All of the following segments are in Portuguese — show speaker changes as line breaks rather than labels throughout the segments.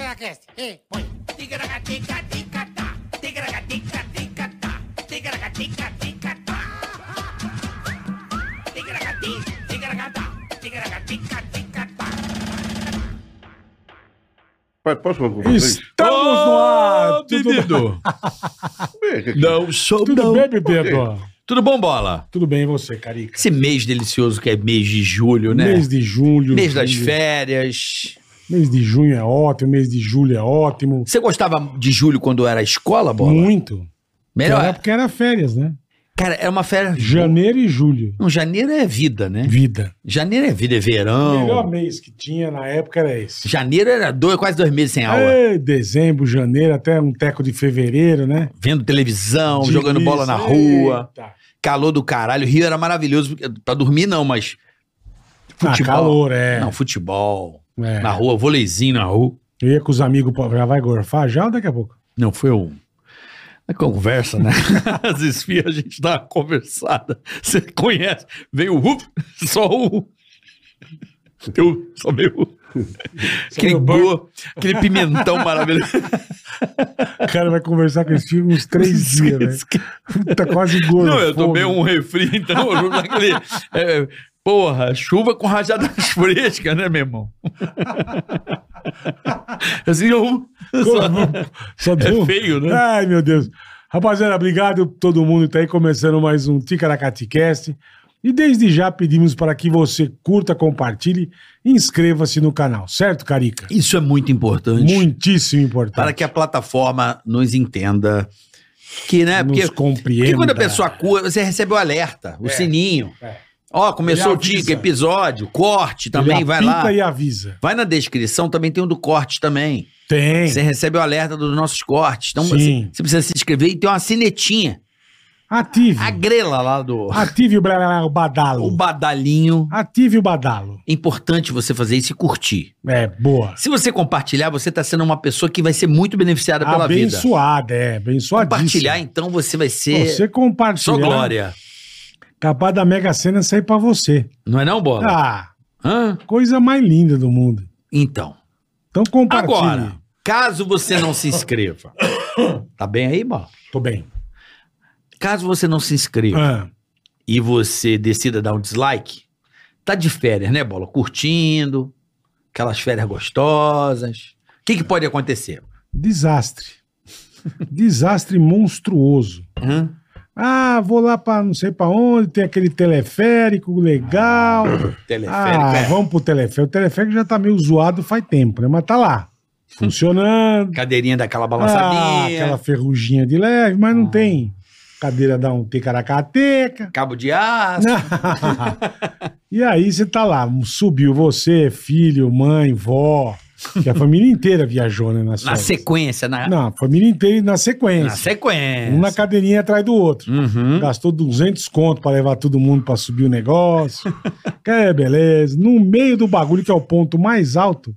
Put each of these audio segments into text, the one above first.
Tigracast, e põe. Tigragatica-tica-tá, tigragatica-tica-tá, tigragatica-tica-tá. Tigragati, tigragatá, tigragatica-tica-tá.
Pai, posso falar com vocês?
Estamos no ar! Tudo,
Bebido! Não sou
tudo
não.
bem, Bebeto?
Tudo bom, Bola?
Tudo bem, e você, Carica?
Esse mês delicioso que é mês de julho, né?
Mês de julho.
Mês das
julho.
férias.
Mês de junho é ótimo, mês de julho é ótimo.
Você gostava de julho quando era escola, Bola?
Muito.
Melhor.
Na época era férias, né?
Cara, era uma férias...
Janeiro e julho.
Não, janeiro é vida, né?
Vida.
Janeiro é vida, é
O melhor
verão.
mês que tinha na época era esse.
Janeiro era dois, quase dois meses sem aula.
Ei, dezembro, janeiro, até um teco de fevereiro, né?
Vendo televisão,
De
jogando bola na
isso.
rua.
Eita. Ah,
Calor do caralho. Rio era maravilhoso. porque- Pra dormir não, mas...
Ah,
Futebol.
calor, é.
Não, futebol.
É.
Na rua, voleizinho na rua.
Eu ia com os amigos, pra- já vai gorfar já ou daqui a pouco?
Não, foi um. Na conversa, né? As esfias a gente dá uma conversada. Você conhece. Veio o. uf, Só o. Eu, só meio. Aquele
meio
go, aquele pimentão maravilhoso.
O cara vai conversar com esse filme uns três dias, né? Tá quase gordo.
Não, eu tomei
fome.
um refri, então, eu juro naquele. é, porra, chuva com rajadas frescas, né, meu irmão? Assim, eu.
Só deu-
feio, né?
Ai, meu Deus. Rapaziada, obrigado a todo mundo que tá aí começando mais um Ticaracatecast. E desde já pedimos para que você curta, compartilhe e inscreva-se no canal, certo, Carica?
Isso é muito importante.
Muitíssimo
para
importante.
que a plataforma nos entenda. Que, né?
nos
Porque,
compreenda.
porque quando a pessoa cura, você recebe o alerta, o sininho.
é.
Ó, começou
Ele
o dica,
avisa.
episódio, corte
Ele
também, vai
apita
lá.
e avisa.
Vai na descrição, também tem um do corte também.
Tem.
Você recebe o alerta dos nossos cortes. Então você,
Sim.
você precisa se inscrever e tem uma sinetinha.
Ative.
A grela lá do.
Ative o, blá, blá, blá, o badalo.
O badalinho.
Ative o badalo.
É importante você fazer isso e curtir.
É, boa.
Se você compartilhar, você está sendo uma pessoa que vai ser muito beneficiada pela vida.
Abençoada, é. Abençoadíssima.
Compartilhar, então, você vai ser
Você compartilhar.
só glória.
Capaz da Mega Sena sair pra você.
Não é não, Bola?
Ah,
Hã?
coisa mais linda do mundo.
Então.
Então compartilhe.
Agora, caso você não se inscreva. tá bem aí, Bola?
Tô bem.
Caso você não se inscreva
Ah,
e você decida dar um dislike, tá de férias, né, Bola? Curtindo, aquelas férias gostosas. O que, que pode acontecer?
desastre. desastre monstruoso.
Hã?
Ah, vou lá pra não sei pra onde, tem aquele teleférico legal.
Teleférico.
Ah,
é.
vamos pro teleférico. O teleférico já tá meio zoado faz tempo, né? Mas tá lá. Funcionando.
Cadeirinha daquela
Ah,
balançadinha.
aquela ferruginha de leve, mas não tem. Cadeira dá um ticaracateca.
Cabo de aço.
e aí você tá lá, subiu você, filho, mãe, vó, que a família inteira viajou, né? Nas
Na
férias.
sequência, na,
Não, a família inteira na
na
sequência.
sequência.
um na cadeirinha atrás do outro.
Uhum.
Gastou 200 conto pra levar todo mundo pra subir o negócio. que é beleza. No meio do bagulho, que é o ponto mais alto,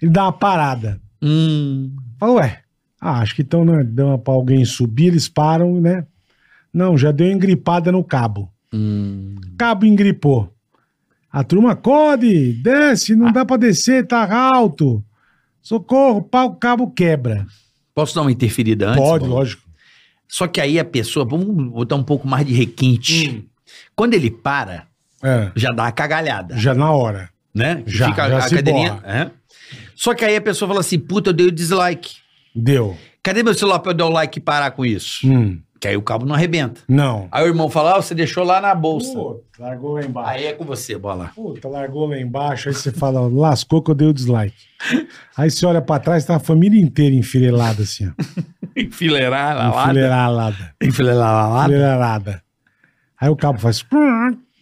ele dá uma parada.
Hum.
Fala, ué, ah, acho que então né, dão pra alguém subir, eles param, né? Não, já deu engripada no cabo.
Hum.
cabo engripou. A turma acorde, desce, não dá pra descer, tá alto. Socorro, pau, cabo quebra.
Posso dar uma interferida antes?
Pode,
Bola?
lógico.
Só que aí a pessoa, vamos botar um pouco mais de requinte.
Hum.
Quando ele para,
É,
já dá a cagalhada,
já na hora.
né?
já, já se borra.
é. Só que aí a pessoa fala assim: puta, eu dei o dislike.
Deu.
Cadê meu celular pra eu dar o like e parar com isso?
Hum,
Que aí o cabo não arrebenta.
não.
Aí o irmão fala: ah, você deixou lá na bolsa.
Puta, largou lá embaixo.
Aí é com você, bola.
Puta, largou lá embaixo, aí você fala, lascou que eu dei o dislike. Aí você olha pra trás, tá a família inteira enfileirada assim, ó.
Enfileirar
Enfileirada.
Enfileirar lá.
Enfileirada. Aí o cabo faz...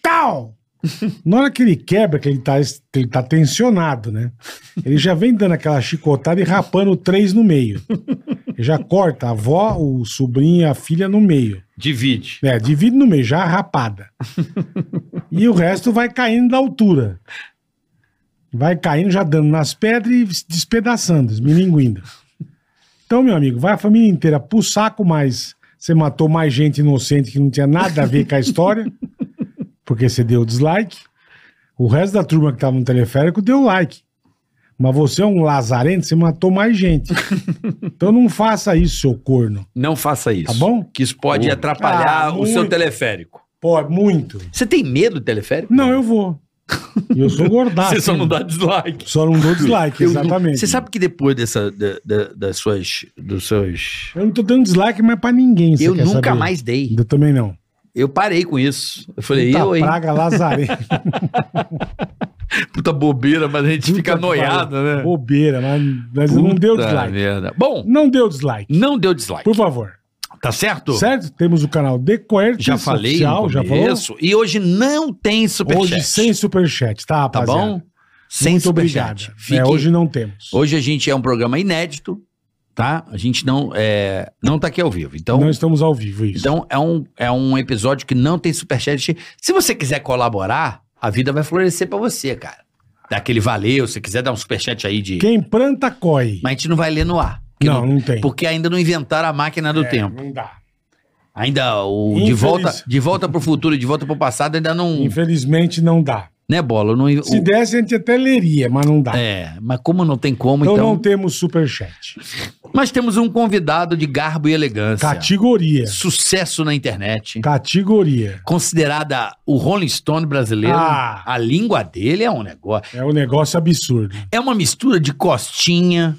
Tal! Na hora que ele quebra, que ele tá, ele tá tensionado, né? Ele já vem dando aquela chicotada e rapando três no meio. Ele já corta a avó, o sobrinho e a filha no meio.
Divide.
É, divide no meio, já rapada. E o resto vai caindo da altura. Vai caindo, já dando nas pedras e se despedaçando, esmilinguindo. Então, meu amigo, vai a família inteira pro saco, mas você matou mais gente inocente que não tinha nada a ver com a história, porque você deu dislike. O resto da turma que tava no teleférico deu like. Mas você é um lazarento, você matou mais gente. então não faça isso, seu corno.
Não faça isso.
Tá bom?
Que isso pode
Boa.
atrapalhar
Ah,
o seu
muito.
teleférico.
Pô, é muito.
Você tem medo do teleférico?
Não, eu Ah, vou. E eu sou gordaço.
Você só não
hein?
dá dislike.
Só não dou dislike,
Eu não-
exatamente.
Você sabe que depois dessa, da- da- das suas, dos seus...
Eu não tô dando dislike, mas pra ninguém. você
Eu
quer
nunca
saber?
mais dei.
Eu também não.
Eu parei com isso. Eu falei,
Puta
eu, hein?
praga lazarento.
Puta bobeira, mas a gente fica noiado, né?
Bobeira, mas, mas não deu
Puta
dislike.
merda. Bom,
Não deu dislike.
não deu dislike.
Por favor.
Tá certo?
Certo? Temos o canal Decoertes
Já falei
Oficial, já falou?
Isso. E hoje não tem superchat.
Hoje sem superchat, tá,
Tá
rapaziada?
bom? Sem
Muito
superchat.
obrigado.
Fique-
É,
hoje...
hoje não temos.
a gente é um programa inédito, tá? A gente não, é... não tá aqui ao vivo. Então,
não estamos ao vivo, isso.
então é, um, é um episódio que não tem superchat. Se você quiser colaborar, a vida vai florescer pra você, cara. Dá aquele valeu, se quiser dar um superchat aí de...
Quem planta, coi.
Mas a gente não vai ler no ar. porque
Não, não tem. É,
Porque ainda não inventaram a máquina do tempo.
Não dá.
Ainda o
Infeliz-
de volta, de volta pro futuro, e de volta pro passado, ainda não,
Infelizmente não dá.
né, bola, não o-
Se desse, a gente até leria, mas não dá.
É, mas como não tem como,
então,
então,
não temos superchat.
Mas temos um convidado de garbo e elegância.
Categoria.
Sucesso na internet.
Categoria.
Considerada o Rolling Stone brasileiro.
Ah.
A língua dele é um negócio.
É um negócio absurdo.
É uma mistura de costinha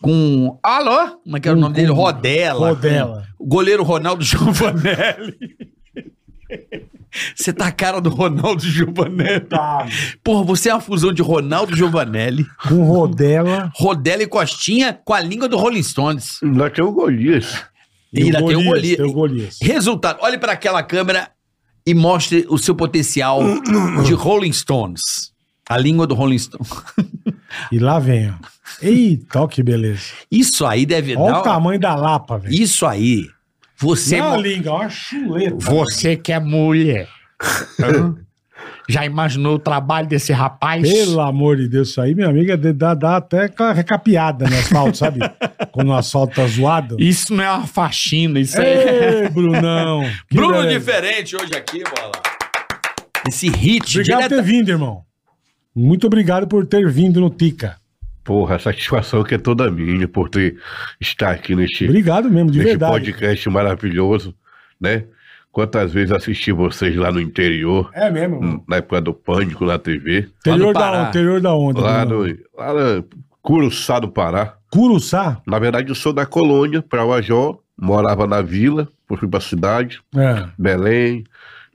com. Alô? Como é que era o
Com-
nome dele?
com-
Rodela.
Rodela.
O goleiro Ronaldo Giovanelli. Você tá a cara do Ronaldo Giovanelli.
Tá.
Porra, você é uma fusão de Ronaldo Giovanelli,
Com rodela.
Rodela e Costinha com a língua do Rolling Stones.
Lá tem o Golias.
E ainda
um
tem o Golias.
Tem o Golias.
Resultado: olhe para aquela câmera e mostre o seu potencial de Rolling Stones. A língua do Rolling Stones.
E lá vem, ó. Eita, ó que beleza.
Isso aí deve
Olha
dar.
o tamanho da lapa, velho.
Isso aí. Você. é
Não,
mo-
liga, ó, a chuleta.
Você que é mulher. hã? Já imaginou o trabalho desse rapaz?
Pelo amor de Deus, isso aí, minha amiga, de- dá, dá até ca- recapeada no asfalto, sabe? Quando o asfalto tá zoado.
Isso não é uma faxina, isso aí.
Ei, Brunão. É, Que
é Bruno
beleza.
diferente hoje aqui, bola. Esse hit
Obrigado por ter
direto.
vindo, irmão. Muito obrigado por ter vindo no Tica.
Porra, a satisfação que é toda minha por ter, estar aqui neste,
Obrigado mesmo, de
neste
verdade.
podcast maravilhoso, né? Quantas vezes assisti vocês lá no interior,
É mesmo, irmão.
na época do Pânico, na TV.
Interior
Lá no
da,
Pará.
interior da onda.
Lá
Brunão.
no, lá no Curuçá do Pará.
Curuçá?
Na verdade, eu sou da colônia, Prauajó. Morava na vila, fui pra cidade,
É.
Belém.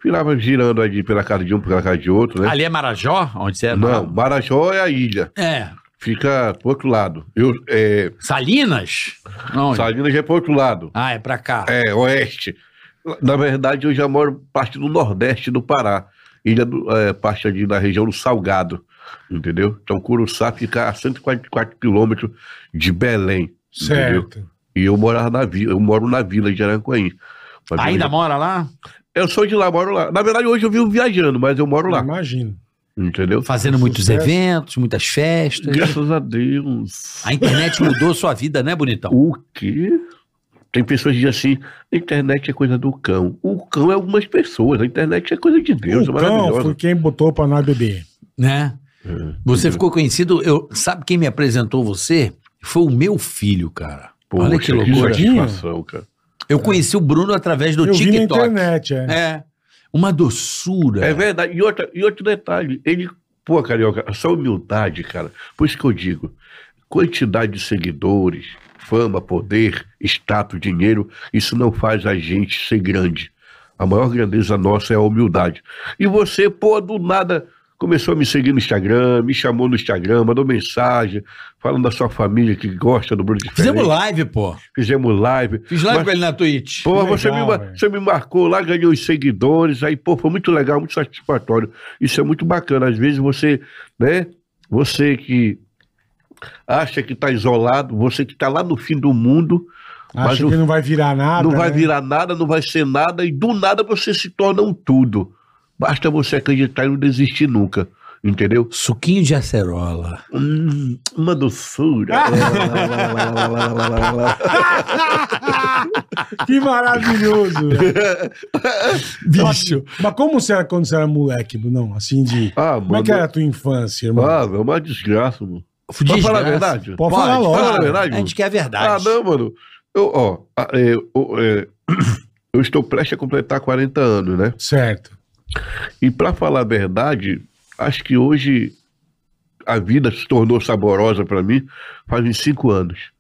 Virava girando ali pela casa de um, pela casa de outro, né?
Ali é Marajó? Onde você é?
Não, Marajó é a ilha.
É.
Fica pro outro lado. Eu, é,
Salinas? Não.
Salinas é pro outro lado.
Ah, é pra cá.
É, oeste. Na verdade, eu já moro parte do nordeste do Pará. Ilha do, é, parte ali da região do Salgado. Entendeu? Então, Curuçá fica a 144 quilômetros de Belém. Entendeu?
Certo.
E eu morava na vila, eu moro na vila de Arancoim. Uma vila
Ainda
de-
mora lá?
Eu sou de lá, moro lá. Na verdade, hoje eu vivo viajando, mas eu moro lá.
Imagino.
Entendeu?
Fazendo muitos
Sucesso.
eventos, muitas festas.
Graças a Deus.
A internet mudou sua vida, né, bonitão?
O quê? Tem pessoas que dizem assim, a internet é coisa do cão. O cão é algumas pessoas, a internet é coisa de Deus, é
o Cão
maravilhosa. É.
foi quem botou pra nós beber.
né? Você ficou conhecido, eu, sabe quem me apresentou você? Foi o meu filho, cara.
Poxa,
Olha que loucura.
satisfação, cara.
Eu conheci o Bruno através do
Eu vi na
TikTok.
internet, é.
É. Uma doçura.
É verdade. E, outra, e outro detalhe, ele, pô, Carioca, essa humildade, cara, por isso que eu digo, quantidade de seguidores, fama, poder, status, dinheiro, isso não faz a gente ser grande. A maior grandeza nossa é a humildade. E você, pô, do nada, começou a me seguir no Instagram, me chamou no Instagram, mandou mensagem, falando da sua família que gosta do Bruno Diferente.
Fizemos live, pô.
Fizemos live.
Fiz live
Mas-
com ele na Twitch.
Pô,
Legal,
você, me, ma-
velho.
você me marcou lá, ganhou os seguidores, aí, pô, foi muito legal, muito satisfatório. Isso é muito bacana. Às vezes você, né, você que acha que tá isolado, você que tá lá no fim do mundo, mas
Acho
o-
que não vai virar nada.
não vai
né?
virar nada, não vai ser nada, e do nada você se torna um tudo. Basta você acreditar e não desistir nunca, entendeu?
Suquinho de acerola.
Hum, uma doçura.
Que maravilhoso, velho.
Bicho.
Mas como você era quando você era moleque, não? Assim de.
ah,
Como é
mano,
que era a tua infância, irmão?
ah, é uma desgraça, mano. Pode falar
Desgraça.
a verdade?
Pode falar
Pode
logo.
falar a verdade?
A gente quer a
Ah,
verdade.
não, mano. Eu, ó, ah, é, eu, é, eu estou prestes a completar 40 anos, né?
Certo.
E pra falar a verdade, acho que hoje a vida se tornou saborosa pra mim faz uns 5 anos.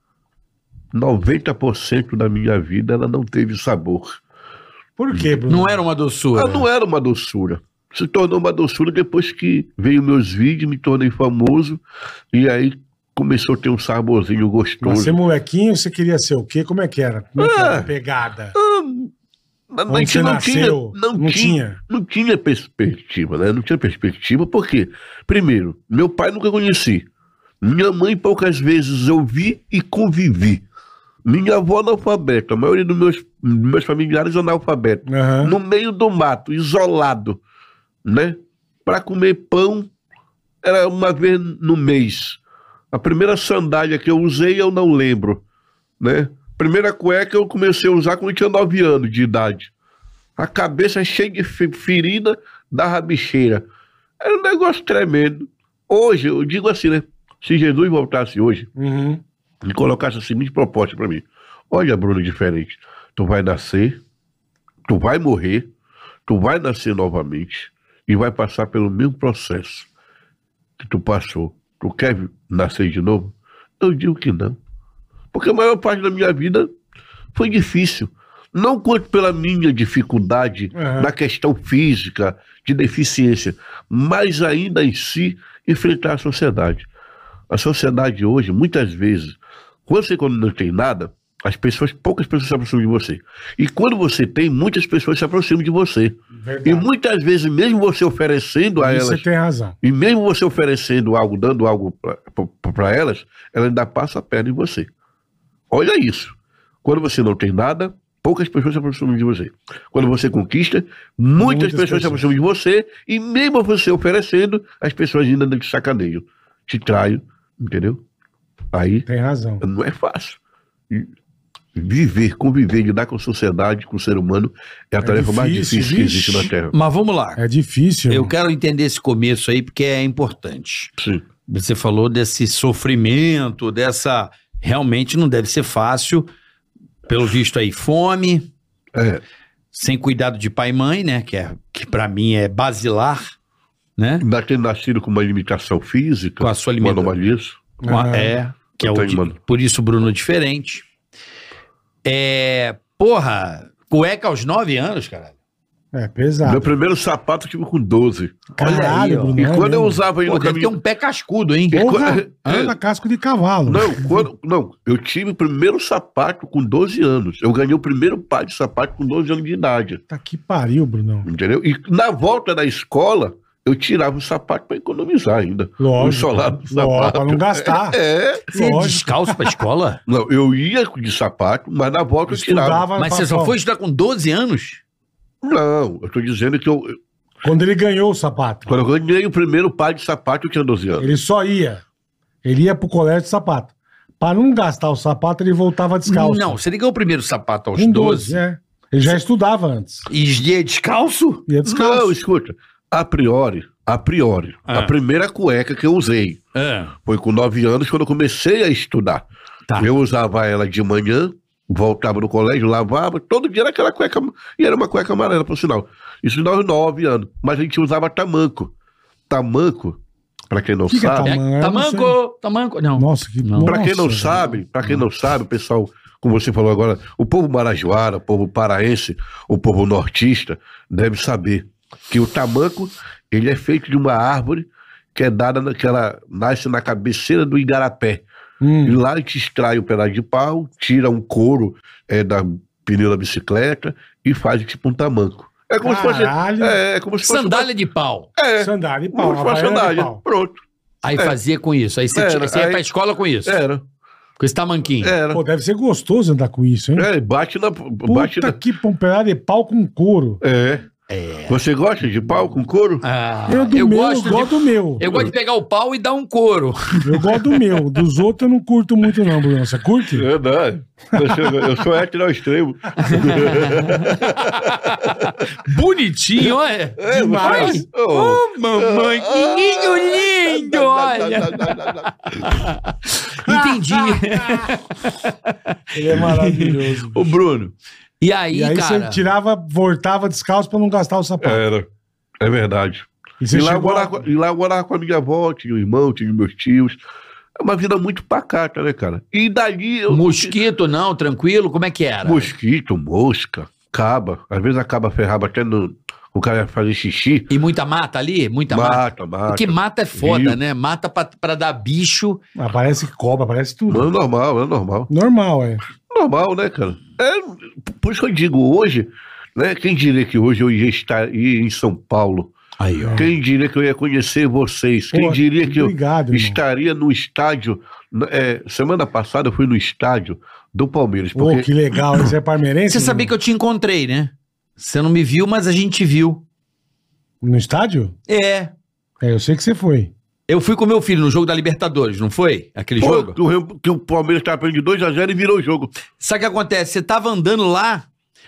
90% da minha vida ela não teve sabor.
Por quê, Bruno?
é
Não era uma doçura.
Ela Ah, não era uma doçura. Se tornou uma doçura depois que veio meus vídeos, me tornei famoso e aí começou a ter um saborzinho
Mas
gostoso.
você molequinho, você queria ser o quê? Como é que era? Como é que era a
Ah.
pegada?
Mas
Quando
a gente
você
não tinha,
nasceu,
não,
não
tinha,
tinha.
não tinha perspectiva, né? Não tinha perspectiva porque, primeiro, meu pai nunca conheci. Minha mãe poucas vezes eu vi e convivi. Minha avó analfabeta, a maioria dos meus, dos meus familiares analfabeto.
Aham.
No meio do mato, isolado, né? Para comer pão era uma vez no mês. A primeira sandália que eu usei eu não lembro, né? Primeira cueca eu comecei a usar quando eu tinha 9 anos de idade. A cabeça cheia de fe- ferida da rabicheira. Era um negócio tremendo. Hoje, eu digo assim, né? Se Jesus voltasse hoje
Uhum.
e colocasse a seguinte proposta para mim: Olha, Bruno, diferente. Tu vai nascer, tu vai morrer, tu vai nascer novamente e vai passar pelo mesmo processo que tu passou. Tu quer vi- nascer de novo? Eu digo que não. Porque a maior parte da minha vida foi difícil. Não quanto pela minha dificuldade
Aham.
na questão física, de deficiência, mas ainda em si enfrentar a sociedade. A sociedade hoje, muitas vezes, quando você quando não tem nada, as pessoas, poucas pessoas se aproximam de você. E quando você tem, muitas pessoas se aproximam de você.
Verdade.
E muitas vezes, mesmo você oferecendo
Isso
a
é
elas
Você tem razão.
e mesmo você oferecendo algo, dando algo para elas, ela ainda passa a perna em você. Olha isso. Quando você não tem nada, poucas pessoas se aproximam de você. Quando você conquista, muitas,
Muitas
pessoas,
pessoas.
se aproximam de você e mesmo você oferecendo, as pessoas ainda te sacaneiam, te traem, entendeu? Aí
Tem razão.
não é fácil. E viver, conviver, lidar com a sociedade, com o ser humano, é a tarefa mais
difícil,
difícil que
vixe.
existe na Terra.
Mas vamos lá.
É difícil.
Eu
irmão.
quero entender esse começo aí, porque é importante.
Sim.
Você falou desse sofrimento, dessa. Realmente não deve ser fácil. Pelo visto aí, fome,
É,
sem cuidado de pai e mãe, né? Que, é, que para mim é basilar, né?
ainda ter nascido com uma limitação física,
Com a sua
uma
alimentação.
anomalia.
Com a-
Ah.
é, que é
Eu
o
tenho,
di-
mano.
por isso o Bruno é diferente. É, porra, cueca aos 9 anos, cara.
É
Meu
pesado.
primeiro sapato eu tive com 12.
Olha aí,
Caralho,
ó.
Bruno.
E
é
quando eu
mesmo?
usava aí
Pô,
no
deve ter
caminho.
um pé cascudo, hein?
E
Porra,
quando- É.
anda casco de cavalo.
Não, quando- não, eu tive o primeiro sapato com 12 anos. Eu ganhei o primeiro par de sapato com 12 anos de idade.
Tá que pariu, Brunão.
Entendeu? E na volta da escola, eu tirava o sapato para economizar ainda. O
Lógico.
solado do
Lógico,
sapato.
pra não gastar.
É.
Você ia
Lógico.
descalço pra escola?
Não, eu ia de sapato, mas na volta eu tirava.
Estudava.
Mas você só foi estudar com 12 anos?
Não, eu tô dizendo que eu,
Quando ele ganhou o sapato.
quando eu ganhei o primeiro par de sapato, eu tinha 12 anos.
Ele só ia. Ele ia pro colégio de sapato. Pra não gastar o sapato, ele voltava descalço.
Não, você ligou o primeiro sapato aos
Com
12
é. Ele já estudava antes.
e ia descalço?
Ia
Não,
descalço.
escuta. A priori, a priori,
Ah.
a primeira cueca que eu usei
É.
foi com 9 anos quando eu comecei a estudar.
Tá.
Eu usava ela de manhã, voltava do colégio, lavava, todo dia era aquela cueca, e era uma cueca amarela, por sinal. Isso aos 9 anos, mas a gente usava tamanco. Tamanco, pra quem não
Que que é
sabe,
Ah, mano, eu não
tá tamanco, tamanco. Não.
Nossa, Hum. que
Não.
pra quem não
Nossa,
sabe, pra quem não sabe, pessoal, como você falou agora, o povo marajoara, o povo paraense, o povo nortista, deve saber que o tamanco, ele é feito de uma árvore que é dada naquela, nasce na cabeceira do igarapé. E
Hum,
lá te extrai o pedaço de pau, tira um couro eh, da pneu da bicicleta e faz tipo um tamanco. É como se
Caralho.
fosse. É, é como se fosse.
Sandália de pau.
Uma, é,
Sandália e pau.
como se fosse
havaiana e
sandália.
pau.
Pronto.
Aí fazia com isso. Aí você,
Era,
tinha- você ia
É. aí- É.
pra escola com isso.
Era,
Com esse tamanquinho.
era.
Pô, deve ser
Uhum.
gostoso andar com isso, hein?
É, bate na. Bate
Puta
na
que pompeada de pau com couro.
é. Você gosta de pau com couro?
Ah,
Eu do meu, eu gosto do meu.
Eu gosto de pegar o pau e dar um couro.
Eu gosto do meu. Dos outros eu não curto muito, não, Bruno. Você curte?
É Verdade. Eu sou, eu sou hétero ao extremo.
é?
Bonitinho, olha.
É, Demais.
Ô, mamãe, que ninho
Ah,
lindo, olha. Entendi.
Ele é maravilhoso.
Ô, Bruno. E aí,
E aí
cara?
você tirava, voltava descalço pra não gastar o sapato.
Era. É verdade.
E
E
você
lá, eu
chegou
morava,
lá-
com- e lá eu morava com a minha avó, tinha um irmão, tinha meus tios. É uma vida muito pacata, né, cara? E dali eu.
Mosquito, não, tranquilo? Como é que era?
Mosquito, mosca, caba. Às vezes a caba ferrava até no. O cara ia fazer xixi.
E muita mata ali? Muita mata.
Mata, mata.
Porque mata é foda,
Rio.
né? Mata pra, pra dar bicho.
Ah, parece cobra, parece tudo.
Não é normal, é normal.
Normal, é.
Normal, né, cara? É, por isso que eu digo, hoje, né? Quem diria que hoje eu ia estar ia em São Paulo?
Aí, ó.
Quem diria que eu ia conhecer vocês? Quem
Ah. Pô,
diria que eu
Obrigado, irmão.
estaria no estádio? n- é, semana passada eu fui no estádio do Palmeiras.
Pô,
Porque
que legal. Você é palmeirense?
Você sabia que eu te encontrei, né? Você não me viu, mas a gente te viu.
No estádio?
É.
É, eu sei que você foi.
Eu fui com meu filho no jogo da Libertadores, não foi? Aquele
Pô,
jogo?
que o Remo- que o Palmeiras estava perdendo de 2x0 e virou o jogo.
Sabe o que acontece? Você tava andando lá,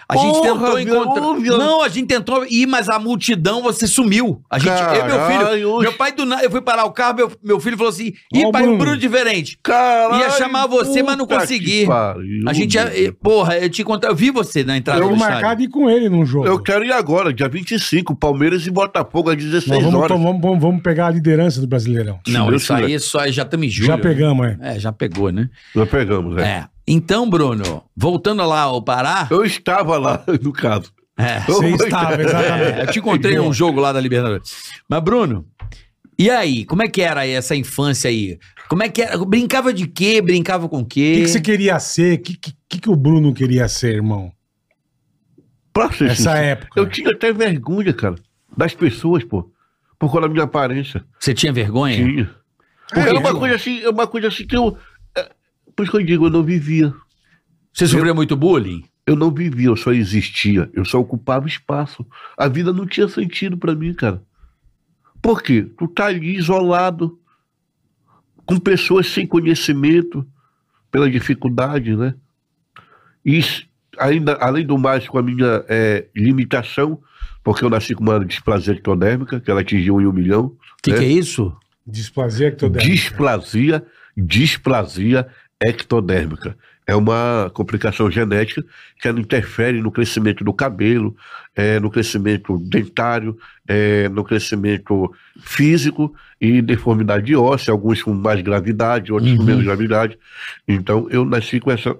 a gente
Porra,
tentou
meu,
encontrar.
meu.
Não, a gente tentou ir, mas a multidão, você sumiu. A gente, eu e meu filho.
Caralho.
Meu pai do nada, eu fui parar o carro, meu, meu filho falou assim: ih,
Ó,
pai, um
Bruno.
Bruno diferente.
Caralho,
Ia chamar você, mas não
puta
consegui.
que pariu,
A gente,
meu.
eh, porra, eu te encontrei, eu vi você na entrada
Eu
do
vou
estádio.
marcar de ir com ele num jogo.
Tá, Eu quero ir agora, dia 25, Palmeiras e Botafogo às 16
Nós vamos,
horas.
tom- vamos, vamos- vamos pegar a liderança do Brasileirão.
Não,
Deus
isso
quiser.
aí só já estamos em julho.
Já pegamos, é.
É, já pegou, né?
Nós pegamos, né?
É. Então, Bruno, voltando lá ao Pará,
Eu estava lá, no caso.
é,
Eu
Você
vou- um
estava, exatamente.
é, eu te encontrei num jogo lá da Libertadores. Mas, Bruno, e aí? Como é que era essa infância aí? Como é que era? Brincava de quê? Brincava com
O
quê?
que, que você queria ser? O que, que, que que o Bruno queria ser, irmão?
Pra ser
Essa
sincero,
época.
Eu tinha até vergonha, cara, das pessoas, pô. Por causa da minha aparência.
Você tinha vergonha?
Tinha.
Por quê?
Era uma coisa assim, é uma coisa assim que eu. é, Por isso que eu digo, eu não vivia.
Você sofreu muito bullying?
Eu não vivia, eu só existia. Eu só ocupava espaço. A vida não tinha sentido pra mim, cara. Por quê? Tu tá ali isolado, com pessoas sem conhecimento, pela dificuldade, né? E s- ainda, além do mais, com a minha eh, limitação, porque eu nasci com uma displasia ectodérmica, que ela atingiu em um milhão.
O que,
É.
que é isso?
Desplazer que todo
Displasia, displasia ectodérmica. É uma complicação genética que ela interfere no crescimento do cabelo, eh, no crescimento dentário, eh, no crescimento físico e deformidade óssea, alguns com mais gravidade, outros com
Uhum.
menos gravidade. Então, eu nasci com essa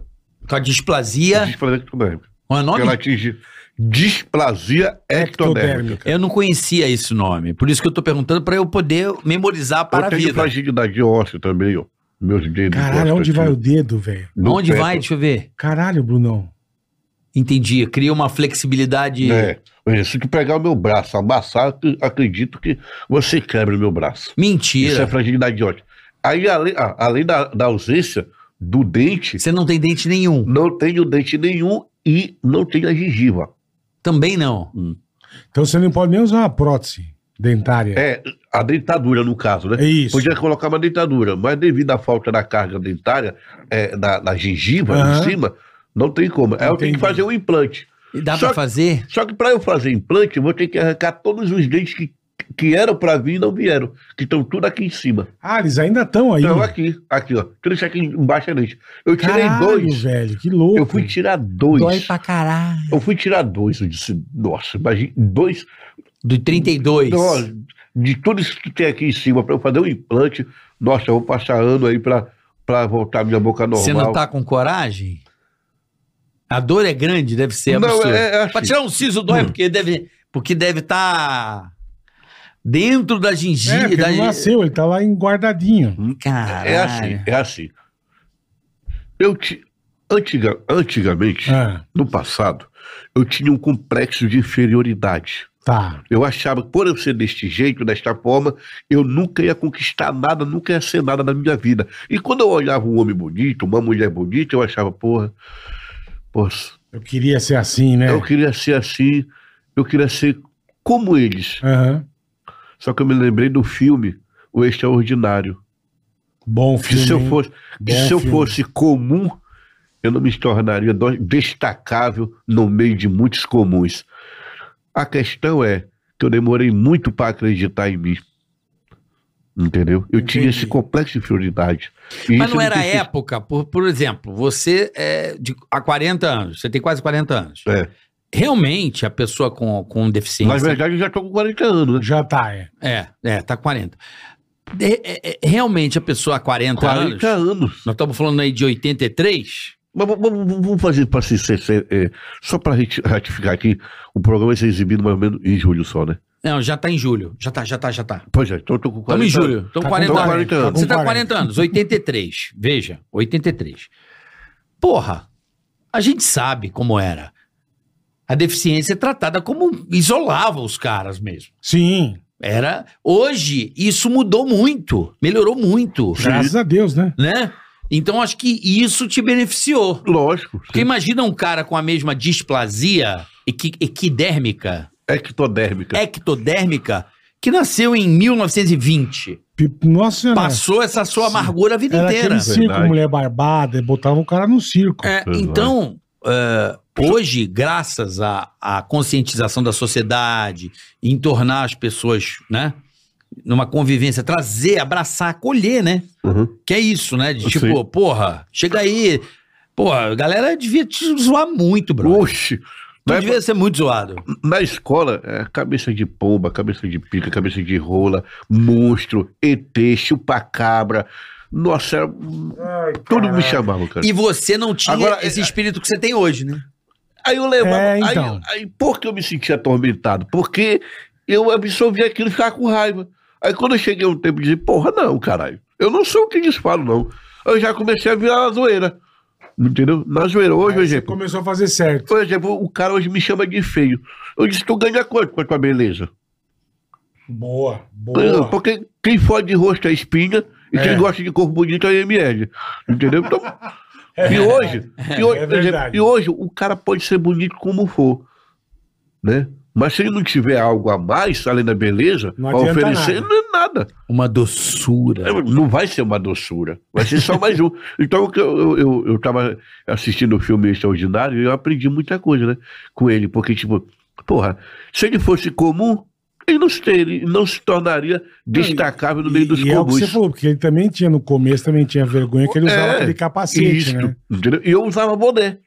Com a displasia.
displasia ectodérmica.
Qual é o
Que
nome?
ela atinge displasia ectodérmica.
Ectodérmica.
Eu não conhecia esse nome. Por isso que eu tô perguntando pra eu poder memorizar para
Eu
a
tenho
vida.
fragilidade óssea também, ó. Meus dedos. assim,
Caralho, onde vai o dedo, velho?
Onde vai? Deixa eu ver.
Caralho, Brunão.
Entendi. Cria uma flexibilidade.
É. Olha, Se tu pegar o meu braço, amassar, ac- acredito que você quebra o meu braço. Isso é
Mentira.
fragilidade óssea. Aí, além, a- além da, da ausência do dente,
Você não tem dente nenhum.
não tenho dente nenhum e não tenho a gengiva.
Também não.
Hum.
Então você não pode nem usar uma prótese dentária.
É, a dentadura, no caso, né?
É isso.
Podia colocar uma dentadura, mas devido à falta da carga dentária, é, da, da gengiva
Aham.
em cima, não tem como. Aí eu tenho
Entendi.
que fazer um implante.
E dá
Só-
pra fazer?
Só que para eu fazer implante, eu vou ter que arrancar todos os dentes que, que eram para vir e não vieram, que estão tudo aqui em cima.
Ah, eles ainda estão aí.
Então, aqui, aqui, ó. Tudo isso aqui embaixo é dente. Eu tirei
Caralho,
dois.
velho, que louco.
Eu fui tirar dois.
Dói pra caralho.
Eu fui tirar dois. Eu disse, nossa, imagina, dois.
Do 32.
Nossa, de tudo isso que tem aqui em cima, para eu fazer um implante, nossa, eu vou passar ano aí para pra voltar minha boca normal.
Você não tá com coragem? A dor é grande, deve ser
Não,
absurdo.
é- é assim.
Pra tirar um siso dói, porque deve porque deve estar dentro da
É,
gengiva.
porque
da
ele não
gen-
nasceu, ele tá lá em guardadinho.
Caralho.
É assim, é assim. Eu te, antiga, antigamente,
Ah,
no passado, eu tinha um complexo de inferioridade.
tá.
Eu achava que por eu ser deste jeito, desta forma, eu nunca ia conquistar nada, nunca ia ser nada na minha vida. E quando eu olhava um homem bonito, uma mulher bonita, eu achava, porra, porra
Eu queria ser assim, né?
eu queria ser assim, eu queria ser como eles.
Aham.
Só que eu me lembrei do filme O Extraordinário.
Bom
Que
filme.
se eu
hein?
fosse, que
Bom
se eu
filme.
fosse comum, eu não me tornaria do- destacável no meio de muitos comuns. A questão é que eu demorei muito para acreditar em mim. Entendeu? Eu tinha
Entendi.
esse complexo de inferioridade. E
Mas
isso
não
me
era a
fez-
época, por, por exemplo, você é de, há 40 anos, você tem quase 40 anos.
É.
Realmente, a pessoa com, com
Na
deficiência.
verdade, eu já estou com 40 anos, né?
Já tá, é.
É, é, tá 40. De- é, é, realmente, a pessoa há 40,
40
anos.
anos.
Nós estamos falando aí de 83.
Mas v- v- v- vamos fazer para se, se, se- é, só para ratificar aqui, o programa vai ser exibido mais ou menos em julho só, né?
Não, já tá em julho. Já tá, já tá, já tá.
Pois é, então eu tô com 40
Estamos em
anos.
julho. Estamos
Tá com
40
Tô
anos.
40
anos.
anos.
Você tá com
40
40 anos, 83. Veja, 83. Porra, a gente sabe como era. A deficiência é tratada como um- isolava os caras mesmo.
Sim.
Era hoje isso mudou muito, melhorou muito,
Graças a Deus, né?
né? Então acho que isso te beneficiou.
Lógico.
Porque imagina um cara com a mesma displasia equi- equidérmica,
Ectodérmica.
ectodérmica, que nasceu em 1920.
Pi- Nossa senhora.
Passou essa sua
Uhum. Sim.
amargura a vida
Era
inteira.
aquele circo,
Verdade.
mulher barbada, e botava o cara no circo.
É,
Verdade.
então,
né?
é, hoje, graças à, à conscientização da sociedade, em tornar as pessoas, né? Numa convivência, trazer, abraçar, acolher, né?
Uhum.
Que é isso, né? De,
Eu
tipo,
sei.
porra, chega aí. Porra, a galera devia te zoar muito, bro.
Oxe.
Tu
Na,
é
devia ser muito zoado.
é na escola, é, cabeça de pomba, cabeça de pica, cabeça de rola, monstro, ET, chupacabra. Nossa, era- tudo me chamava,
É.
cara.
E você não tinha
Agora,
esse espírito que você tem hoje, né?
Aí eu levava.
É,
aí-
então.
aí, por que eu me sentia atormentado? Porque eu absorvia aquilo e ficava com raiva. Aí quando eu cheguei a um tempo, eu disse, porra, não, caralho. Eu não sou o que eles falam, não. Eu já comecei a virar uma zoeira. Entendeu? Na zoeira. Hoje, por
Aí você
exemplo,
começou a fazer certo.
por exemplo, o cara hoje me chama de feio. Eu disse, tu ganha quanto com a tua beleza?
Boa,
Não, um
boa.
Porque quem fode de rosto é espinha e
É.
quem gosta de corpo bonito é ML. Entendeu? Então, e hoje, e hoje,
É
por exemplo,
verdade.
e hoje o cara pode ser bonito como for, né? Mas se ele não tiver algo a mais, além da beleza,
Não
para
adianta
oferecer,
nada.
não é nada.
Uma doçura.
Não vai ser uma doçura, vai ser só mais um. Então, o que eu estava eu, tava assistindo o filme Extraordinário e eu aprendi muita coisa, né? Com ele, porque, tipo, porra, se ele fosse comum, ele não, seria, ele não se tornaria destacável no meio dos
e é o que
comuns.
você falou, porque ele também tinha no começo, também tinha vergonha que ele usava
É,
aquele capacete,
Isso,
né?
entendeu? E eu usava boné.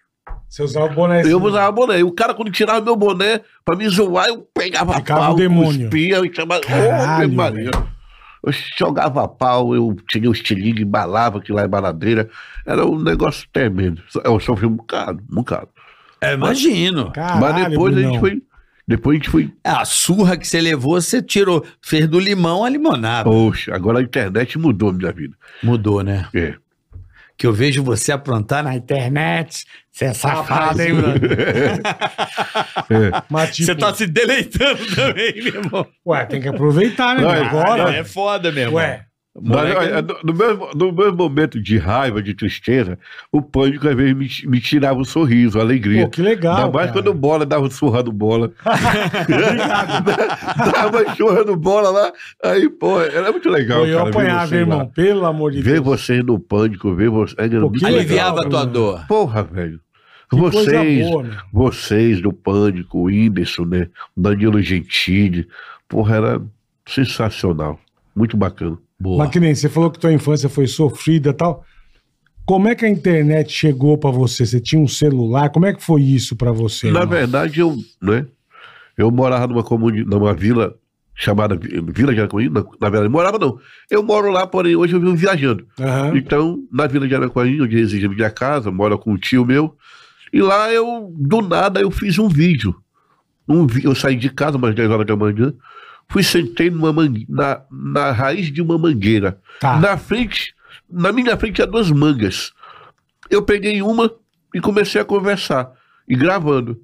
Você usava o boné.
Eu usava boné. E o cara, quando tirava meu boné, pra me zoar, eu pegava
Ficava
pau,
o demônio.
cuspia, eu chamava...
Caralho,
Ô, Maria. Eu jogava pau, eu tinha os estilingue, embalava aquilo lá em baladeira. Era um negócio tremendo. Eu sofri um bocado, um bocado.
É, imagino.
Caralho,
Mas depois a gente
Brunão.
foi... Depois a gente foi...
A surra que você levou, você tirou, fez do limão a limonada.
Poxa, agora a internet mudou a minha vida.
Mudou, né?
É.
Que eu vejo você aprontar na internet. Você é
Tá
safado, hein, mano?
É.
Mas, tipo,
Você tá se deleitando também, meu irmão.
Ué, tem que aproveitar, né?
Não,
meu? Agora.
é foda, meu irmão.
Ué,
Mas,
Moleque-
olha, no, no meu, no meu momento de raiva, de tristeza, o pânico às vezes me, me tirava o sorriso, a alegria.
pô, que legal.
Ainda mais
cara.
quando o bola dava um surra no bola. dava surra no bola lá. Aí, pô, era muito legal.
Pô, eu
é um cara, ver
apanhava,
vocês
irmão.
lá.
Pelo amor de
Ver
Deus.
vocês no pânico, ver vocês. é, Era
Pô,
muito
que
legal.
Aliviava a tua
Bruno.
dor.
Porra, velho.
Que coisa
Vocês,
boa, meu.
vocês do pânico, o Whindersson, né? O Danilo Gentili. Porra, era sensacional. Muito bacana.
Boa.
Mas que nem você falou que tua infância foi sofrida e tal. Como é que a internet chegou pra você? Você tinha um celular? Como é que foi isso pra você?
Na
irmão?
verdade, eu, né, eu morava numa comuni- numa vila chamada Vi- Vila de Aracuí, na, na verdade, morava não. Eu moro lá, porém, hoje eu vivo viajando.
Aham.
Então, na Vila de Aracuí, onde reside a minha casa, moro com um tio meu, e lá eu, do nada, eu fiz um vídeo. Um vi- eu saí de casa umas 10 horas da manhã, fui sentei numa mangue- na, na raiz de uma mangueira.
Tá.
Na frente, na minha frente tinha duas mangas. Eu peguei uma e comecei a conversar, e gravando.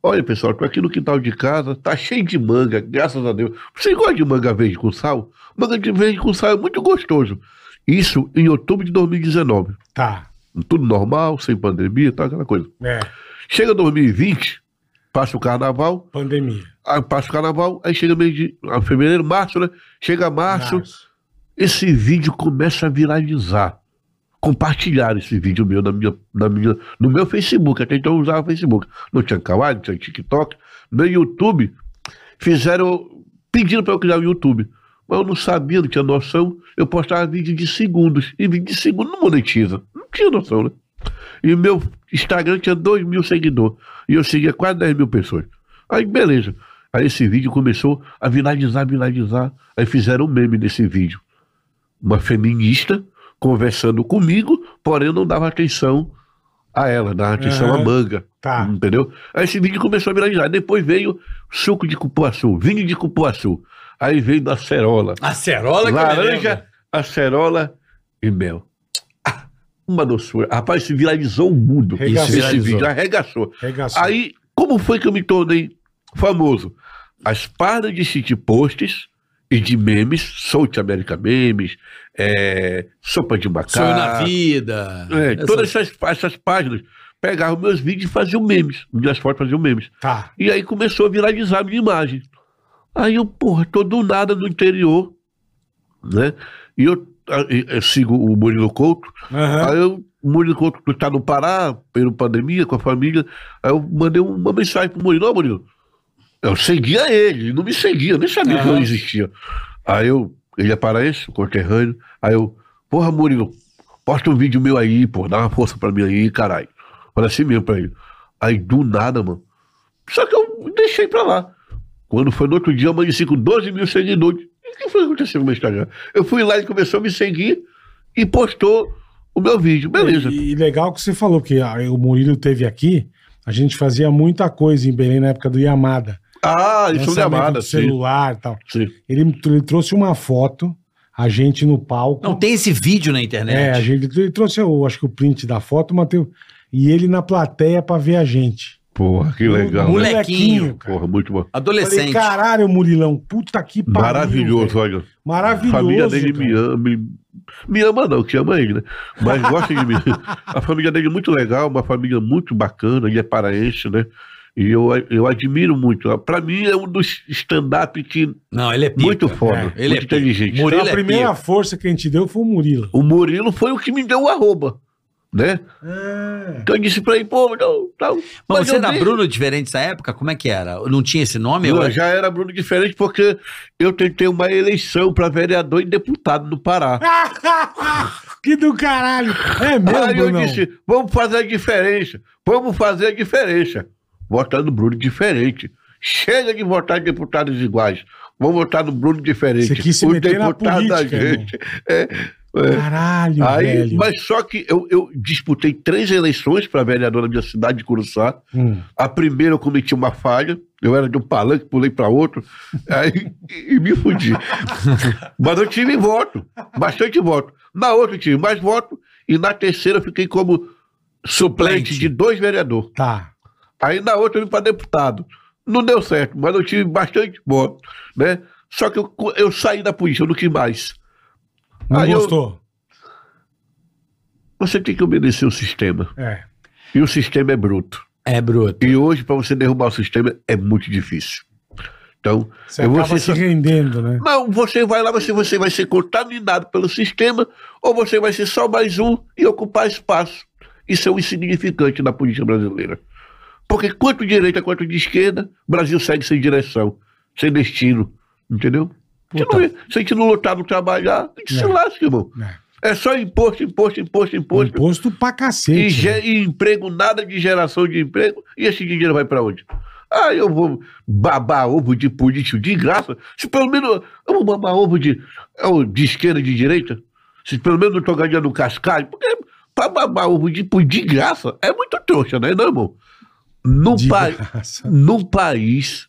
Olha, pessoal, tô aqui no quintal de casa, tá cheio de manga, graças a Deus. Vocês gostam de manga verde com sal? Manga de verde com sal é muito gostoso. Isso em outubro de 2019.
Tá.
tá Tudo normal, sem pandemia, e tal, aquela coisa.
É.
Chega 2020, Passa o carnaval,
Pandemia.
aí passa o carnaval, aí chega mês de ah, fevereiro, março, né? Chega março,
Março.
esse vídeo começa a viralizar. Compartilhar esse vídeo meu na minha, na minha, no meu Facebook, até então eu usava o Facebook. Não tinha Kawaii, não tinha TikTok, no YouTube, fizeram, pediram para eu criar o YouTube. Mas eu não sabia, não tinha noção. Eu postava vídeo de segundos, e vídeo de segundos não monetiza. Não tinha noção, né? E meu Instagram tinha 2 mil seguidores. E eu seguia quase 10 mil pessoas. Aí, beleza. Aí esse vídeo começou a viralizar, viralizar. Aí fizeram um meme desse vídeo. Uma feminista conversando comigo, porém eu não dava atenção a ela, dava atenção à
Aham.
manga.
Tá.
Entendeu? Aí esse vídeo começou a viralizar. Depois veio suco de cupuaçu, vinho de cupuaçu. Aí veio da acerola.
Acerola
é
que eu me lembro.
Laranja, acerola e mel. Ah, Uma doçura. Rapaz, se viralizou o mundo.
Regaçou.
Esse vídeo arregaçou.
Regaçou.
Aí, como foi que eu me tornei famoso? As paradas de city posts e de memes, South America Memes, eh, Sopa de Macaco.
Sonho na vida.
É,
Essa-
todas essas, essas páginas pegavam meus vídeos e faziam memes. Minhas fotos faziam memes.
Tá.
E aí começou a viralizar a minha imagem. Aí eu, porra, tô do nada no interior, né? E eu, ah, e- eu sigo o Murilo Couto.
Aham.
Aí eu, o Murilo Couto tá no Pará, pela pandemia, com a família. Aí eu mandei um, uma mensagem pro Murilo. Ô, Murilo, eu seguia ele, ele não me seguia, nem sabia que eu existia. Aí eu, ele é paraense, conterrâneo. Aí eu, porra, Murilo, posta um vídeo meu aí, pô, dá uma força pra mim aí, caralho. Falei assim mesmo pra ele. Aí do nada, mano. Só que eu deixei pra lá. Quando foi no outro dia, eu amanheci com 12 mil seguidores. O que foi que aconteceu com o meu Instagram? Eu fui lá e começou a me seguir e postou o meu vídeo. Beleza.
E, e legal que você falou que ah, o Murilo teve aqui. A gente fazia muita coisa em Belém na época do Yamada.
Ah, isso é
Lançamento
amada,
do
sim.
celular e tal.
sim.
Ele, ele trouxe uma foto, a gente no palco.
Não tem esse vídeo na internet.
É, a gente ele trouxe, eu acho que o print da foto, Matheus. E ele na plateia pra ver a gente.
Porra, que legal.
Moleque.
Né?
Molequinho,
cara.
Porra, muito bom.
Falei,
Adolescente.
caralho, Murilão, puta que pariu.
Maravilhoso,
velho.
olha. A
Maravilhoso.
família dele
cara.
me ama. Me, me ama não, que ama ele, né? Mas gosta de mim. A família dele é muito legal, uma família muito bacana, ele é paraense, né? E eu, eu admiro muito. Pra mim é um dos stand-up que
Não, ele é pica.
muito foda,
Ele
muito
é
inteligente.
Murilo
Então,
é
a primeira
pica.
força que a gente deu foi o Murilo.
O Murilo foi o que me deu o arroba, né?
Ah,
Então eu disse pra ele, pô, não, tal.
Mas você
eu
era
dei-
Bruno diferente dessa época? Como é que era? Não tinha esse nome? é-
Eu
né?
Eu-
já era Bruno diferente porque eu tentei uma eleição pra vereador e deputado no Pará.
que do caralho. É mesmo,
Aí eu
Brunão?
disse, vamos fazer a diferença, vamos fazer a diferença. Votar no Bruno diferente. Chega de votar em deputados iguais. Vamos votar no Bruno diferente.
Você quis se meter na política,
É, é.
Caralho,
Aí,
velho.
mas só que eu, eu disputei três eleições para vereador na minha cidade de Curuçá.
Hum.
A primeira eu cometi uma falha, eu era de um palanque, pulei para outro, aí, e me fudi. Mas eu tive voto, bastante voto. Na outra eu tive mais voto, e na terceira eu fiquei como suplente
Suplente.
de dois vereadores.
Tá.
Aí na outra eu vim para deputado. Não deu certo, mas eu tive bastante voto, né? Só que eu, eu saí da polícia, eu não quis mais.
Não
Aí eu-
gostou?
Você tem que obedecer o sistema.
É.
E o sistema é bruto.
É, Bruto.
E hoje, para você derrubar o sistema, é muito difícil. Então,
Você
eu vou
acaba
ser
se rendendo, né?
Não, você vai lá, você, você vai ser contaminado pelo sistema, ou você vai ser só mais um e ocupar espaço. Isso é um insignificante na política brasileira. Porque quanto direita quanto de esquerda, o Brasil segue sem direção, sem destino. Entendeu? Se, não, se a gente não lutar, não trabalhar, a gente se
É.
lasca, irmão.
É.
É só imposto, imposto, imposto, imposto.
Imposto pra
E,
cacete.
ge-
né?
e emprego, nada de geração de emprego. E esse dinheiro vai para onde? Ah, eu vou babar ovo de político de graça. Se pelo menos eu vou babar ovo de, é o de esquerda e de direita. Se pelo menos não estou ganhando cascalho. Porque para babar ovo de político de graça é muito trouxa, né, não, irmão? Num,
De
pa-
graça.
num país.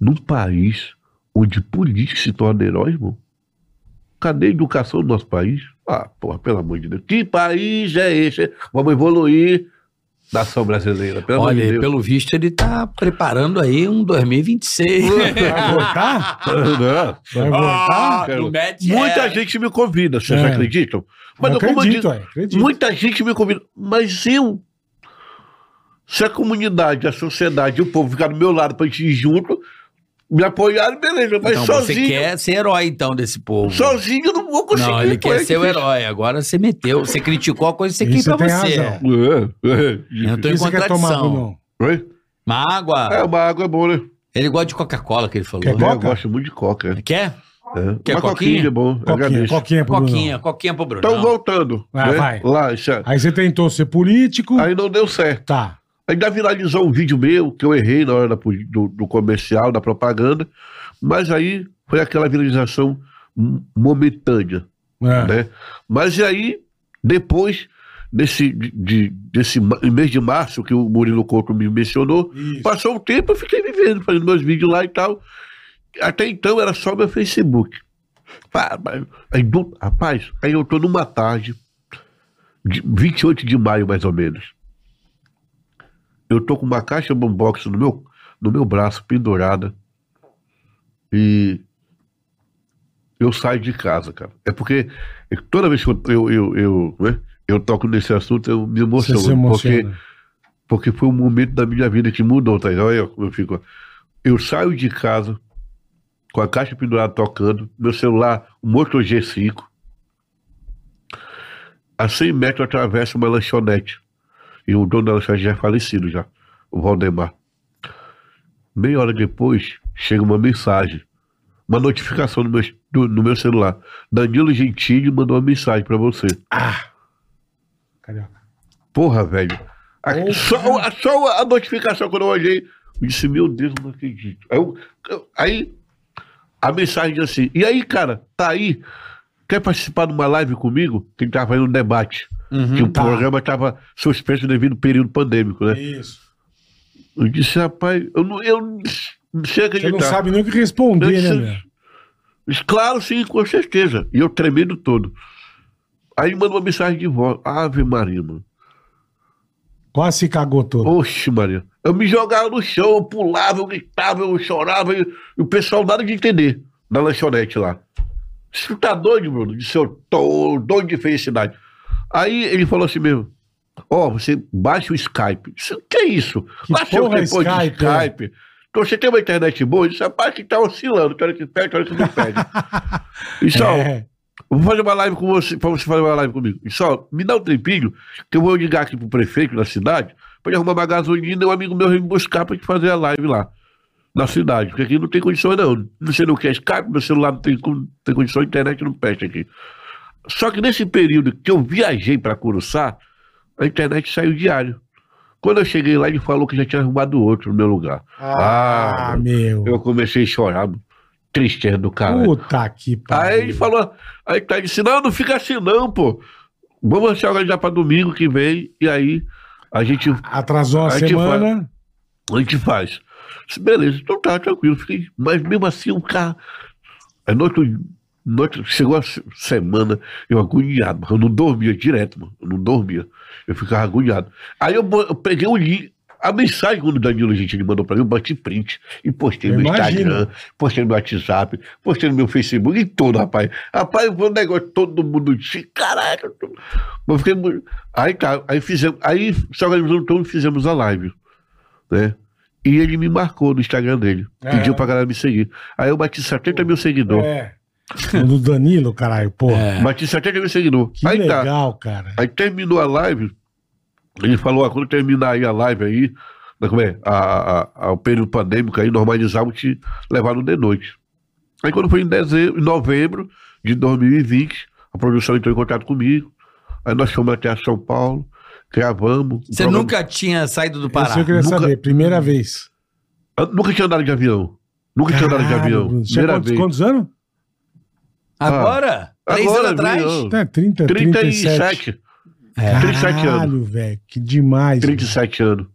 Num país onde político se torna herói, irmão. Cadê a educação do nosso país? Ah, porra, pelo amor de Deus. Que país é esse? Vamos evoluir nação brasileira, pelo amor
Olha,
de Deus.
pelo visto ele tá preparando aí um 2026.
Vai votar?
Não.
Vai votar?
cara.
do Mad
Muita
Jack.
gente me convida, vocês
É.
acreditam?
Mas
Mas
eu
eu, como eu
acredito,
digo,
é, acredito.
muita gente me convida, mas eu Se a comunidade, a sociedade e o povo ficar do meu lado pra gente ir junto, me apoiarem, beleza. Mas
Então
sozinho,
você quer ser herói, então, desse povo.
sozinho eu não vou conseguir.
não, ele
pô, é
quer ser o herói. Agora você meteu, você criticou a coisa que você quis pra
Isso tem
você.
razão.
É, difícil.
Eu não tô em
Isso que é tomar,
contradição.
Brunão.
Oi?
Uma água.
É, uma água é boa, né?
Ele gosta de Coca-Cola, que ele falou.
Quer
Eu
Coca?
gosto muito de coca. é.
Quer? Quer coquinha?
Uma coquinha é bom, eu
Coquinha,
agradeço.
coquinha pro
Coquinha,
Brunão.
coquinha pro Bruno.
Então, voltando.
Ah,
né?
vai.
Lá, isso é-
Aí você tentou ser político.
Aí não deu certo.
Tá.
Ainda viralizou um vídeo meu que eu errei na hora da pu- do, do comercial, da propaganda, mas aí foi aquela viralização hum, momentânea,
Ah.
É.
né? Mas e aí, depois desse, de- de- desse ma- mês de março que o Murilo Couto me mencionou,
Isso.
passou um tempo, eu fiquei vivendo, fazendo meus vídeos lá e tal. Até então era só meu Facebook. Pá, mas- Aí, do- rapaz, aí eu tô numa tarde, de 28 de maio mais ou menos. Eu tô com uma caixa boombox no meu, no meu braço, pendurada. E eu saio de casa, cara. É porque toda vez que eu, eu, eu, eu, né, eu toco nesse assunto, eu me
Você
emociono.
se
Porque
emociona.
porque foi um momento da minha vida que mudou, tá? ligado? Olha como eu fico. Eu saio de casa com a caixa pendurada tocando, meu celular, um Moto G5. A 100 metros eu atravesso uma lanchonete. E o dono da lanchonete já é falecido, já, o Valdemar. Meia hora depois, chega uma mensagem, uma notificação no meu, do- no meu celular. Danilo Gentili mandou uma mensagem pra você.
Carioca.
Porra, velho. A- só, só a notificação quando eu olhei, eu disse, meu Deus, eu não acredito. Aí, eu- eu- aí a mensagem diz assim, e aí, cara, tá aí? Quer participar de uma live comigo? Que tava fazendo um debate. que o
tá.
programa tava suspenso devido ao período pandêmico, né?
Isso.
Eu disse, rapaz, eu não, eu não sei
Uhum. Você
acreditar.
não sabe nem o que responder, né,
Esse-
meu?
Claro, sim, com certeza. E eu tremendo todo. Aí manda uma mensagem de volta. Ave Maria, mano.
Quase se cagou todo.
Oxe, Maria. Eu me jogava no chão, eu pulava, eu gritava, eu chorava, e e o pessoal nada de entender na lanchonete lá. Você tá doido, Bruno? Disse eu, tô doido de felicidade. Aí ele falou assim mesmo: Ó, você baixa o Skype. Disse, o que é isso?
Que
Baixei o
porra é
depois de
Skype, é?
Skype. Então, você tem uma internet boa? Isso é a parte que tá oscilando, tem hora que perde, tem hora que não perde. Isso, ó,
É.
eu vou fazer uma live com você, pra você fazer uma live comigo. E só me dá um tempinho, que eu vou ligar aqui pro prefeito da cidade, pra ele arrumar uma gasolina e um amigo meu vem me buscar pra gente fazer a live lá, na cidade. Porque aqui não tem condições não. Você não quer Skype, meu celular não tem, con- não tem condição, a internet não peste aqui. Só que nesse período que eu viajei pra Curuçá, a internet saiu diário. Quando eu cheguei lá, ele falou que já tinha arrumado outro no meu lugar.
Ah,
Ah,
meu.
Eu comecei a chorar, tristeza do caralho.
Puta que pariu.
Aí ele falou, aí tá disse, não, não fica assim não, pô. Vamos se organizar pra domingo que vem, e aí a gente,
Atrasou uma
Aí, tipo,
semana.
a gente faz. Disse, Beleza, então tá, tranquilo. Fiquei, mas mesmo assim o carro. Aí no outro, no outro- chegou a se- semana, eu agoniado, eu não dormia direto, mano. Eu não dormia. Eu ficava agoniado. Aí eu, bo- eu peguei o link. A mensagem quando o Danilo Gentili mandou pra mim, eu bati print e postei
Eu
no
imagino.
Instagram, postei no WhatsApp, postei no meu Facebook e todo, rapaz. Rapaz, foi um negócio, todo mundo disse, caralho. Eu fiquei, mu- aí tá, aí fizemos, aí se organizamos todo, fizemos a live, né? E ele me marcou no Instagram dele,
É.
pediu pra galera me seguir. Aí eu bati 70 mil seguidores,
É. O do Danilo, caralho, pô.
É.
bati 70 mil seguidores.
É. Que
aí tá,
legal, cara.
Aí terminou a live, ele falou, ah, quando terminar aí a live aí, né, como é, a, a- a- o período pandêmico aí, normalizar, vou te levar no de noite. Aí quando foi em, dezembro, em novembro de 2020, a produção entrou em contato comigo, aí nós fomos até a São Paulo, gravamos.
Você
Programa-
nunca tinha saído do Pará.
Isso eu queria
Nunca-
saber, primeira vez.
Eu Ah, nunca tinha andado de avião. Nunca tinha andado de
Caralho,
avião.
Bruno. Você é
Primeira
quantos,
vez.
quantos anos?
Agora?
Ah.
Três anos atrás?
avião.
É, 30, 37.
37. 37 anos.
É. Caralho, velho, que demais.
37 anos.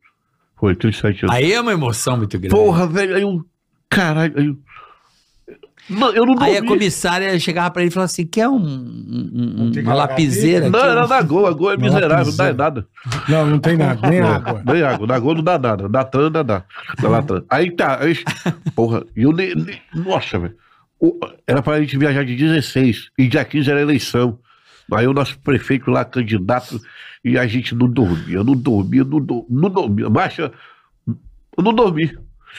Foi, 37 anos.
Aí é uma emoção muito grande.
Porra, velho, aí eu. Caralho, aí eu. Não, eu não
Aí é a
dormi.
comissária chegava pra ele e falava assim: quer um, um- um- uma lapiseira?
Não,
aqui?
era na Gol, a Gol é
Não,
miserável, não
pisou.
dá nada.
velho. Não, não tem nada, nem água.
É, Nem água, na Gol não dá nada, na TAN ainda dá. Na Latam. Aí tá, aí, porra, e eu nem, nem- Nossa, velho. O- Era pra gente viajar de 16, e dia 15 era eleição. Aí o nosso prefeito lá, candidato, e a gente não dormia, não dormia, não, do- não dormia. Marcha, eu não dormi.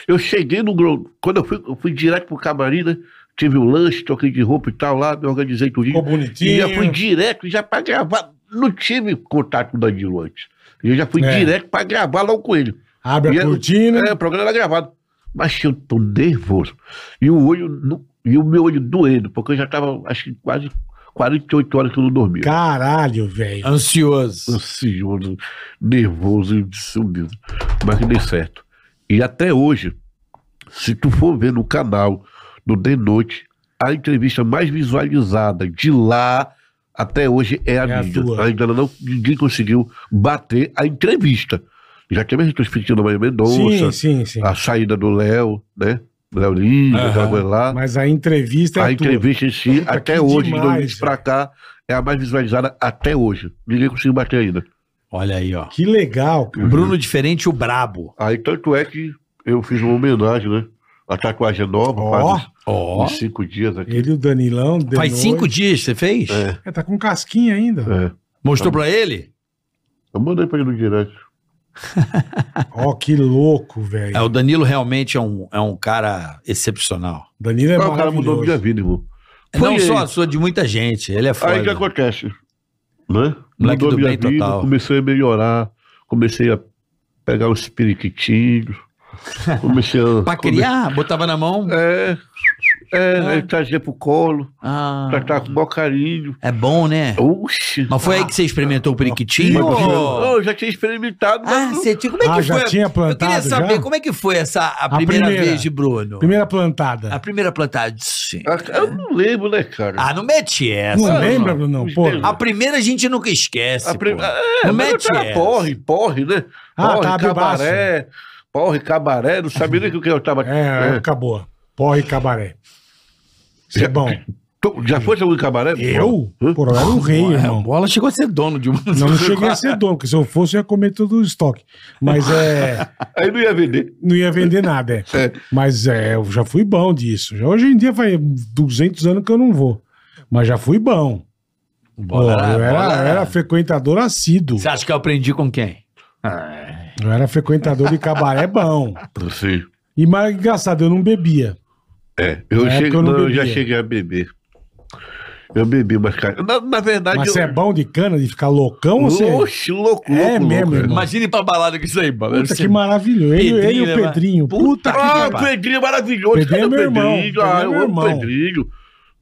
Eu cheguei no Globo. Quando eu fui, eu fui direto pro camarim, né? Tive o lanche, troquei de roupa e tal lá, me organizei tudo.
Ficou bonitinho.
E já fui direto, já pra gravar. Não tive contato com o Danilo antes. Eu já fui
É. né?
direto pra gravar logo com ele.
Abre
E
a
é-
cortina.
É, o programa era gravado. Mas eu tô nervoso. E o olho, não- e o meu olho doendo, porque eu já tava, acho que quase 48 horas que eu não dormia.
Caralho, velho.
Ansioso.
Ansioso, nervoso, subido. Mas que deu certo. E até hoje, se tu for ver no canal, no De Noite, a entrevista mais visualizada de lá até hoje é a
É a
minha.
tua.
Ainda ela não, ninguém conseguiu bater a entrevista. Já teve a retrospectiva da Maria
Sim,
Mendonça,
sim, sim.
a saída do Léo, né? Léo Lins, aquela coisa lá.
Mas a entrevista é
a
tua.
entrevista em si,
Puta,
até
que
hoje, de
demais,
2020 pra cá, é a mais visualizada até hoje. Ninguém conseguiu bater ainda.
Olha aí, ó.
Que legal, cara.
Bruno Diferente, o brabo.
Aí tanto é que eu fiz uma homenagem, né? A tatuagem nova,
Ó.
faz
Ó.
uns cinco dias aqui.
Ele e o Danilão. de
Faz
noite.
cinco dias que você fez?
É,
É, tá com casquinha ainda.
é.
Mostrou pra ele?
Eu mandei pra ele no direct.
Ó, que louco, velho.
É, o Danilo realmente é um, é um cara excepcional.
Danilo é
Mas Ah, o cara mudou
maravilhoso.
minha vida, irmão. Foi
É Não
ele.
só a sua, de muita gente. Ele é
Aí o que
foda.
acontece? Né?
Moleque
mudou
do
minha
bem
vida,
total.
comecei a melhorar, comecei a pegar os periquitinhos, comecei a...
Pra criar, botava na mão.
É, é, aí trazia pro colo,
Ah,
tratava com o maior carinho.
é bom, né?
Oxi.
Mas foi aí que você experimentou o periquitinho?
Mas-
Ô.
Não, eu já tinha experimentado, mas
Ah,
não-
você tinha. Como é que
Ah,
foi?
já tinha
Eu queria
plantado
saber
já?
como é que foi essa a primeira,
primeira.
vez de Bruno.
Primeira plantada.
A primeira plantada. Sim.
Ah, Eu não lembro, né, cara?
Ah, não mete essa.
Não
Essa-
lembra, Bruno?
Os
Pô.
dedos.
A primeira a gente nunca esquece.
A prim-
pô.
É,
Não
mas
mete
eu tava
essa.
porre, porre, né?
Ah,
Porre,
tá, abre o braço.
cabaré, porre, cabaré, não sabia nem o que eu tava...
É,
É.
época boa. Porra e cabaré. Isso é bom.
Tu- Já foi algum cabaré?
Eu?
Hã?
Porra, eu era um
é,
rei, irmão.
bola chegou a ser dono de uma.
Não, não cheguei a ser dono, porque se eu fosse, eu ia comer todo o estoque. Mas é.
Aí não ia vender.
Não ia vender nada, é.
É.
Mas é, eu já fui bom disso. Já Hoje em dia faz 200 anos que eu não vou. Mas já fui bom.
Bola,
Pô, eu, era,
bola.
eu era frequentador assíduo.
Você acha que eu aprendi com quem?
Ah, Eu era frequentador de cabaré bom.
Sim.
E mais engraçado, eu não bebia.
É, eu,
Na época
cheguei-
eu não
não, eu já
bebia.
cheguei a beber. Eu bebi, mas cara. Na, na verdade,
Mas
eu.
você é bom de cana, de ficar loucão? ou
Oxe,
Você...
louco, louco,
É
louco, né?
mesmo,
cara.
irmão.
Imagine ir pra balada com isso aí, mano.
Puta que maravilhoso. Ele, ele e
é Pedrinho,
o
né,
Pedrinho. Puta que
Ah, o
pariu.
Pedrinho é maravilhoso.
Tá Pedrinho
Cadê
é
o
meu irmão,
Pedrinho? Ah,
Pedrinho é
eu
meu
amo o
irmão.
Pedrinho.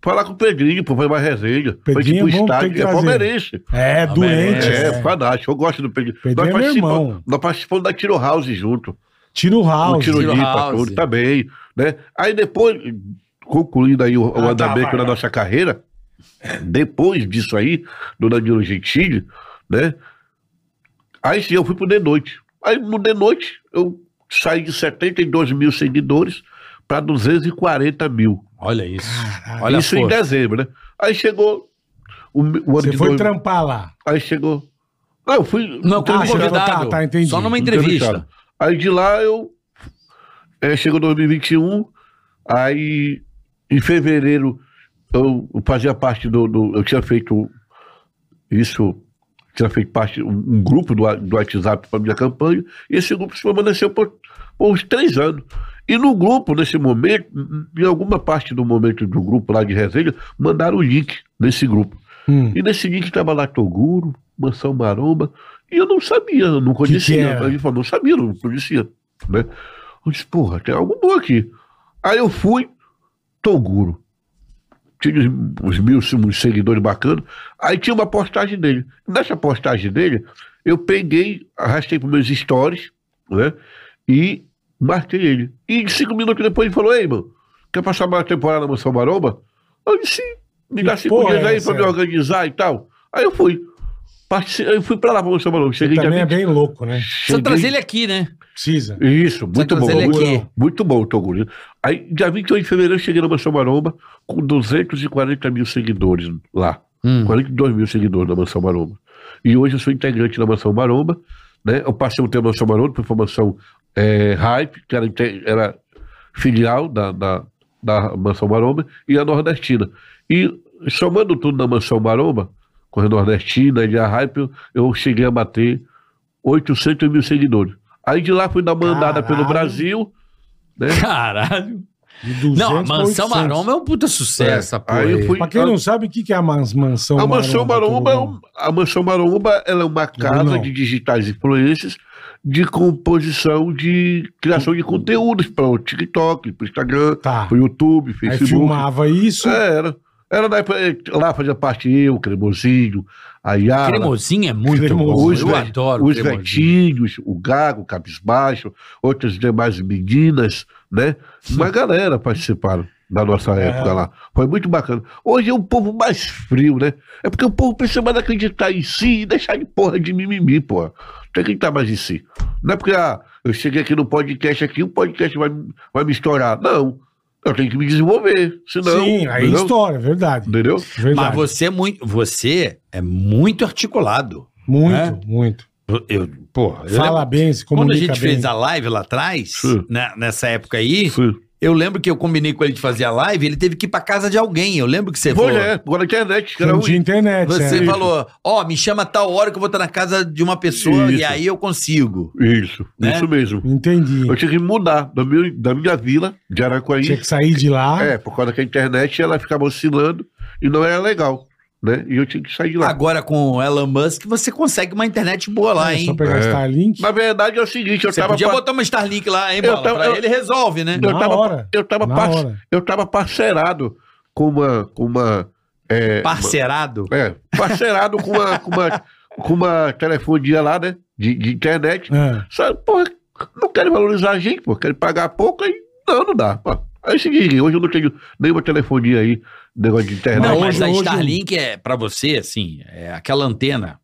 Falar com o Pedrinho, pô, foi uma resenha. foi
Pedrinho
tipo
é bom, tem que
estádio, é
trazer.
palmeirense.
Ah,
É, doente.
É,
É.
fanático, eu gosto do Pedrinho.
Pedrinho é
nós,
meu
participamos,
irmão.
nós participamos da Tiro House junto.
Tira o
o
house.
Tiro
Tiro
Limpa,
House.
tudo também. Né? Aí depois, concluindo aí o, o
Ah, tá,
andamento
vai,
da
vai.
nossa carreira, depois disso aí, do Danilo Gentili, né? Aí sim, eu fui pro De Noite. Aí no De Noite, eu saí de 72 mil seguidores para 240 mil.
Olha Ah, isso. Olha
Isso em
força.
dezembro, né? Aí chegou o, me- o ano
Você
de
foi
dois-
trampar lá.
Aí chegou. Não, eu fui.
Não, como
Ah,
é um convidado.
tá, tá, entendi.
Só numa
entrevista.
entrevista.
Aí de lá eu. É, chegou 2021, aí em fevereiro eu eu fazia parte do. do- eu tinha feito isso, tinha feito parte um, um grupo do, wa- do WhatsApp para minha campanha, e esse grupo se permaneceu por, por uns três anos. E no grupo, nesse momento, em alguma parte do momento do grupo lá de resenha, mandaram o link desse grupo.
Hum.
E nesse link estava lá Toguro, Mansão Maromba, e eu não sabia, eu não
que
conhecia.
era?
Ele falou, não sabia, não conhecia. Né? Eu disse, porra, tem algo bom aqui. Aí eu fui, Toguro. Tinha uns, uns mil uns seguidores bacanas. Aí tinha uma postagem dele. Nessa postagem dele, eu peguei, arrastei para meus stories, né? E marquei ele. E cinco minutos depois ele falou, ei, mano, quer passar uma temporada na Mansão Maromba? Eu disse, me dá
Que
cinco
porra
dias
é
aí
essa?
pra me organizar e tal. Aí eu fui. Partici- Eu fui pra lá pra Mansão Maromba.
Você
Cheguei
também é
dia 20.
bem louco, né?
Precisa
Cheguei...
trazer ele aqui, né?
Precisa.
Isso, muito bom.
trazer ele
Toguro.
aqui.
Muito bom, Toguro. Aí, dia 28 de fevereiro, eu cheguei na Mansão Maromba com 240 mil seguidores lá. 42 mil seguidores na Mansão Maromba. E hoje eu sou integrante da Mansão Maromba, né? Eu passei um tempo na Mansão Maromba, foi formação é, Hype, que era, inte- era filial da, da, da Mansão Maromba, e a Nordestina. E somando tudo na Mansão Maromba, Correio Nordestina, de Hype, eu, eu cheguei a bater 800 mil seguidores. Aí de lá fui dar mandada pelo
Caralho.
Brasil, né?
Caralho.
De 200
Não, a Mansão
pra 800.
Maromba é um puta sucesso,
É,
a porra.
aí eu
aí.
fui-
Pra quem não sabe, o que que é a mans- mansão
A Mansão Maromba, é um- a Mansão Maromba ela é uma casa
Brunão.
de digitais influências de composição de criação de conteúdos para o TikTok, para o Instagram,
Tá.
para o YouTube,
Aí
Facebook.
filmava isso.
É, era. Era na época, eh, lá fazia parte eu, Cremosinho, a Yara,
Cremosinho é muito
Cremoso.
bom.
Os
Eu
ve-
adoro
os
cremosinho.
Vetinhos, o Gago, o Cabisbaixo, outras demais meninas, né? Uma galera participaram da nossa época lá. Foi muito bacana. Hoje é um povo mais frio, né? É porque o povo precisa mais acreditar em si e deixar de porra de mimimi, porra. Tem que acreditar mais em si. Não é porque, ah, eu cheguei aqui no podcast aqui, o podcast vai, vai me estourar. Não. Eu tenho que me desenvolver, senão...
Sim, aí
entendeu?
história, verdade.
Entendeu?
Mas
Verdade.
você é muito, você é muito articulado.
Muito,
É?
muito.
Eu, porra, eu
Fala
lembro-
bem, se
quando
comunica
a gente
bem.
fez a live lá atrás,
Sim.
né, nessa época aí,
Sim.
eu lembro que eu combinei com ele de fazer a live, ele teve que ir pra casa de alguém. Eu lembro que você
Pois
falou.
é, agora a internet, cara,
Não
o
tinha um internet,
Você
é.
falou, ó, me chama a tal hora que eu vou estar na casa de uma pessoa e
Isso.
aí eu consigo.
Isso,
Né?
isso mesmo.
Entendi.
Eu tinha que mudar da minha, da minha vila de
Tinha
Araquaí.
que sair de lá.
É, por causa que a internet ela ficava oscilando e não era legal, né? E eu tinha que sair de lá.
Agora com o Elon Musk você consegue uma internet boa lá,
É
hein?
Só pegar
É.
Starlink.
Na verdade é o seguinte, eu
Você
tava,
podia
par-
botar uma Starlink lá, hein,
Eu
Bola?
tava-
Pra
eu-
ele resolve, né?
eu
Na
tava,
hora.
eu tava,
Na
par-
hora.
eu tava parcerado com uma, com uma, é,
Parcerado.
uma- é, parcerado com uma, com uma, com uma telefonia lá, né? De, de internet.
É.
Sabe, porra, não querem valorizar a gente, pô, querem pagar pouco aí. Não, não dá. Pô. Aí se liga, hoje eu não tenho nenhuma telefonia aí, negócio de internet.
Não,
Mas
mas
hoje-
a
hoje-
Starlink é pra você, assim, é aquela antena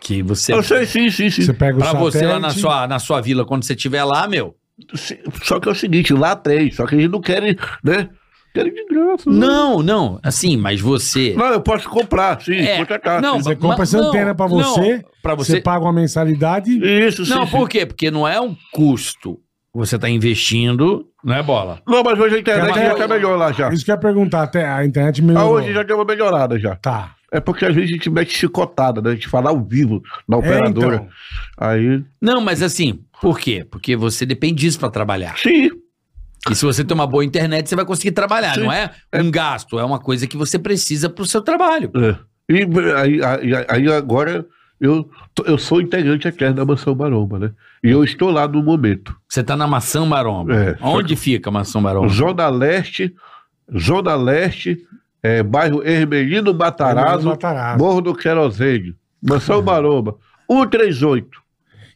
que você.
Eu sei, sim, sim, sim.
Você pega o
Pra você lá na
satélite,
sua, na sua vila, quando você estiver lá, meu.
Se- Só que é o seguinte, lá tem, só que eles não querem, né? Querem de graça. né?
Não, não. Assim, mas você.
Não, eu posso comprar, sim,
É,
contratar.
não,
sim.
Você
mas-
compra essa
não,
antena pra
não,
você,
pra
Você...
você.
paga uma mensalidade.
Isso, sim.
não,
sim.
por quê? Porque não é um custo. Você tá investindo, não é bola?
Não, mas hoje a internet
Quer
já
mais-
tá melhor lá já.
Isso que eu ia perguntar, até a internet
Ah,
melhorou.
hoje já deu uma melhorada já.
Tá.
É porque às vezes a gente mete chicotada, né? A gente fala ao vivo na
É,
operadora.
então.
Aí,
Não, mas assim, por quê? Porque você depende disso pra trabalhar.
sim,
E se você tem uma boa internet, você vai conseguir trabalhar,
Sim.
não é um gasto, é uma coisa que você precisa pro seu trabalho.
É. E aí, aí- aí agora eu, tô- eu sou integrante eterno da Mansão Maromba, né? E eu estou lá no momento.
Você tá na maçã maromba.
É.
Onde fica a maçã maromba?
Zona Leste, Zona Leste, é, bairro Hermelino Matarazzo,
Matarazzo.
Morro do Querosene, Mansão Maromba, 138.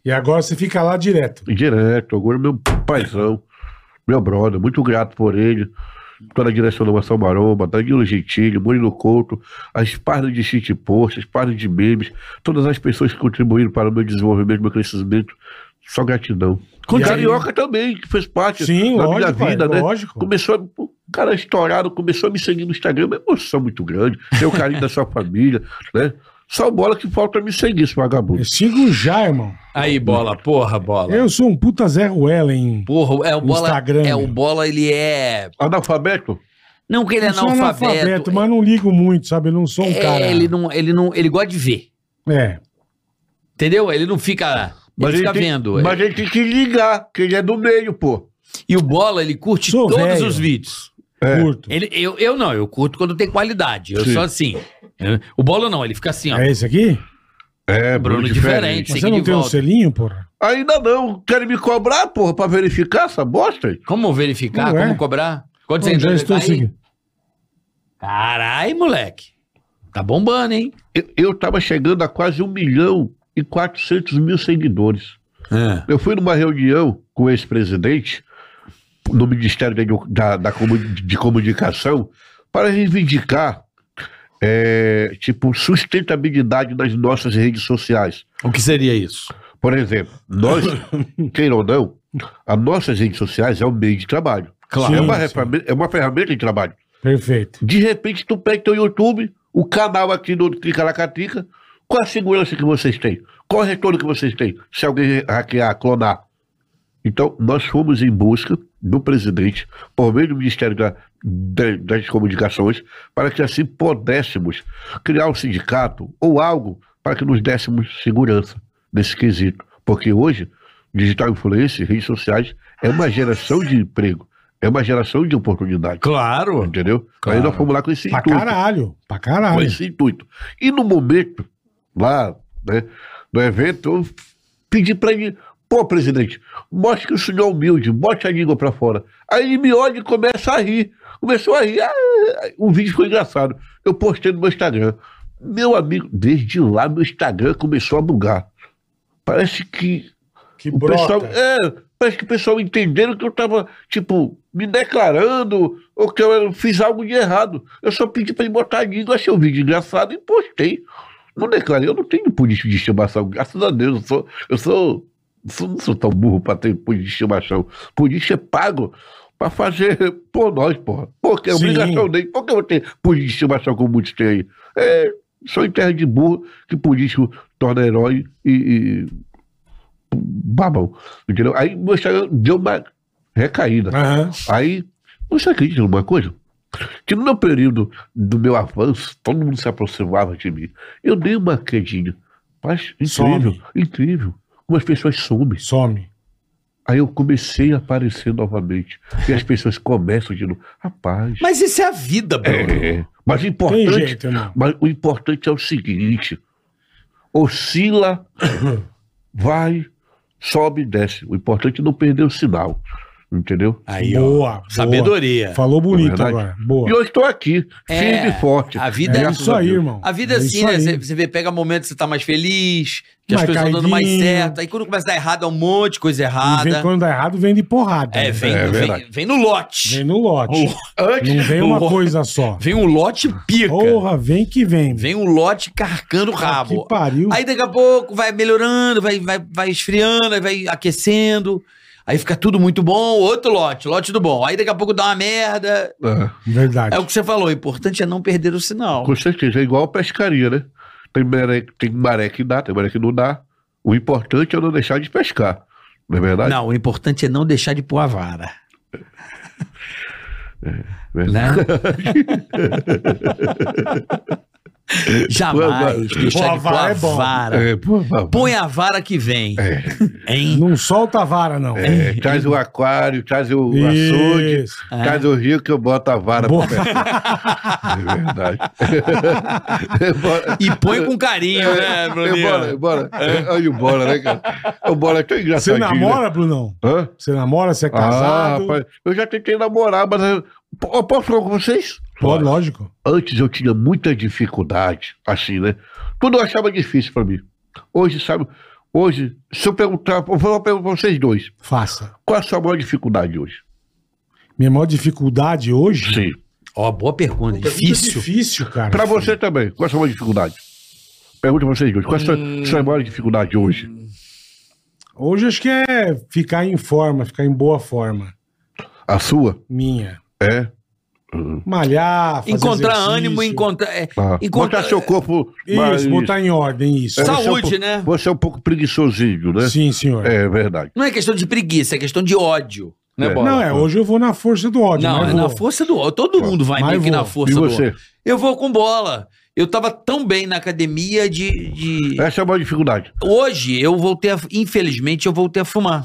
E agora você fica lá direto.
Direto, agora meu paizão, meu brother, muito grato por ele. Toda a direção da Mansão Maromba, Danilo Gentili, Murilo Couto, as páginas de shit post, as páginas de memes, todas as pessoas que contribuíram para o meu desenvolvimento, meu crescimento. Só gratidão. Com
E aí-
Carioca também, que fez parte
Sim,
da
lógico,
minha vida,
pai,
né?
lógico.
Começou, a- o cara estourado, começou a me seguir no Instagram, uma emoção muito grande. Tem o carinho da sua família, né? Só bola que falta me seguir, esse vagabundo.
Eu sigo É já, irmão.
Aí, bola, porra, bola.
Eu sou um puta Zé Ruela, hein?
Porra, é o bola.
Instagram.
É o bola, ele é.
Analfabeto?
Não que ele é
Eu sou
analfabeto.
mas não ligo muito, sabe? Eu não sou um
é,
cara.
ele não, ele não, ele gosta de ver.
É.
Entendeu? Ele não
Ah,
fica, ele
Mas
fica
ele tem-
vendo. é.
Mas ele tem que ligar, que ele é do meio, pô.
E o bola, ele curte
Sou
todos
velho.
os vídeos.
É.
Curto.
Ele, eu, eu não, eu curto quando tem qualidade. Eu
Sim.
sou assim. Eu- O bola não, ele fica assim, ó.
É esse aqui?
É,
Bruno diferente. Segui
Mas você não
de
tem um
volta.
selinho, porra?
Ainda não. Querem me cobrar, porra, pra verificar essa bosta? aí?
Como verificar,
Não é?
como cobrar? Quanto você
Não, já
ainda
estou
tá aí?
seguindo.
Carai, moleque. Tá bombando, hein?
Eu, eu tava chegando a quase 1 milhão e 400 mil seguidores.
É.
Eu fui numa reunião com o ex-presidente no Ministério da, da- da Comu- de Comunicação para reivindicar, é, tipo, sustentabilidade nas nossas redes sociais.
O que seria isso?
Por exemplo, nós, queira ou não, as nossas redes sociais é um meio de trabalho.
Claro.
é, uma
Sim, sim.
ferramenta, é uma ferramenta de trabalho.
Perfeito.
De repente, tu pega teu YouTube, o canal aqui do Tricaracatica, qual a segurança que vocês têm? Qual o retorno que vocês têm? Se alguém hackear, clonar. Então, nós fomos em busca do presidente, por meio do Ministério da- da- das Comunicações, para que assim pudéssemos criar um sindicato ou algo para que nos dessemos segurança nesse quesito. Porque hoje, digital influência, redes sociais, é uma geração de emprego, é uma geração de oportunidade.
Claro.
Entendeu? Aí nós fomos lá com esse
Pra
intuito
caralho, pra
com
caralho.
esse intuito. E no momento, lá, né, no evento, eu pedi para ele, pô, presidente, mostre que o senhor é humilde, bote a língua para fora. Aí ele me olha e começa a rir. Começou a rir. Ah, o vídeo foi engraçado. Eu postei no meu Instagram. Meu amigo, desde lá, meu Instagram começou a bugar. Parece que
Que
o pessoal, é, parece que o pessoal entenderam que eu tava, tipo, me declarando ou que eu fiz algo de errado. Eu só pedi pra ele botar a língua, achei o vídeo engraçado e postei. Não declarei, eu não tenho político de estimação, graças a Deus, eu sou, eu sou, sou- não sou tão burro pra ter político de estimação. Político é pago pra fazer por nós, porra. Porque é
Sim.
obrigação dele. Por que eu vou ter político de estimação como muitos têm aí? É, só em terra de burro que político torna herói e- e babão. Entendeu? Aí meu Instagram deu uma recaída.
Aham.
Aí, você acredita numa coisa? Que no meu período do meu avanço, todo mundo se aproximava de mim. Eu dei uma quedinha. Mas incrível,
Some.
incrível. Como as pessoas somem.
Some.
Aí eu comecei a aparecer novamente. E as pessoas começam de novo. Rapaz.
Mas isso é a vida, Bruno.
é. Mas o
Tem
importante
jeito, irmão.
mas o importante é o seguinte: oscila, vai, sobe e desce. O importante é não perder o sinal. Entendeu?
Aí, ó.
boa, boa.
Sabedoria.
Falou bonito
Não é verdade?
agora. Boa.
E eu estou aqui,
É,
firme e forte.
a vida
É
Graças
isso
a
aí,
Deus.
irmão.
A vida é assim,
isso
né?
aí.
Você- Você vê, pega momentos que você tá mais feliz, que as
Mais
pessoas estão dando mais
caidinho.
certo. Aí quando começa a dar errado, é um monte de coisa
E vem
errada.
quando dá errado, vem de porrada.
É,
né?
vem,
É verdade.
vem, vem no lote.
Vem no lote. Não vem uma
o-
coisa só.
Vem um lote pica.
Porra, vem que vem.
Vem um lote carcando o rabo.
Que pariu.
Aí daqui a pouco vai melhorando, vai, vai, vai esfriando, aí vai aquecendo. Aí fica tudo muito bom, outro lote, lote do bom. Aí daqui a pouco dá uma merda.
É,
Verdade.
É o que você falou, o importante é não perder o sinal.
com certeza, é igual a pescaria, né? Tem maré, tem maré que dá, tem maré que não dá. O importante é não deixar de pescar. Não é verdade?
Não, o importante é não deixar de pôr a vara.
É.
Né?
Verdade.
Jamais deixar de pôr a
vara é bom.
vara.
É, por favor.
Põe a vara que vem. Hein?
Não solta a vara, não.
É, traz o aquário, traz o açude,
Isso.
Traz o rio que eu boto a vara
Boa.
pra pescar. É verdade. Bora.
E põe com carinho, né, Bruninho?
Embora, embora. Olha o bola, né, cara? O bola é tão
Você
engraçadinho.
namora, Brunão?
Né? Hã?
Você namora? Você é
Ah,
casado?
rapaz, eu já tentei namorar, mas eu, eu posso falar com vocês?
Pô, lógico.
Antes eu tinha muita dificuldade, assim, né? Tudo eu achava difícil pra mim. Hoje, sabe? Hoje, se eu perguntar, eu vou perguntar pra vocês dois,
Faça.
qual a sua maior dificuldade hoje?
Minha maior dificuldade hoje.
Sim.
Ó, boa pergunta.
Pergunta
Difícil.
Difícil, cara.
Pra você também, qual a sua maior dificuldade? Pergunta pra vocês dois, qual a sua,
Hum.
sua maior dificuldade hoje?
Hoje acho que é ficar em forma, ficar em boa forma.
A sua?
Minha.
É.
Malhar, fazer
Encontrar
exercício.
ânimo, encontrar. é,
Ah,
encontra-
Botar seu corpo.
Isso,
mais-
botar em ordem, isso.
É, você é um
Saúde,
pouco-
né?
Você é um pouco preguiçosinho, né?
Sim, senhor.
É verdade.
Não é questão de preguiça, é questão de ódio. Né,
É.
Bola?
Não, é, hoje eu vou na força do ódio.
Não,
mas
é
vou.
na força do ódio. Todo mundo vai
Mas
meio que
vou.
na força
e
do
você?
ódio. Eu vou com bola. Eu tava tão bem na academia de. de-
Essa é a maior dificuldade.
Hoje eu voltei a. Infelizmente, eu voltei a fumar.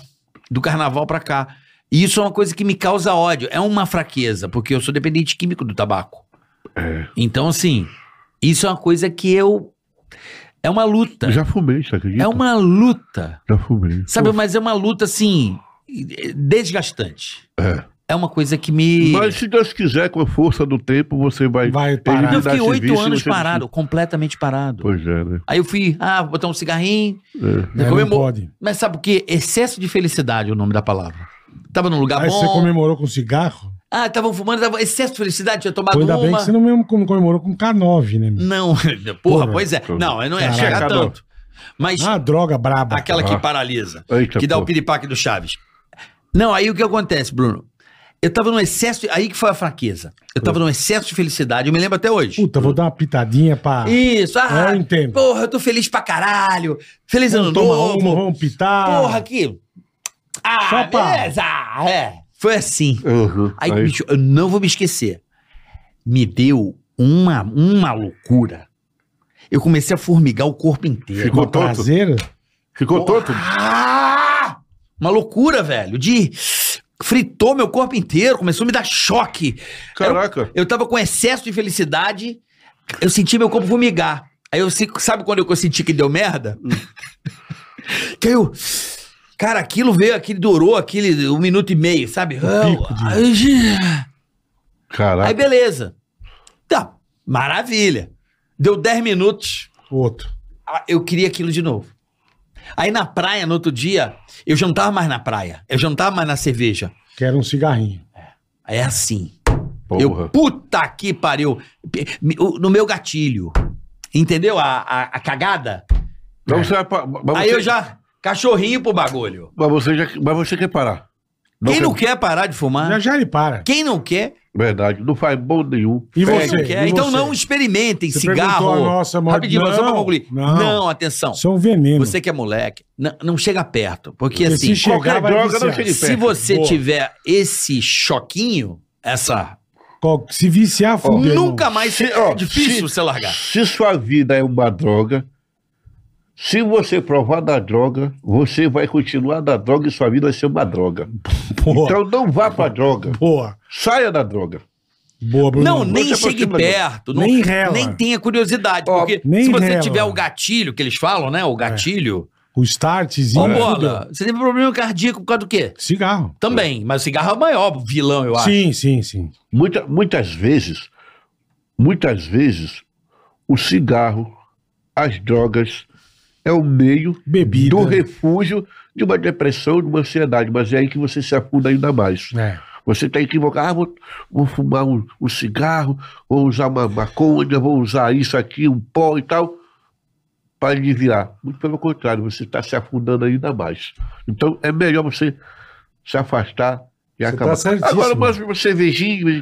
Do carnaval pra cá. E isso é uma coisa que me causa ódio. É uma fraqueza, porque eu sou dependente químico do tabaco.
É,
Então, assim, isso é uma coisa que eu. É uma luta.
Já fumei, você acredita?
É uma luta.
Já fumei.
Sabe, mas é uma luta, assim, desgastante.
É.
É uma coisa que me.
Mas se Deus quiser, com a força do tempo, você vai.
Vai
Ele
parar.
eu
dá
fiquei oito
serviço e
anos
você-
parado, completamente parado.
Pois é, né?
Aí eu fui, ah, vou botar um cigarrinho.
É.
Né, não
comemorou.
pode.
Mas sabe o quê? Excesso de felicidade é o nome da palavra. Tava num lugar
Aí você
Tá bom.
comemorou com cigarro?
Ah, estavam fumando, tava... excesso de felicidade, tinha tomado
Ainda bem
uma.
que você não mesmo com- comemorou com K9, né? meu?
Não, porra,
Porra.
pois é. Não, eu não ia
Caraca,
chegar
não.
tanto. Mas
Ah, droga braba.
aquela que
Ah.
paralisa.
Eita,
Tá
que dá
pô.
o piripaque do Chaves. Não, aí o que acontece, Bruno? Eu tava num excesso, de- aí que foi a fraqueza. Eu tava num excesso de felicidade, eu me lembro até hoje.
Puta, vou dar uma pitadinha pra.
Isso, ah,
É, eu entendo.
porra, eu tô feliz pra caralho. Feliz ano
Vamos tomar
novo.
uma, vamos pitar.
Porra, que. Ah,
Só pra-
beleza, é. Foi assim.
Uhum.
Aí, bicho, eu não vou me esquecer. Me deu uma, uma loucura. Eu comecei a formigar o corpo inteiro.
Ficou
Uma
tonto?
traseira?
Ficou tonto?
Ah! Uma loucura, velho. De. Fritou meu corpo inteiro, começou a me dar choque.
Caraca.
Eu tava com excesso de felicidade, eu senti meu corpo formigar. Aí eu sei- sabe quando eu senti que deu merda? que aí eu. Cara, aquilo veio, aquilo durou aquele um minuto e meio, sabe? Ah, Aí, Aí
Caraca.
beleza. Tá, maravilha. Deu 10 minutos,
Outro.
ah, eu queria aquilo de novo. Aí na praia, no outro dia, eu jantava mais na praia. Eu jantava mais na cerveja.
Quero um cigarrinho.
Aí É assim. Eu,
Porra.
puta que pariu. Pe- me- o- No meu gatilho. Entendeu a, a, a cagada?
Então você vai pa- mas
Aí
você-
eu já. Cachorrinho pro bagulho.
Mas você, já, mas você quer parar.
Quem não
quer-
quer parar de
Já
fumar?
já ele para.
Quem não quer?
Verdade, não faz bom nenhum.
Quem
E você?
não quer?
E
Então
você?
não experimentem
Você
cigarro.
perguntou a nossa maior-
Rapidinho,
Não,
só pra concluir.
não.
Não, atenção.
Isso é um veneno.
Você que é moleque, n- não, chega perto. Porque
Porque
assim,
se chegar,
qualquer
vai
droga não
viciar.
chega em
se
perto.
você
Boa.
tiver esse choquinho, essa.
Qual- Se viciar, fudeu.
nunca mais
Se- ó,
é difícil
se-
você largar.
Se sua vida é uma droga, se você provar da droga, você vai continuar na droga e sua vida vai ser uma droga.
Boa,
Então não vá pra droga.
boa,
Saia da droga.
boa, Bruno.
Não, nem
Você
chegue
aproxima,
perto. Não,
Nem rela.
nem tenha curiosidade. porque
nem
se você
rela. É.
tiver o gatilho que eles falam, né? O gatilho.
O startzinho.
Ó,
fudeu.
bola. Você teve problema cardíaco por causa do quê?
Cigarro.
Também. Mas o cigarro é o maior vilão, eu acho.
Sim, sim, sim.
Muita- muitas vezes, muitas vezes, o cigarro, as drogas, é o meio
Bebida.
do refúgio de uma depressão, de uma ansiedade. Mas é aí que você se afunda ainda mais.
É.
Você tem que invocar, ah, vou, vou fumar um, um cigarro, vou usar uma maconha, vou usar isso aqui, um pó e tal, para aliviar. Muito pelo contrário, você está se afundando ainda mais. Então é melhor você se afastar e acabar.
tá certíssimo.
Agora, mais uma cervejinha, de vez em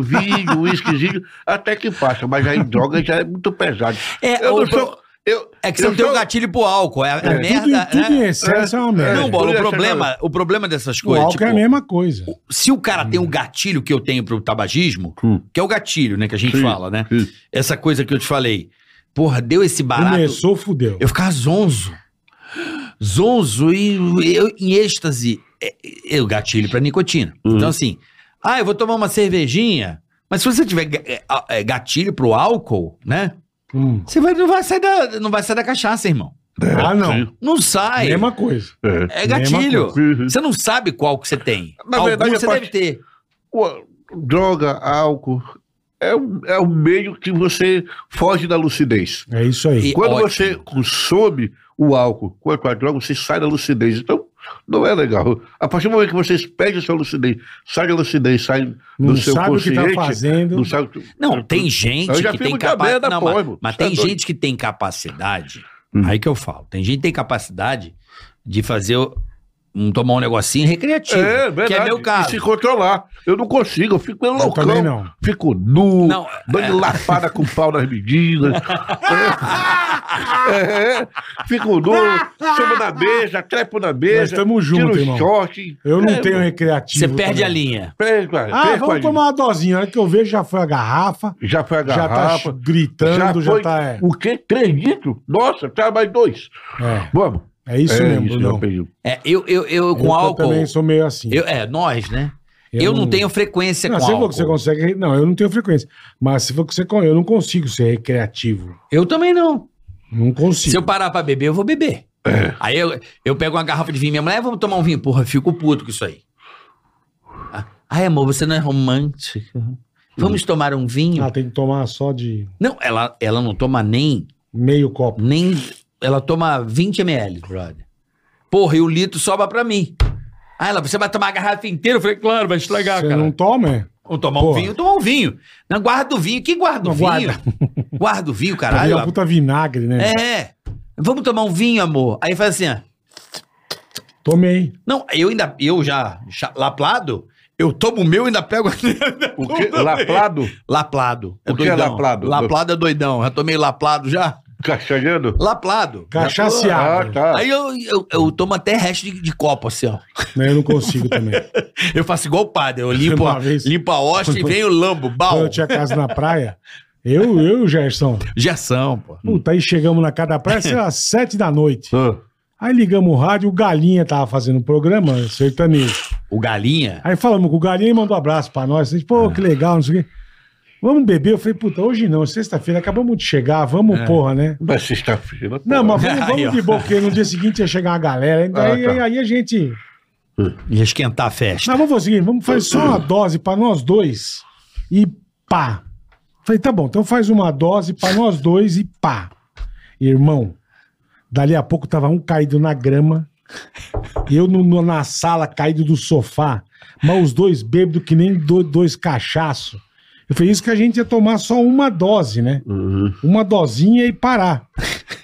vinho, uísquezinho, até que faça, mas aí droga já é muito pesado.
É,
eu
o
não
pro-
sou. Eu,
É que você
eu
não tem o
sou-
gatilho pro álcool. É a
É, tudo,
merda,
tudo em
né?
excesso é, uma merda.
Não,
Eu
bola,
ia
o
chegar
problema, o problema dessas
o
coisas,
álcool
tipo,
é a mesma coisa.
se o cara tem o gatilho que eu tenho pro tabagismo,
Hum.
que é o gatilho, né, que a gente
Sim,
fala, né?
sim.
Essa coisa que eu te falei. Porra, deu esse barato.
Começou, fudeu.
Eu ficava zonzo. Zonzo e eu em êxtase. É, é, o gatilho pra nicotina.
Hum.
Então, assim, ah, eu vou tomar uma cervejinha. Mas se você tiver ga- é, a- é, gatilho pro álcool, né?
Hum.
Você vai, não, vai sair da, não vai sair da cachaça, irmão.
Ah, não.
Não sai.
Mesma coisa.
É.
é
mesma
gatilho.
coisa.
Você não sabe qual que você tem.
Na
Algum
verdade, é
você
a
deve ter.
Pô, droga, álcool, é um, é um meio que você foge da lucidez.
É isso aí.
E-
Quando
ótimo.
você consome o álcool quanto a droga, você sai da lucidez. Então, não é legal. A partir do momento que você perde a sua lucidez, sai da lucidez, sai
Não
do seu
sabe o que
consciente...
tá fazendo.
Não sabe o que... É,
Não, tem gente
Eu já
que
fiz
tem
muita merda,
capacidade.
pô,
Mas,
irmão.
mas
Tá
tem
doido.
gente que tem capacidade.
Hum.
Aí que eu falo. Tem gente que tem capacidade de fazer o- um, tomar um negocinho recreativo.
É, verdade.
Que é meu
E
caso.
se controlar. Eu não consigo, eu fico meio
Eu
loucão.
também não.
Fico nu,
Não,
É.
dando lapada com pau nas medidas. é, é, fico nu, subo na mesa, trepo na
Nós
mesa,
tamo junto,
tiro
irmão.
short.
Eu não
É,
tenho
irmão,
recreativo.
Você perde
também.
a linha.
perco,
Ah,
perco
vamos
ali.
tomar uma dosinha. A hora que eu vejo já foi a garrafa,
Já foi a
já
garrafa.
tá gritando, já,
foi-
tá. É,
O quê? Três litros? Nossa, tá mais dois.
é,
Vamos.
é isso
É
mesmo,
meu
Brunão.
apelido.
É, eu, eu, eu com
eu
álcool.
também sou meio assim.
eu- é, nós, né? Eu, não, tenho frequência
Não,
com
você falou
álcool.
que você consegue. Não, eu não tenho frequência. Mas se for que você. con- Eu não consigo ser recreativo.
Eu também não.
Não consigo.
Se eu parar pra beber, eu vou beber.
É.
Aí eu, eu pego uma garrafa de vinho, minha mulher, vamos tomar um vinho. Porra, eu fico puto com isso aí. Ah, Ai, amor, você não é romântico. Vamos tomar um vinho?
Ah, tem que tomar só de
Não, ela, ela não toma nem,
meio copo.
nem. Ela toma 20 ml, brother. Porra, e o litro sobra pra mim. Ah, ela, você vai tomar a garrafa inteira? Eu falei, claro, vai estragar,
Você
cara.
não toma, é?
Vou tomar um
Porra.
vinho, tomar um vinho. Não, guarda o vinho. Que guarda o
Não,
vinho?
guarda.
Guarda o vinho,
Aí
caralho.
é puta vinagre, né?
É. Vamos tomar um vinho, amor. Aí faz assim, ó.
Tomei.
Não, eu ainda, eu já, já laplado, eu tomo o meu e ainda pego a
O quê? Laplado?
Laplado.
O que é
doidão.
laplado?
Laplado é doidão. Já tomei laplado já.
Cachalhando?
Laplado.
Ah,
Cachaceado.
tá.
Aí eu, eu, eu tomo até resto de, de copo, assim, ó.
Né, Eu não consigo também.
Eu faço igual o padre. Eu limpo,
Uma
a-
vez-
limpo a hosta e vem o lambo,
Quando
bal.
eu tinha casa na praia, eu eu e o Gerson.
Gerson, pô.
Puta, aí chegamos na casa da praia, sei lá, sete da noite.
Ah,
Aí ligamos o rádio, o Galinha tava fazendo um programa sertanejo.
O galinha.
Aí falamos com o Galinha e mandou um abraço pra nós. A gente, pô,
Ah.
que legal, não sei o quê. Vamos beber? Eu falei, puta, hoje não, sexta-feira, acabamos de chegar, vamos,
É.
porra, né?
mas sexta-feira. pô.
Não, mas vamos,
Aí, ó.
vamos de boa, porque no dia seguinte ia chegar uma galera. Então,
Ah,
aí,
tá.
aí- aí a gente.
Ia esquentar a festa.
Mas vamos fazer o seguinte: vamos fazer só uma dose pra nós dois e pá. Falei, tá bom, então faz uma dose pra nós dois e pá. Irmão, dali a pouco tava um caído na grama, eu no- no- na sala caído do sofá, mas os dois bêbados que nem do- dois cachaço. Eu falei, isso que a gente ia tomar só uma dose, né?
Uhum.
Uma dosinha e parar.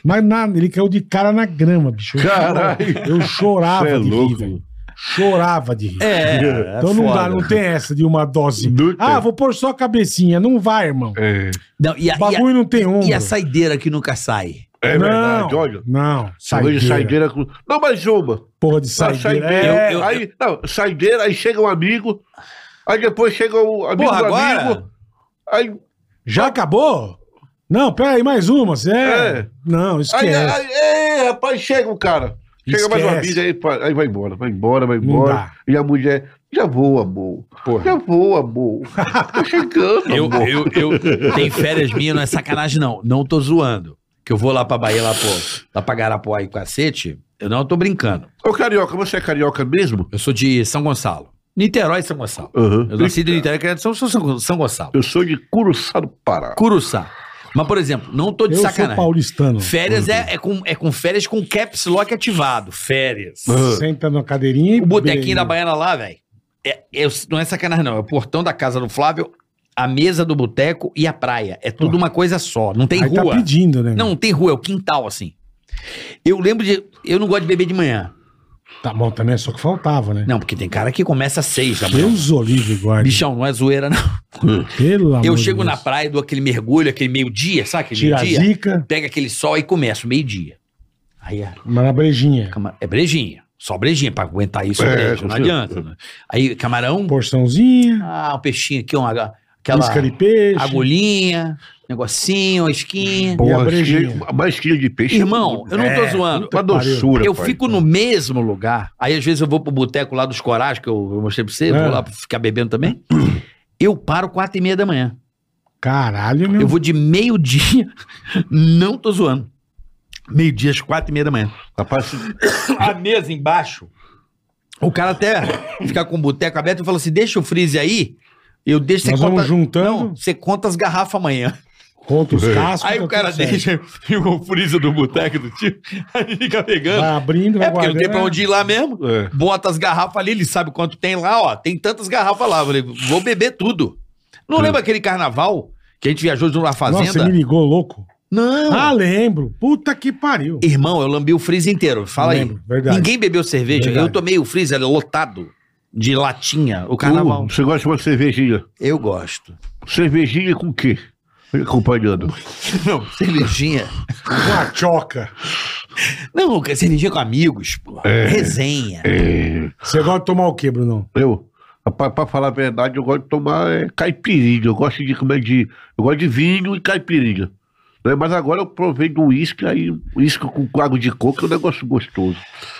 Mas nada, ele caiu de cara na grama, bicho. Eu
Caralho.
chorava- Eu chorava
Cê é
de
louco.
rir, velho. Chorava de rir.
É,
então não dá, não tem essa de uma dose.
Não
ah,
tem.
vou pôr só a cabecinha. Não vai, irmão.
É,
Não, e, a, e, a,
Bagulho não tem ombro.
e a saideira que nunca sai?
é
não,
verdade, olha.
Não,
Hoje
saideira.
saideira com. Não, mais uma.
Porra de
Ah,
saideira.
saideira.
É,
Eu- eu-
aí, não, saideira, aí chega um amigo, aí depois chega o amigo
Porra,
do
agora?
amigo. Aí, Ah.
Já acabou? Não, pera aí, mais uma. Você é...
É.
Não, esquece.
aí, aí, é, rapaz, chega o cara. Chega mais um
Esquece.
amigo, aí, pa- aí vai embora, vai embora, vai
Não dá.
embora. E a mulher, já vou, amor. Já vou, amor. Tô chegando,
Eu,
amor.
eu, eu tem férias minhas, não é sacanagem, não. Não tô zoando. Que eu vou lá pra Bahia, lá, pro, lá pra Garapuá e cacete. Eu não tô brincando.
Ô, carioca, você é carioca mesmo?
Eu sou de São Gonçalo. Niterói e São Gonçalo.
Aham.
Eu nasci de Niterói, criado em São, São, São Gonçalo.
Eu sou de Curuçá do Pará.
Curuçá. Mas, por exemplo, não tô de
Eu sou
sacanagem.
paulistano.
Férias é, é, com, é com férias com caps lock ativado. Férias.
Senta na cadeirinha e...
O botequinho
bebe.
da Baiana lá, velho. É, é- não é sacanagem, não. É o portão da casa do Flávio, a mesa do boteco e a praia. É tudo uma coisa só. Não tem
Aí tá
é rua.
pedindo, né?
não, não tem rua, é o quintal, assim. Eu lembro de. Eu não gosto de beber de manhã.
Tá bom, também é só que faltava, né?
Não, porque tem cara que começa às seis da manhã.
Deus olive guarde.
Bichão, não é zoeira, não.
Pelo amor
eu
de
chego na
Deus.
praia, dou aquele mergulho, aquele meio-dia, sabe aquele
Tira a
meio-dia?
zica,
Pega aquele sol e começo, meio-dia. Aí a
mas na brejinha.
cama- é brejinha. Só brejinha, pra aguentar isso, é,
É,
breja,
com
não
certeza.
adianta. né? Aí camarão,
Porçãozinha,
ah, um peixinho aqui, uma, aquela...
isca de peixe.
agulhinha, negocinho, a esquinha.
E a
Porra,
brejinha?
cheio- mais quilo de peixe. é
Irmão, eu não tô
É,
zoando.
Uma doçura,
Eu
pai.
fico no mesmo lugar. Aí às vezes eu vou pro boteco lá dos Corais, que eu eu mostrei pra você, eu
É.
vou lá pra ficar bebendo também. Eu paro quatro e meia da manhã.
Caralho, meu.
Eu vou de meio-dia, não tô zoando. Meio-dia às quatro e meia da manhã.
Rapaz, se-
A mesa embaixo. O cara até fica com o boteco aberto e fala assim: deixa o freezer aí, eu deixo você
Nós vamos
conta.
juntando,
Não, você conta as garrafas amanhã.
conta os cascos.
Aí
tá
o cara
tudo certo.
deixa, fica o freezer do boteco do tio, aí fica pegando.
Vai abrindo, vai
é porque não tem pra
guardando.
onde ir lá mesmo.
é.
Bota as garrafas ali, ele sabe quanto tem lá, ó. Tem tantas garrafas lá. Eu falei, vou beber tudo. Não lembra aquele carnaval que a gente viajou numa fazenda?
Nossa, você me ligou, louco.
Não.
Ah, lembro. Puta que pariu.
Irmão, eu lambi o freezer inteiro. Fala aí.
Lembro, verdade.
Ninguém bebeu cerveja.
Verdade.
Eu tomei o freezer lotado de latinha, o carnaval.
Uh, você gosta de uma cervejinha?
Eu gosto.
Cervejinha com o quê? Me Acompanhando.
Não, cervejinha.
Uma choca.
Não, cervejinha com amigos, pô. Resenha.
É,
Você gosta de tomar o quê, Bruno?
eu, pra, pra falar a verdade, eu gosto de tomar é, caipirinha. Eu gosto de comer de. Eu gosto de vinho e caipirinha. Né? Mas agora eu provei do uísque, aí uísque com, com água de coco é um negócio gostoso.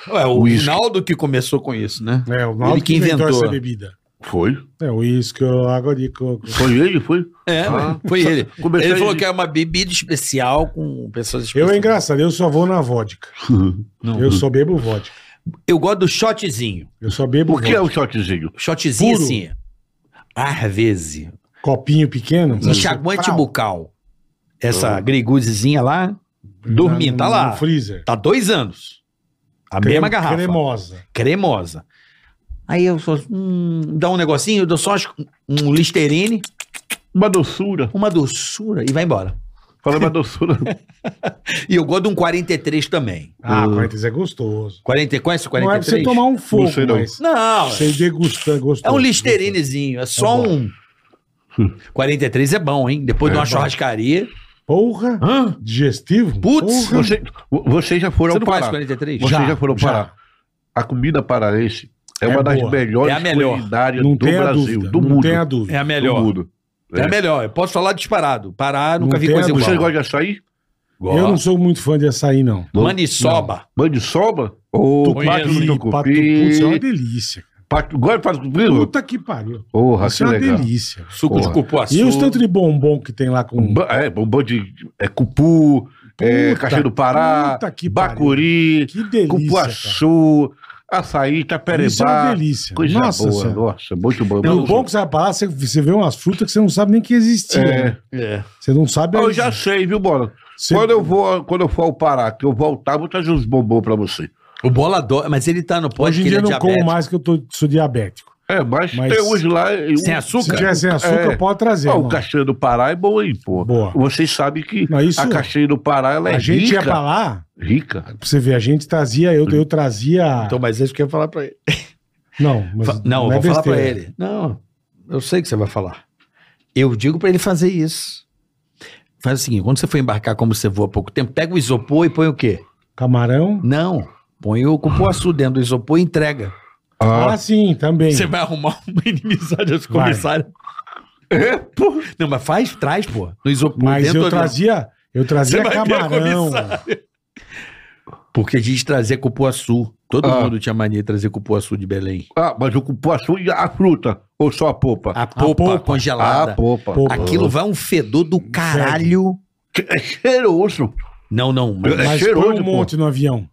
Ué, o
Whisky.
Rinaldo que começou com isso, né?
É, o
Ele que inventou.
essa bebida.
Foi?
É, uísque, água de coco.
Foi ele? Foi?
É,
Ah.
foi ele.
Comecei
ele falou
de-
que é uma bebida especial com pessoas especiais.
Eu é engraçado, eu só vou na vodka. Eu só bebo vodka.
Eu gosto do shotzinho.
Eu só bebo
O que é
vodka.
o shotzinho?
Shotzinho
Puro.
assim. Às vezes.
Copinho pequeno.
Enxaguante
Pau.
bucal. Essa griguzizinha lá, dormindo, tá
Na-
lá.
No freezer.
tá dois anos. A
Crem-
mesma garrafa.
Cremosa.
Cremosa. Aí eu só. Hum, dá um negocinho, eu dou só umas- um listerine,
Uma doçura.
uma doçura e vai embora.
Fala uma doçura.
E eu gosto de um 43 também.
Ah,
Hum.
43 é gostoso.
40, conhece o
Não é pra
43?
você tomar um fogo,
Não sei não.
mas...
Não, é-
Você degustando, gostoso.
é um listerinezinho, é só
bom.
um. 43 é bom, hein? Depois de uma churrascaria.
Porra.
Hã?
Digestivo?
Putz,
Porra.
Você, vo- vocês já foram
Você
ao
não faz
Pará.
43?
Vocês já,
Já,
foram ao
já.
Pará. A comida paraense é,
É
uma das
boa.
melhores
É a melhor.
culinárias
Não
do
tem a
Brasil,
dúvida.
do
não
mundo.
tem a dúvida.
É a
Do
melhor.
mundo.
É a melhor. Eu posso falar disparado. Pará, nunca
né? Não
vi
tem
coisa
a
Vocês
igual.
gostam de açaí?
Eu não sou muito fã de açaí, não.
Maniçoba.
Maniçoba? Ou
Conheço,
pato
hein?
do
Pato, putz, é uma
tucupi?
delícia.
Pato- Gosta de pato do tucupi?
Puta que pariu.
Porra,
Isso
que
é uma
legal.
delícia.
Suco
Porra.
de cupuaçu.
E os tanto de bombom que tem lá com.
Ba- É, bombom de é, cupu, é,
Puta,
caixinha do Pará,
puta que
bacuri,
Que delícia. cara.
cupuaçu, açaí,
Isso é uma
taperebá.
delícia.
coisa
Nossa
boa,
Senhora.
nossa, muito bom.
E o
muito
bom é que você vai pra lá, você, você vê umas frutas que você não sabe nem que existia.
É.
né? Você não sabe.
Eu já sei, viu, Bola?
Você-
Quando, eu vou, quando eu for ao Pará, que eu voltar, vou trazer uns bombons pra você.
O Bola adora, mas ele tá no pódio
Hoje em
que
dia
ele é
eu não como
diabético.
mais que eu tô, sou diabético.
É, mas,
Mas-
tem uns lá... eu-
Sem
Se
açúcar?
tiver sem açúcar,
É.
pode trazer.
Ó, o
irmão.
caixinha do Pará é bom, hein, pô.
Boa.
Vocês sabem que
Não, isso-
a caixinha do Pará, ela é
a gente
rica.
ia pra lá,
Rica.
pra você ver, a gente trazia, eu, eu trazia.
Então, mas é isso que eu ia falar pra ele.
não, mas
Fa- Não, eu
é
vou falar pra
besteira.
ele.
Não, eu sei que você vai falar.
Eu digo pra ele fazer isso. Faz o seguinte, quando você for embarcar como você voa há pouco tempo, pega o isopor e põe o quê?
Camarão?
Não. Põe o cupuaçu dentro do isopor e entrega.
Ah, sim, também.
Você vai arrumar uma inimizade aos
Vai.
comissários.
É, pô.
Não, mas faz, traz, pô. No isopor
Mas
dentro
eu
do avião.
trazia, eu trazia
Você vai ver a
camarão.
Porque a gente trazia cupuaçu. Todo
Ah.
mundo tinha mania de trazer cupuaçu de Belém.
Ah, mas o cupuaçu e a fruta, ou só a Ah, popa?
A polpa,
polpa.
congelada.
Ah, popa.
Popa.
Aquilo vai um fedor do caralho.
É cheiroso.
Não, não. mas
É
Mas
cheiroso,
põe um
pô.
monte no avião.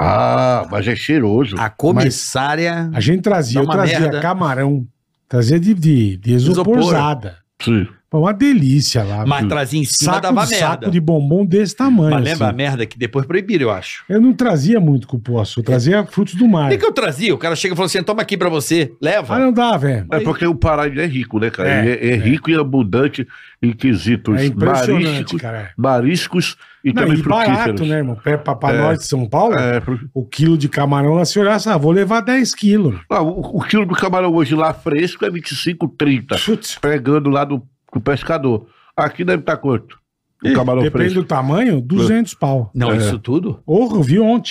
Ah, mas é cheiroso.
A comissária.
A gente
Dá
trazia, eu
uma
trazia
merda.
camarão, trazia de, de, de
Isopor.
isoporzada.
Sim.
Foi uma delícia lá.
Mas trazia em cima
saco,
dava
um saco
merda.
de bombom desse tamanho.
Mas lembra a
assim.
merda que depois proibiram, eu acho.
Eu não trazia muito cupuaçu, eu trazia frutos do
O
mar.
que, que eu trazia? O cara chega e falou assim: toma aqui pra você, leva.
Ah, não dá, velho.
É porque o Pará ele é rico, né, cara?
É,
ele é, é
é.
rico e abundante em quesitos
É impressionante,
mariscos,
cara.
mariscos e
Não,
também
e
frutíferos.
barato, né, irmão? Pra, pra, pra nós de São Paulo,
É, fru-
o quilo de camarão lá, se olhar, ah, vou levar 10 quilos.
Ah, o, o quilo do camarão hoje lá fresco é 25, 30.
Putz,
Pegando lá do, do pescador. Aqui deve estar quanto? O camarão
depende
fresco.
do tamanho, 200 pau.
Não,
É.
isso tudo?
Ou eu vi ontem.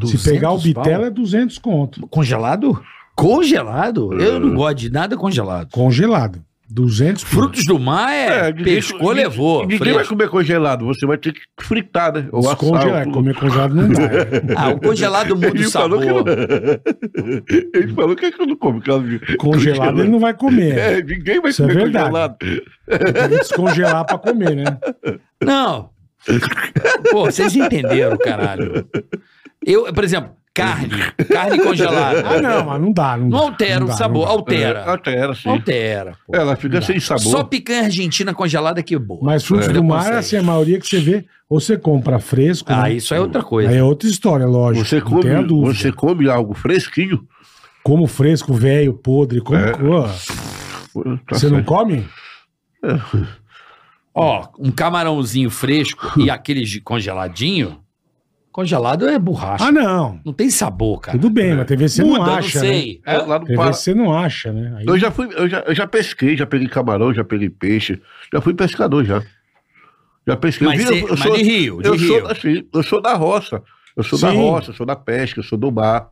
Se
200
pegar o bitelo
pau?
é 200 conto.
Congelado? Congelado? Eu não gosto de nada congelado.
Congelado. 200 pau.
Frutos do mar é.
ninguém-
pescou,
ninguém-
levou.
Ninguém vai
fresco.
comer congelado, você vai ter que fritar, né? Ou
Descongelar,
assar. ou-
comer congelado não dá.
Ah, o congelado muda
Ele
o
falou, que
sabor.
não... ele falou que é que eu não como. que eu-
Congelado ele não vai comer.
É, ninguém vai
Isso é
comer
verdade.
congelado.
Tem que descongelar pra comer, né?
Não. Pô, vocês entenderam, caralho. Eu, por exemplo, carne. Carne congelada.
Ah, não, mas não dá. Não,
Não
dá,
altera
não
o
dá,
sabor,
não dá.
altera.
É, altera, sim.
Altera. pô.
Ela fica sem sabor.
Só picanha argentina congelada que é boa.
Mas frutos
É.
do mar,
Consegue.
assim, a maioria que você vê, ou você compra fresco.
Ah,
né?
isso é outra
Aí
coisa.
é outra história, lógico.
Você
não tem a
come,
dúvida.
você come algo fresquinho. Tá
Como fresco, velho, podre, como.
É.
Pô,
tá
Você não
certo.
come?
Ó, um camarãozinho fresco e aquele de congeladinho. Congelado é borracha.
Ah, não.
Não tem sabor, cara.
Tudo bem, mas TV você não
Muda,
acha.
não sei.
É, lá no
Né? TV
Pará.
você não acha, né? Aí-
Eu já fui, eu já, eu já pesquei, já peguei camarão, já peguei peixe, já fui pescador já. Já pesquei.
Mas,
eu, vi-
cê-
eu
mas
sou,
de Rio, de
eu
Rio.
sou assim, eu sou da roça. Eu sou da
Sim.
roça, eu sou da pesca, eu sou do mar.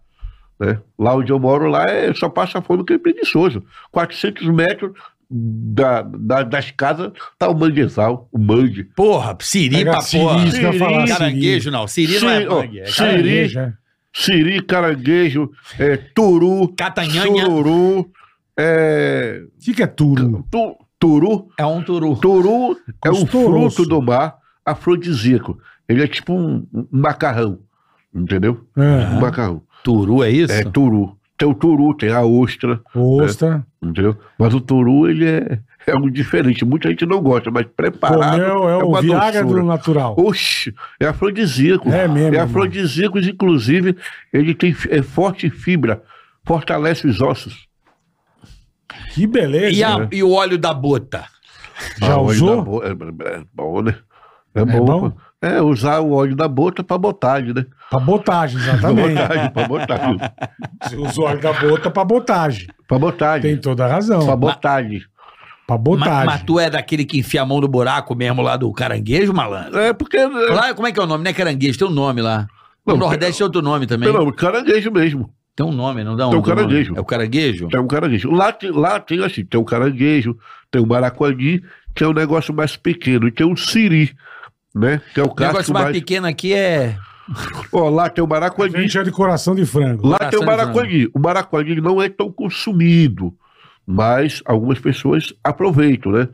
Né? Lá onde eu moro, lá é, só passa fome que é preguiçoso. 400 metros da, da- das casas tá o manguezal, o mangue.
Porra, siri
Pega
pra
siri,
porra.
isso que eu ia falar,
Caranguejo não. Siri não é
Siri, ó,
mangue. É
siri.
Caranguejo, é.
Siri, caranguejo, é, turu,
Tá
Catanhanha.
sururu, é,
O que, que é turo?
tu- turu.
É um turu.
Turu é um
Gostoso.
fruto do mar afrodisíaco. Ele é tipo um, um macarrão, entendeu? Um
Ah,
macarrão.
Turu é isso?
É turu. Tem o turu, tem a ostra,
ostra.
entendeu? Mas o turu, ele é, é um diferente. Muita gente não gosta, mas preparado
Comeu é o
uma
Viagra do
doçura.
natural.
Oxi, é afrodisíaco.
É mesmo, irmão.
afrodisíaco, inclusive, ele tem fi- é forte fibra, fortalece os ossos.
Que
É,
beleza.
E, a-
né?
e o óleo da bota?
Já
Ah, o óleo
usou?
da bo- É, é bom, né? É, bom.
bom?
pô. É, usar o óleo da bota pra botagem, né?
Pra botagem,
Pra
exatamente.
botagem, pra botagem.
Você usa o óleo da bota pra botagem.
Pra botagem.
Tem toda a razão.
Pra botagem.
Pra
Ma
botagem.
mas tu é daquele que enfia a mão no buraco mesmo lá do caranguejo, malandro?
É porque. Lá,
Lá, como é que é o nome? Não é caranguejo, tem um nome lá. No
Não,
Nordeste tem outro nome também.
pelo, caranguejo mesmo.
Tem um nome, não dá um
Tem o
outro nome.
caranguejo.
É o caranguejo?
Tem um caranguejo. Lá, tem- lá tem assim, tem o caranguejo, tem o maracuani, que é um negócio mais pequeno, e tem o siri, né? Que é o
O negócio
casco
mais,
mais.
pequeno aqui é.
Ó, lá tem o
A
maracuani,
gente é de coração de frango.
Lá tem o
Coração de
Maracuani. O Maracuani não é tão consumido, mas algumas pessoas aproveitam, né?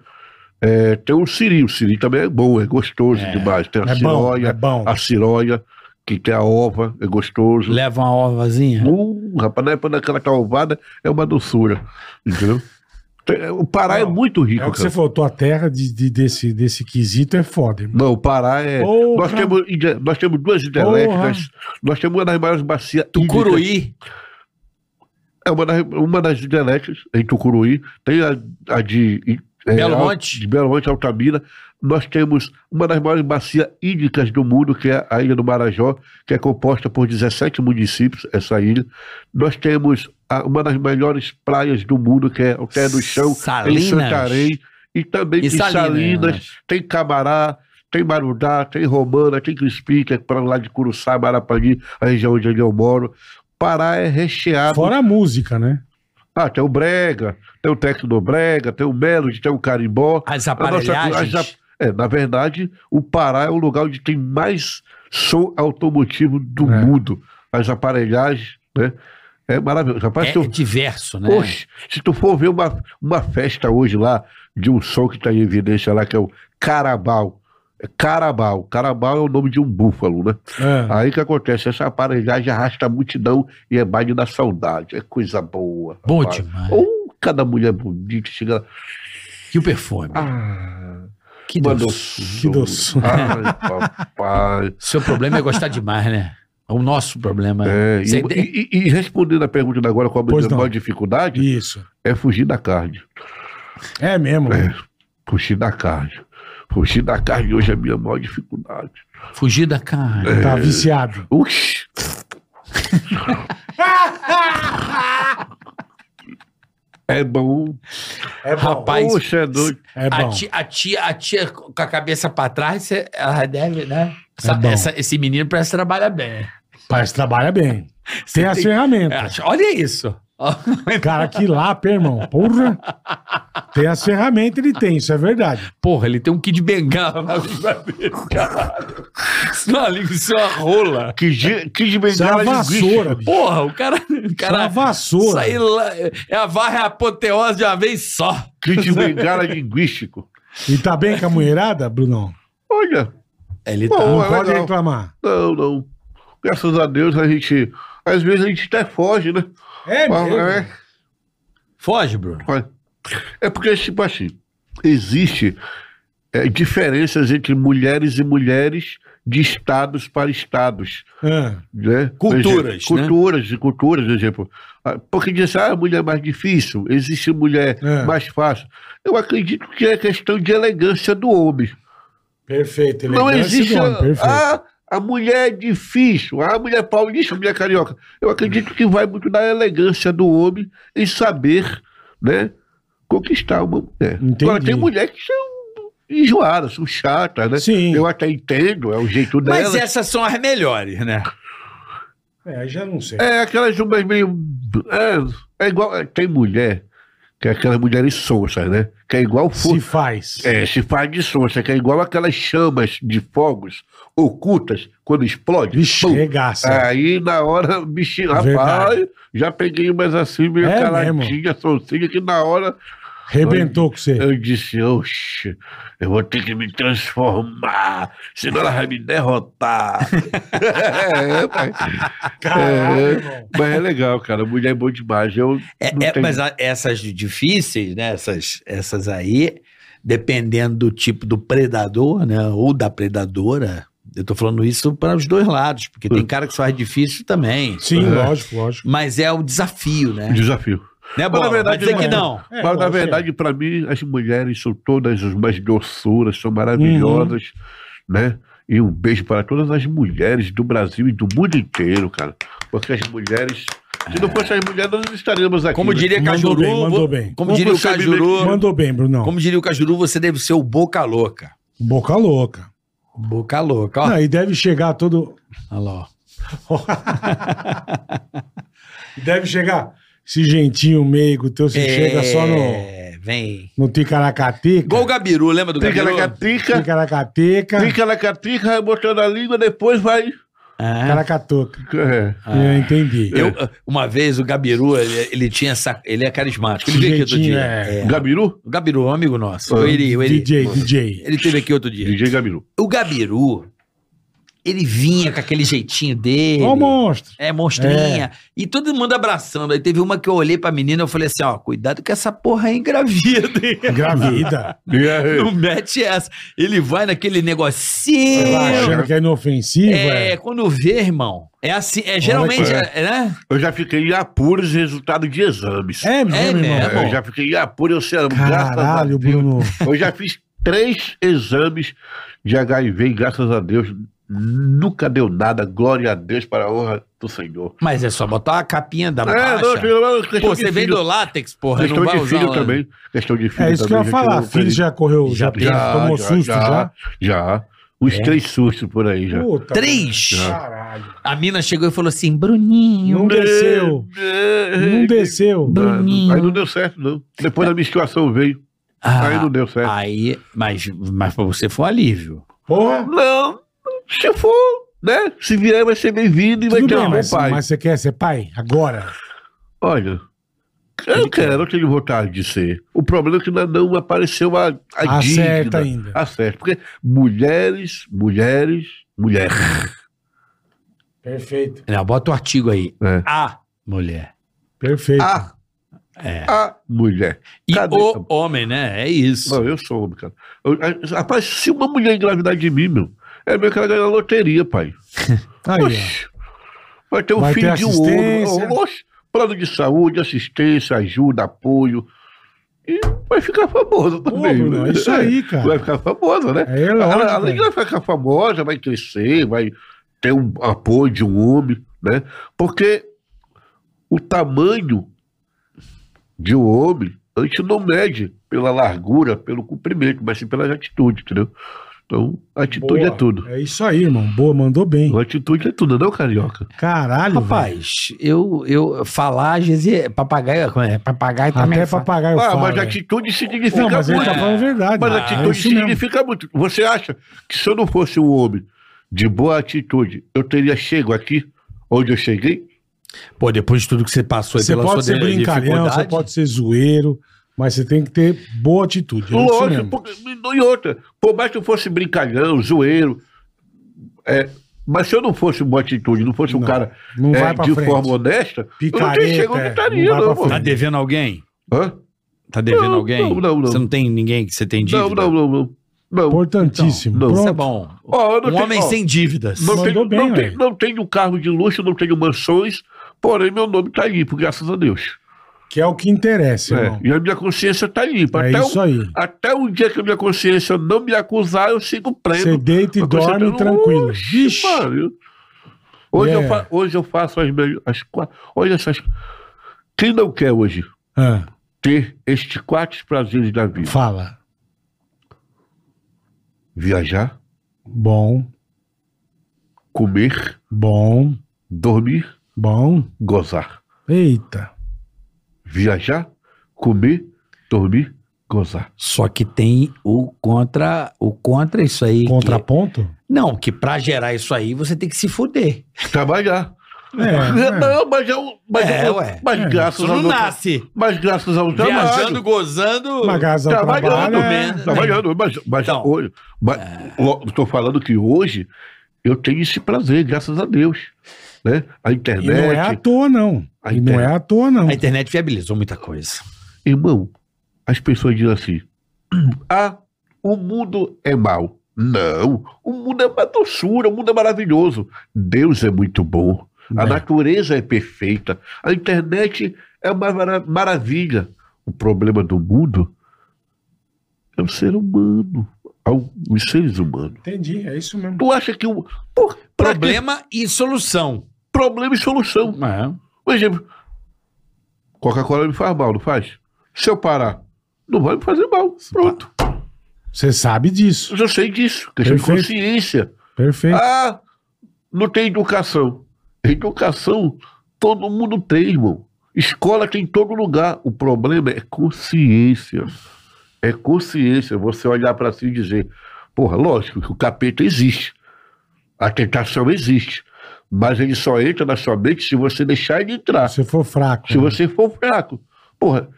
É, tem o Siri. O Siri também é bom, é gostoso demais. Tem a
É bom,
ciroia,
é bom.
a ciroia, que tem a ova, é gostoso.
Leva uma ovazinha.
Uh, rapaz, na época daquela calvada é uma doçura, entendeu? Tem- O Pará é
Não,
muito rico,
É o que
cara.
você falou, tua terra de, de- desse, desse quesito é foda, irmão.
Não, o Pará é...
Porra.
Nós temos, hidre- nós temos duas hidrelétricas, nós temos uma das maiores bacias hídricas
Tucuruí.
É uma das, uma das hidrelétricas em Tucuruí, tem a, a de, é,
Belo
Al-
Monte.
de Belo Monte, Altamira. Nós temos uma das maiores bacias hídricas do mundo, que é a Ilha do Marajó, que é composta por 17 municípios, essa ilha. Nós temos a- uma das melhores praias do mundo, que é o Pé do Chão,
Salinas.
em Santarém. E também
E
tem Salinas,
Salinas.
tem Camará, tem Marudá, tem Romana, tem Crispim, que é para lá de Curuçá, Marapani, a região onde eu moro. Pará é recheado
Fora a música, né?
ah, tem o Brega, tem o Tecno Brega, tem o Melody, tem o Carimbó.
As
A nossa-
aparelhagens.
as- é, na verdade, o Pará é o lugar onde tem mais som automotivo do
É.
mundo. As aparelhagens, né? É maravilhoso. Rapaz, se,
É
eu-
diverso, né?
Oxe, se tu for ver uma, uma festa hoje lá, de um som que está em evidência lá, que é o Carabal. É Carabal. Carabal é o nome de um búfalo, né?
É.
Aí que acontece, essa aparelhagem arrasta a multidão e é baile da saudade. É coisa boa.
Bom
rapaz.
demais.
Ou cada mulher bonita chega lá.
Que o perfume.
Ah,
que
uma
doce.
doçura.
que doçura.
Ai, papai.
Seu problema é gostar demais, né? É o nosso problema.
É, e,
Você-
e- e- e respondendo a pergunta da agora com a
Pois
minha
não.
maior dificuldade,
Isso.
é fugir da carne.
É mesmo.
É, fugir da carne. Fugir da carne hoje é a minha maior dificuldade.
Fugir da carne.
é.
Tá viciado.
Uxi! é bom.
É
Rapaz,
Poxa, é doido.
É
a,
bom.
ti- a tia, a tia com a cabeça pra trás, cê- ela deve, né? Essa-
É bom.
essa- esse menino parece que trabalha bem.
Mas trabalha bem. Tem as
tem-
ferramentas.
É, olha isso. Ó,
É.
Cara, que lapa, irmão. Porra. Tem as ferramentas, ele tem, isso é verdade.
Porra, ele tem um kit de bengala na cabeça, caralho. Isso não é uma língua, isso é uma rola.
Que, gi- que de
Isso é uma
bengala linguiça.
vassoura, bicho.
Porra, o cara. O
Isso é uma
cara isso
vassoura.
aí lá, é a varra é a apoteose de uma vez só.
Que de bengala linguístico.
E tá bem com a mulherada, Brunão?
Olha,
Ele
tá-
Não
é
pode
legal.
reclamar.
não, não. Graças a Deus a gente. Às vezes a gente até foge, né?
É
Mas,
mesmo.
é,
Foge, Bruno.
Olha, É porque, tipo assim, existe é, diferenças entre mulheres e mulheres de estados para estados,
Ah,
né?
Culturas,
Por
né?
exemplo, Culturas e culturas, por exemplo. Ah, Porque diz, ah, a mulher é mais difícil, existe mulher
É.
mais fácil. Eu acredito que é questão de elegância do homem.
perfeito.
Não
elegância
existe Ah!
do homem,
a-
perfeito.
a, a mulher é difícil, a mulher paulista, a mulher carioca. Eu acredito que vai muito da elegância do homem em saber, né, conquistar uma mulher.
Entendi.
Agora, tem mulher que são enjoadas, são chatas, né?
Sim.
Eu até entendo, é o jeito
Mas
dela.
essas são as melhores, né?
É, aí já não sei.
É, aquelas umas meio... É, é igual... é, Tem mulher, que é aquelas mulheres sonsas, né? Que é igual...
Se
Fu...
faz.
É, se faz de sonsa, que é igual aquelas chamas de fogos ocultas, quando explode.
Vixe,
pum,
regaça.
Aí na hora, bichinho, rapaz,
Verdade.
já peguei umas assim, meio
É
caratinha, soltinha, que na hora
Rebentou com você.
eu disse, oxe, eu vou ter que me transformar, senão ela vai me derrotar. é, pai.
Caralho,
É.
irmão.
Mas é legal, cara, mulher é boa demais. Eu
É,
não
é,
tenho-
mas a- essas difíceis, né? Essas, essas aí, dependendo do tipo do predador, né? Ou da predadora. Eu tô falando isso para os dois lados, porque
Hum.
tem cara que só é difícil também.
Sim, lógico, lógico.
Mas é o desafio, né?
Desafio.
Né,
Mas,
Bola?
na
Vai
verdade,
dizer
não
que
é.
não.
É,
Mas, na
lógico,
verdade, pra mim, as mulheres são todas umas doçuras, são maravilhosas, né? E um beijo para todas as mulheres do Brasil e do mundo inteiro, cara. Porque as mulheres Se não fosse as mulheres, nós não estaríamos aqui.
Como
né?
diria
Mandou
Cajuru.
bem, mandou
vo-
bem.
Como
Vamos
diria o
perceber que-
Cajuru.
Mandou bem, Brunão.
Como diria o Cajuru, você deve ser o boca louca.
Boca louca.
Boca louca,
Ah.
ó.
Não, e deve chegar todo.
Olha lá, ó.
Deve chegar. Esse gentinho meigo teu,
É.
você chega só no,
É, Vem.
no ticaracateca.
Igual o Gabiru, lembra do Gabiru?
Ticaracatica,
Ticaracateca,
ticaracatica, vai botando a língua, depois vai...
Ah,
caracatuca.
É.
Eu entendi.
eu, eh, uma vez o Gabiru, ele, ele tinha essa. Ele é carismático. Ele veio aqui outro
Sujeitinho,
dia.
né?
é.
É.
Gabiru?
O Gabiru, é um amigo nosso.
Ah,
O Eri, o Eri.
DJ, DJ.
Ele teve aqui outro dia.
DJ Gabiru.
O Gabiru, ele vinha com aquele jeitinho dele.
Ó, o monstro.
É, monstrinha. E todo mundo abraçando. Aí teve uma que eu olhei pra menina e eu falei assim: ó, cuidado que essa porra é engravida. hein?
Engravida.
E
É.
aí?
Não mete essa. Ele vai naquele
Tá
negocinho.
achando que é inofensivo?
É,
É.
quando vê, irmão. É assim, é geralmente,
que-
é, né?
Eu já fiquei em apuros em resultado de exames.
É mesmo,
É
irmão.
mesmo.
Eu já fiquei em apuros, eu sei, graças a
Caralho,
Deus.
Bruno.
Eu já fiz três exames de HIV e graças a Deus nunca deu nada. Glória a Deus para a honra do Senhor.
Mas é só botar a capinha da
É, não,
baixa.
filho, não, questão
Tá Pô,
de
você vem
filho.
do látex, porra. né? Não
Questão
vai
de
usar
filho
lá.
também. Questão de filho
É isso que eu ia
também, já
falar.
tirou
Filho
feliz.
já correu, já,
Já-
já tomou susto já. É?
Já. Os três sustos por aí já.
Puta,
Três?
mano. Caralho.
A mina chegou e falou assim: Bruninho.
Não desceu. Não desceu.
Bruninho.
Aí não deu certo, não. Depois da menstruação veio.
Ah,
Aí não é. deu certo.
aí, mas, mas pra você foi um alívio.
Porra.
Não, se for, né? Se vier, vai ser bem-vindo e vai
Tudo
ter
bem,
um bom
mas,
pai.
mas você quer ser pai? Agora.
Olha, é eu quero, eu tenho vontade de ser. O problema é que ainda não apareceu a, a
Acerta
digna.
Ah, ainda.
Acerta, porque mulheres, mulheres, mulher.
Perfeito.
Não, Né, bota o artigo aí.
É.
A mulher.
Perfeito.
A,
É.
Ah, a mulher.
E
Cadê
o
essa-
homem, né? É isso.
Não, eu sou homem, cara. Eu- a- rapaz, se uma mulher engravidar de mim, meu, é meu que ela ganha na loteria, pai.
Tá Aí, ó.
Oxe, vai ter um
Vai
filho
ter
de um outro.
assistência.
Oxe, plano de saúde, assistência, ajuda, apoio. E vai ficar famoso também.
Bruno,
né?
é isso aí, cara.
Vai ficar famosa, né?
É
Ela-
lógico,
ela- Além de ela ficar famosa, vai crescer, vai ter um apoio de um homem, né? Porque o tamanho de um homem, a gente não mede pela largura, pelo comprimento, mas sim pela atitude, entendeu? Então, atitude
Boa.
é tudo.
É isso aí, irmão. Boa, mandou bem.
Atitude é tudo, não, carioca?
Caralho, velho.
Rapaz, eu, eu falar, às vezes, é papagaio, como é? Papagaio também
Até
fala.
papagaio
ah,
É fala.
mas
velho.
atitude significa
Não, mas ele
muito.
tá falando a verdade.
Mas
Ah, é
atitude
isso mesmo.
significa muito. Você acha que se eu não fosse um homem de boa atitude, eu teria chego aqui onde eu cheguei?
Pô, depois de tudo que você passou aí
Você
pela sua
pode ser
de-
brincalhão, você
dificuldade,
pode ser zoeiro, mas você tem que ter boa atitude. É isso
Lógico,
mesmo.
porque, e outra, por mais que eu fosse brincalhão, zoeiro, é, mas se eu não fosse uma atitude, não fosse um
Não,
cara
não
é,
vai pra
de
frente.
forma honesta, eu não
Picareta,
teria chegado
é,
onde eu estaria,
não vai
não,
pra
pô.
Tá devendo alguém?
Hã?
Tá devendo
Não,
alguém?
não, não, não.
Você não tem ninguém que você tem dívida?
Não, não, não, não. Não.
Importantíssimo.
Então, não.
Isso
Pronto.
é bom.
Ó, eu não
um
tenho-
homem
ó,
sem dívidas.
Não
Mandou
tenho,
bem,
não,
velho.
tenho, não tenho carro de luxo, não tenho mansões, porém meu nome tá aí, por graças a Deus.
Que é o que interessa, irmão.
É, e a minha consciência tá limpa.
É
até,
isso
o,
aí.
até o dia que a minha consciência não me acusar, eu sigo
Você
pleno.
deita e
Uma consciência
dorme
tão-
tranquilo.
Oxi,
Vixe,
mano, eu- Hoje,
É.
eu fa- hoje eu faço as melhores. As, qua- olha essas. Quem não quer hoje
Ah,
ter estes quatro prazeres da vida?
fala.
Viajar,
Bom,
comer,
bom,
dormir,
bom.
gozar.
Eita.
Viajar, comer, dormir, gozar.
Só que tem o contra, o contra isso aí. que-
Contraponto?
Não, que pra gerar isso aí você tem que se fuder.
Trabalhar.
É, é.
Não, mas eu. Mas,
É,
eu-
ué.
mas
É.
Isso
graças
não
ao meu-
nasce.
Mas graças ao
Viajando,
trabalho.
gozando.
Uma casa
Trabalhando,
trabalha.
né?
man.
tá
é.
Trabalhando, mas, mas
Então.
hoje. Mas, Estou falando que hoje eu tenho esse prazer, graças a Deus. Né? A
E não é à
internet.
toa, não.
A
E não é à toa, não.
A internet viabilizou muita coisa.
Irmão, as pessoas dizem assim: ah, o mundo é mau. Não, o mundo é uma doçura, o mundo é maravilhoso. Deus é muito bom. A
É.
natureza é perfeita. A internet é uma mara- maravilha. O problema do mundo é o ser humano, ao- os seres humanos.
Entendi, é isso mesmo.
Tu acha que o. Por, pra que
Problema e solução.
problema e solução?
É.
Por exemplo, Coca-Cola me faz mal, não faz? Se eu parar, não vai me fazer mal. Pronto.
Você sabe disso.
Eu já sei disso. Questão
Perfeito.
de consciência.
Perfeito.
Ah, não tem educação. Educação todo mundo tem, irmão. Escola tem em todo lugar. O problema é consciência. É consciência. Você olhar para si e dizer: porra, lógico que o capeta existe. A tentação existe. Mas ele só entra na sua mente se você deixar ele entrar.
Se for fraco.
Ah, Se você for fraco. Porra,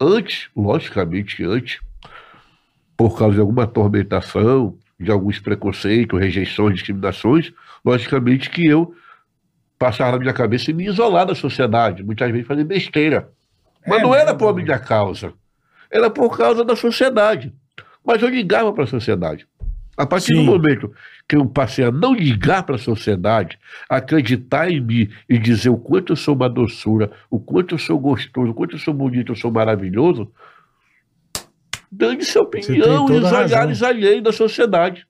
antes, logicamente antes, por causa de alguma atormentação, de alguns preconceitos, rejeições, discriminações, logicamente que eu passava na minha cabeça e me isolar da sociedade, muitas vezes fazer besteira. Mas
É,
não
né,
era por minha causa, era por causa da sociedade. Mas eu ligava para a sociedade. A partir do
Sim.
momento que eu passei a não ligar para a sociedade, acreditar em mim e dizer o quanto eu sou uma doçura, o quanto eu sou gostoso, o quanto eu sou bonito, eu sou maravilhoso, dane-se a
tem
opinião e
toda
os
a razão.
olhares alheios da sociedade.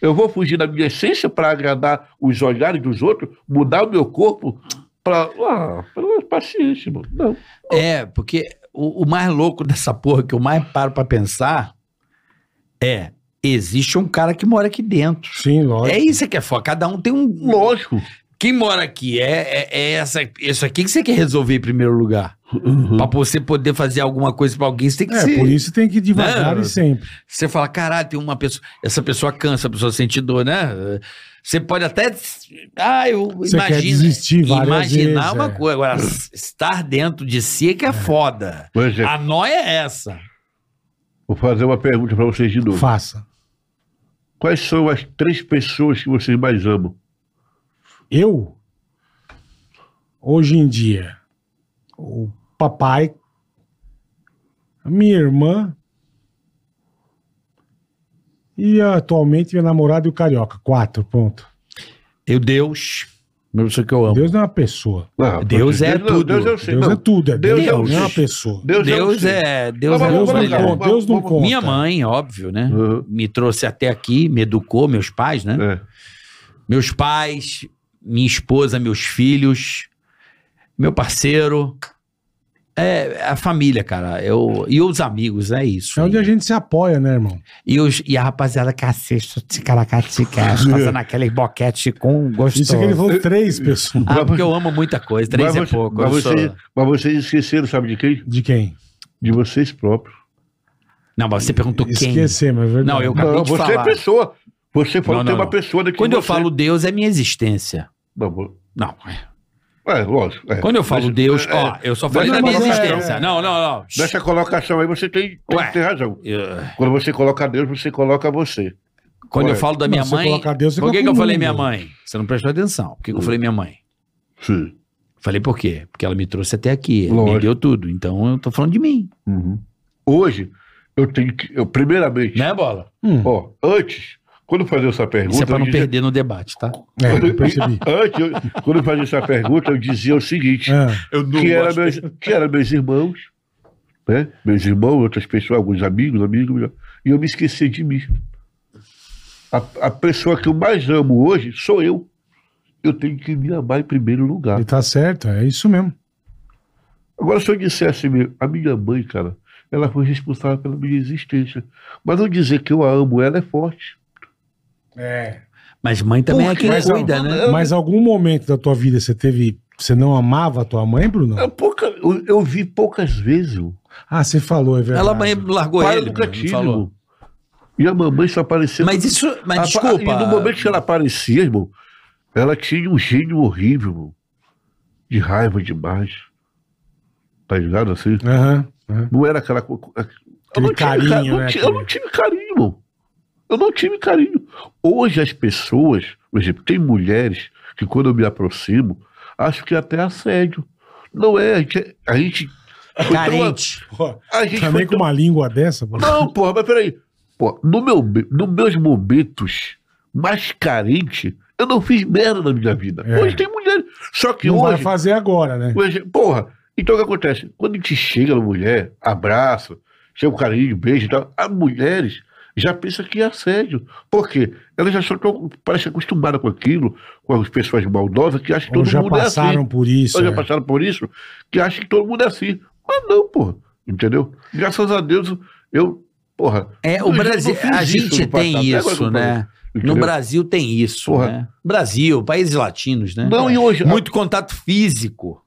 Eu vou fugir da minha essência para agradar os olhares dos outros, mudar o meu corpo para. Ah, pra- paciência, mano. Não.
É, porque o, o mais louco dessa porra, que eu mais paro pra pensar, é: existe um cara que mora aqui dentro.
Sim, lógico.
É isso que é foda. Cada um tem um.
Lógico.
Quem mora aqui é, é, é essa, isso aqui que você quer resolver em primeiro lugar.
Uhum.
Pra você poder fazer alguma coisa pra alguém, você tem que
É,
ser.
por isso tem que ir devagar
Não.
e sempre.
Você fala, caralho, tem uma pessoa. Essa pessoa cansa, a pessoa sente dor, né? Você pode até. Ah, eu
Você quer
imagino.
desistir várias
imaginar
vezes,
uma
é.
coisa. Agora, estar dentro de si é que é, foda.
Por exemplo,
A nóia é essa.
vou fazer uma pergunta para vocês de novo.
Faça.
Quais são as três pessoas que vocês mais amam?
Eu, hoje em dia, o papai, a minha irmã e atualmente minha namorada e o carioca. Quatro, ponto.
Eu, Deus. Uma pessoa que eu amo.
Deus não é uma pessoa.
Não,
Deus é
não,
tudo.
Deus eu sei.
Deus
não.
é tudo. É Deus,
Deus é
não é
um-
uma pessoa.
Deus,
Deus
eu sei.
é. Deus
Mas
é.
Deus
vamos-
Deus
não
vamos
conta.
lá,
é.
vamos-
Deus não
vamos-
conta.
Minha mãe, óbvio, né?
Uhum.
Me trouxe até aqui, me educou, meus pais, né?
É.
meus pais, minha esposa, meus filhos, meu parceiro. É a família, cara. Eu, e os amigos, é isso.
É onde a gente se apoia, né, irmão?
e, os, e a rapaziada que assiste o Ticaracaticast, fazendo aquele boquete com gostoso.
Isso é que ele falou três pessoas.
Ah, porque eu amo muita coisa. Três
Mas
é
você-
pouco.
Mas,
eu sou-
vocês- mas vocês esqueceram, sabe de quem?
De quem?
De vocês próprios.
Não, mas você perguntou quem.
Esquecer, mas é verdade.
Não, eu- Acabei
Não,
de
você
falar.
é pessoa. Você
Não,
falou que
não,
tem
não.
uma pessoa daqui.
Quando
que
eu
você-
falo Deus, é minha existência.
Não, bo-
Não.
é, lógico. é.
Quando eu falo
Deixa-
Deus,
é,
ó, eu só falei
Mas-
da minha
mas é-
existência. Não, não, não.
Nessa colocação aí você tem, tem,
Ué.
tem razão.
Eu-
Quando você coloca Deus, você coloca você.
Quando eu
Ué.
falo da
Não,
minha
se
mãe.
colocar Deus, você
por que,
coloca
que eu
o
falei
mundo.
minha mãe? Você não prestou atenção. Por que, que eu falei minha mãe?
Sim.
Falei por quê? Porque ela me trouxe até aqui. Ela me
Lógico.
deu tudo. Então eu tô falando de mim.
Uhum. Hoje, eu tenho que. Eu, primeiramente,
Né, Bola?
Hum,
ó, antes, quando eu fazia essa pergunta.
Isso é pra
eu
não
dizia-
perder no debate, tá?
é, eu percebi.
Antes, eu- quando eu fazia essa pergunta, eu dizia o seguinte.
Ah,
Eu
que, era meus, que era meus irmãos, né? Meus irmãos, outras pessoas, alguns amigos, amigos, e eu me esqueci de mim. A, a pessoa que eu mais amo hoje sou eu. Eu tenho que me amar em primeiro lugar.
ele tá certo, é isso mesmo.
Agora, se eu dissesse mesmo, a minha mãe, cara, ela foi responsável pela minha existência. Mas não dizer que eu a amo, ela é forte.
É.
Mas mãe também
Por
é
quê?
quem
Mas,
cuida, né?
Mas algum momento da tua vida você teve. Você não amava a tua mãe, Bruno?
Eu, pouca, eu, eu vi poucas vezes. o
Ah, você falou, é verdade.
Ela mãe largou
Pai
ele. Não
educativo.
falou.
E a mamãe só apareceu
Mas isso. Mas
A-
desculpa.
E no momento que ela aparecia, irmão, ela tinha um gênio horrível, irmão. De raiva demais. Tá ligado assim?
Aham, aham.
Não era aquela. co- co- Eu não, tive,
carinho,
carinho,
né,
eu não
aquele-
tive carinho, irmão. Eu não tive carinho. Hoje as pessoas, por exemplo, tem mulheres que quando eu me aproximo, acho que é até assédio. Não é, a gente. A gente foi tão-
Carente.
Pô,
a gente foi
também com
tão-
uma língua dessa, pô.
não, porra, mas peraí. Pô, no meu, nos meus momentos mais carentes, eu não fiz merda na minha vida.
É.
Hoje tem mulher. Só que
não vai
hoje,
fazer agora, né?
hoje- Porra, então o que acontece? Quando a gente chega na mulher, abraça, chega um carinho, beijo e tal, as mulheres já pensa que é assédio. Por quê? Elas já são tão, parece acostumadas com aquilo, com as pessoas maldosas, que acham que
Ou
todo
já
mundo é assim.
passaram por isso.
Ou já
é.
passaram por isso, que acham que todo mundo é assim. Mas não, porra. Entendeu? Graças a Deus, eu, porra.
É,
eu
o
já
Brasil,
não fiz
a
isso
gente
no passado,
tem
até agora que
isso,
eu
né?
falei,
No
entendeu?
Brasil tem isso,
Porra.
né? Brasil, países latinos, né?
Não, e hoje.
Muito contato físico.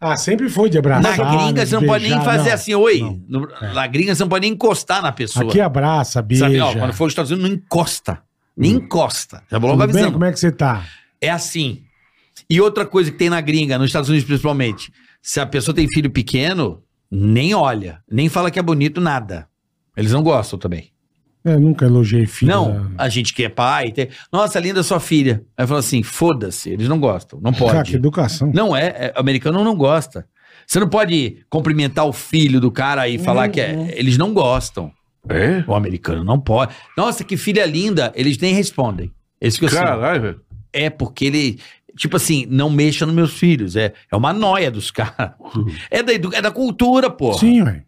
Ah, sempre foi de
Na
abraçar.
gringa
de
você não pode nem
beijar,
fazer
não.
assim, oi.
Não. É.
No- Na gringa você não pode nem encostar na pessoa.
Aqui abraça, beija. Hum.
Sabe, ó, quando for aos Estados Unidos, não encosta. Nem encosta. Já vou logo
Tudo bem?
avisando.
Como é que você tá?
É assim. E outra coisa que tem na gringa, nos Estados Unidos principalmente, se a pessoa tem filho pequeno, nem olha, nem fala que é bonito, nada. Eles não gostam também.
Eu É, nunca elogiei filho.
Não, a gente que é pai, tem... nossa, linda sua filha. Aí fala assim, foda-se, eles não gostam, não
Cara, que
pode.
educação.
Não é, é, americano não gosta. Você não pode cumprimentar o filho do cara e falar que é, eles não gostam.
É?
O americano não pode. Nossa, que filha linda, eles nem respondem. Eles ficam assim,
Caralho, velho.
é porque ele. Tipo assim, não mexa nos meus filhos. É, é uma noia dos caras. É da, edu- é da cultura, porra.
Sim, velho.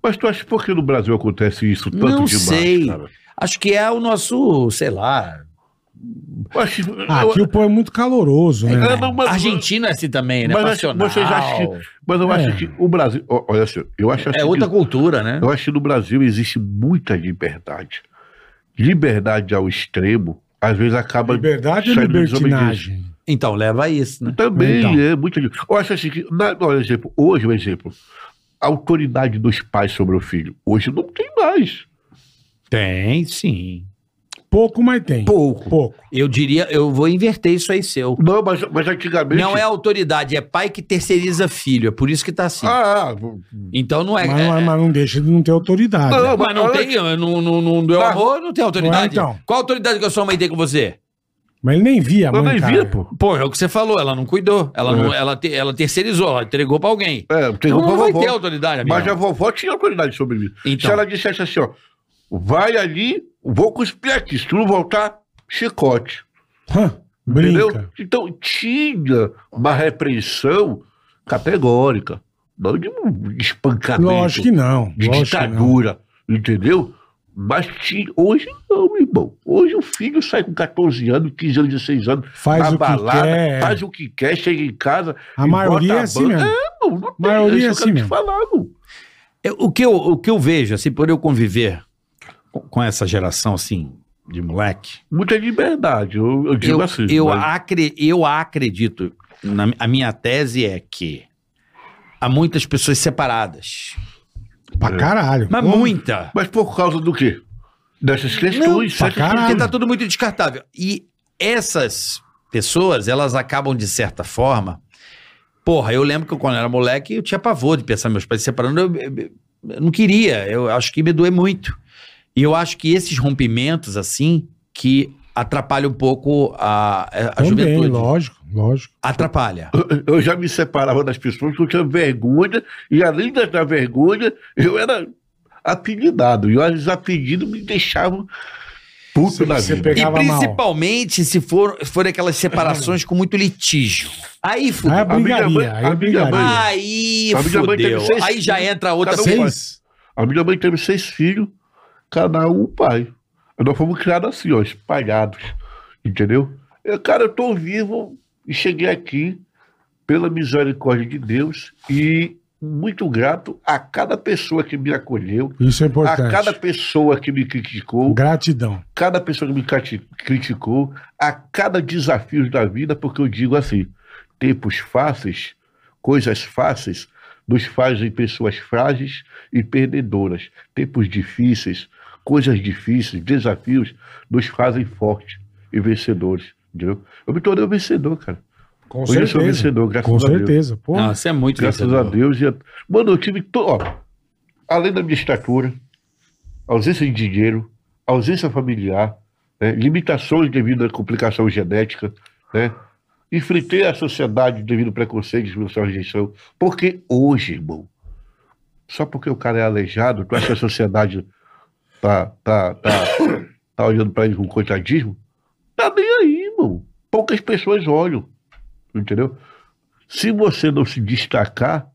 Mas tu acha por que no Brasil acontece isso tanto
Não
demais,
sei.
cara?
Acho que é o nosso, sei lá.
Eu acho-
Ah,
eu-
aqui o povo é muito caloroso, né?
É, não, mas-
argentino é assim também, né?
Mas acho-
Passional.
vocês acham Mas eu acho
É.
que o Brasil. ó, Olha assim, eu acho assim
É
que-
outra cultura, né?
Eu acho que no Brasil existe muita liberdade. Liberdade ao extremo, às vezes acaba.
Liberdade ou
saindo
libertinagem?
Então, leva a isso, né?
Também
Então.
é muita. li- Eu acho assim que. na- olha, exemplo, hoje, um exemplo. A autoridade dos pais sobre o filho. Hoje não tem mais.
Tem, sim.
Pouco, mas tem.
Pouco.
Pouco.
Eu diria, eu vou inverter isso aí seu.
Não, mas, mas antigamente.
Não é autoridade, é pai que terceiriza filho. É por isso que tá assim.
Ah, ah,
Então não é.
Mas, não- mas não deixa de não ter autoridade.
Não,
Mas não
olha-
tem, não, não, não, não deu
Tá.
amor, não tem autoridade.
Ué, então.
Qual autoridade que a sua mãe tem com você?
Mas ele nem via, a
Não,
mãe,
nem
cara.
via, pô.
Pô, é o que você falou, ela não cuidou. Ela,
É.
não, ela, te- ela terceirizou, ela entregou pra alguém.
É, tem
Então
uma
não vai
vovó.
ter autoridade, amigo.
Mas a vovó tinha autoridade sobre mim.
Então.
Se ela dissesse assim, ó, vai ali, vou cuspir aqui, se tu não voltar, chicote.
Hã, Brinca.
Entendeu? Então tinha uma repressão categórica, não de um espancamento,
Lógico que não. lógico
de
né? que não.
ditadura, entendeu? Mas tinha, hoje não, meu irmão. Hoje o filho sai com 14 anos, 15 anos, 16 anos,
Faz
na
o que
balada,
quer.
né? faz o que quer, chega em casa.
A
e
maioria
bota
é assim
banda.
mesmo.
É, não, não tem,
Maioria é
isso eu
assim
quero te
mesmo.
falar, meu.
Eu- É, O que eu, o que eu vejo, assim, por eu conviver com, com essa geração, assim, de moleque,
muita liberdade, eu, eu digo
eu,
assim.
eu,
mas-
acre- eu acredito, na, a minha tese é que há muitas pessoas separadas.
Pra caralho.
Mas
Pô,
muita.
mas por causa do quê? Dessas
Não,
questões,
pra
certas
caralho.
Porque tá tudo muito descartável. E essas pessoas, elas acabam de certa forma. Porra, eu lembro que eu, quando eu era moleque, eu tinha pavor de pensar meus pais se separando. Eu, eu- eu não queria, eu acho que me doei muito. E eu acho que esses rompimentos, assim, que atrapalham um pouco a, a
Também,
juventude.
lógico, lógico.
Atrapalha.
Eu já me separava das pessoas porque eu tinha vergonha, e além da, da vergonha, eu era apelidado. E os apelidos me deixavam puto
Você-
na
você
vida.
Pegava
e
mal.
principalmente se for, forem aquelas separações com muito litígio. Aí
Aí é
fudeu.
minha mãe-
brigaria, aí é
a minha mãe-
brigaria.
Aí
A minha mãe teve
fudeu.
seis
Aí já
filhos,
entra outra
Ah, cada um
Seis?
A minha mãe teve seis filhos, cada um um pai. Nós fomos criados assim, ó, espalhados. Entendeu? Eu, cara, eu tô vivo e cheguei aqui pela misericórdia de Deus e muito grato a cada pessoa que me acolheu,
Isso é
a
importante.
cada um. pessoa que me criticou,
Gratidão.
cada pessoa que me cati- criticou, a cada desafio da vida, porque eu digo assim: tempos fáceis, coisas fáceis, nos fazem pessoas frágeis e perdedoras. Tempos difíceis, coisas difíceis, desafios, nos fazem fortes e vencedores. Entendeu? Eu me tornei um vencedor, cara.
Com
Hoje eu sou um vencedor, graças
Com
a Deus. Ah.
certeza. Pô,
Nossa, é muito
Graças
vencedor.
a Deus. e a- Mano, eu tive. To... Ó, além da minha estatura, ausência de dinheiro, ausência familiar, né, limitações devido à complicação genética, né? Enfrentei a sociedade devido ao preconceito, discriminação e rejeição. Porque hoje, irmão, só porque o cara é aleijado, tu acha que a sociedade tá, tá, tá, tá olhando pra ele com coitadismo? Tá nem aí, irmão. Poucas pessoas olham, entendeu? Se você não se destacar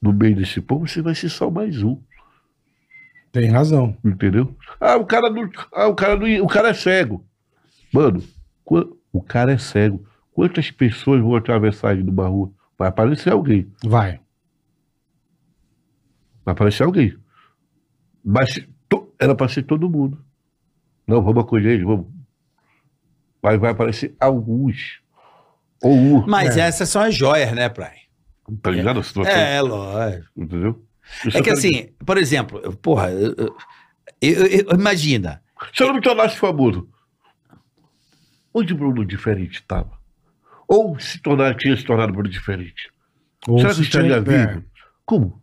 no meio desse povo, você vai ser só mais um.
Tem razão.
Entendeu? Ah, o cara não, ah, o cara não, o cara é cego. Mano, qua- o cara é cego. Quantas pessoas vão atravessar ali numa rua? Vai aparecer alguém.
Vai.
Vai aparecer alguém. Mas to- era para ser todo mundo. Não, vamos acolher eles, vamos. Mas vai aparecer alguns. Ou um.
Mas essas são as joias, né, Praia?
Tá ligado a situação?
É, lógico.
Entendeu?
É que assim, por exemplo, eu- porra, eu- eu- eu- eu- imagina.
Se eu não me tornasse famoso, onde o Bruno Diferente estava? Ou se tornar, tinha se tornado Bruno Diferente?
Ou
Será que
se é.
estaria
tiver-
vivo? Como?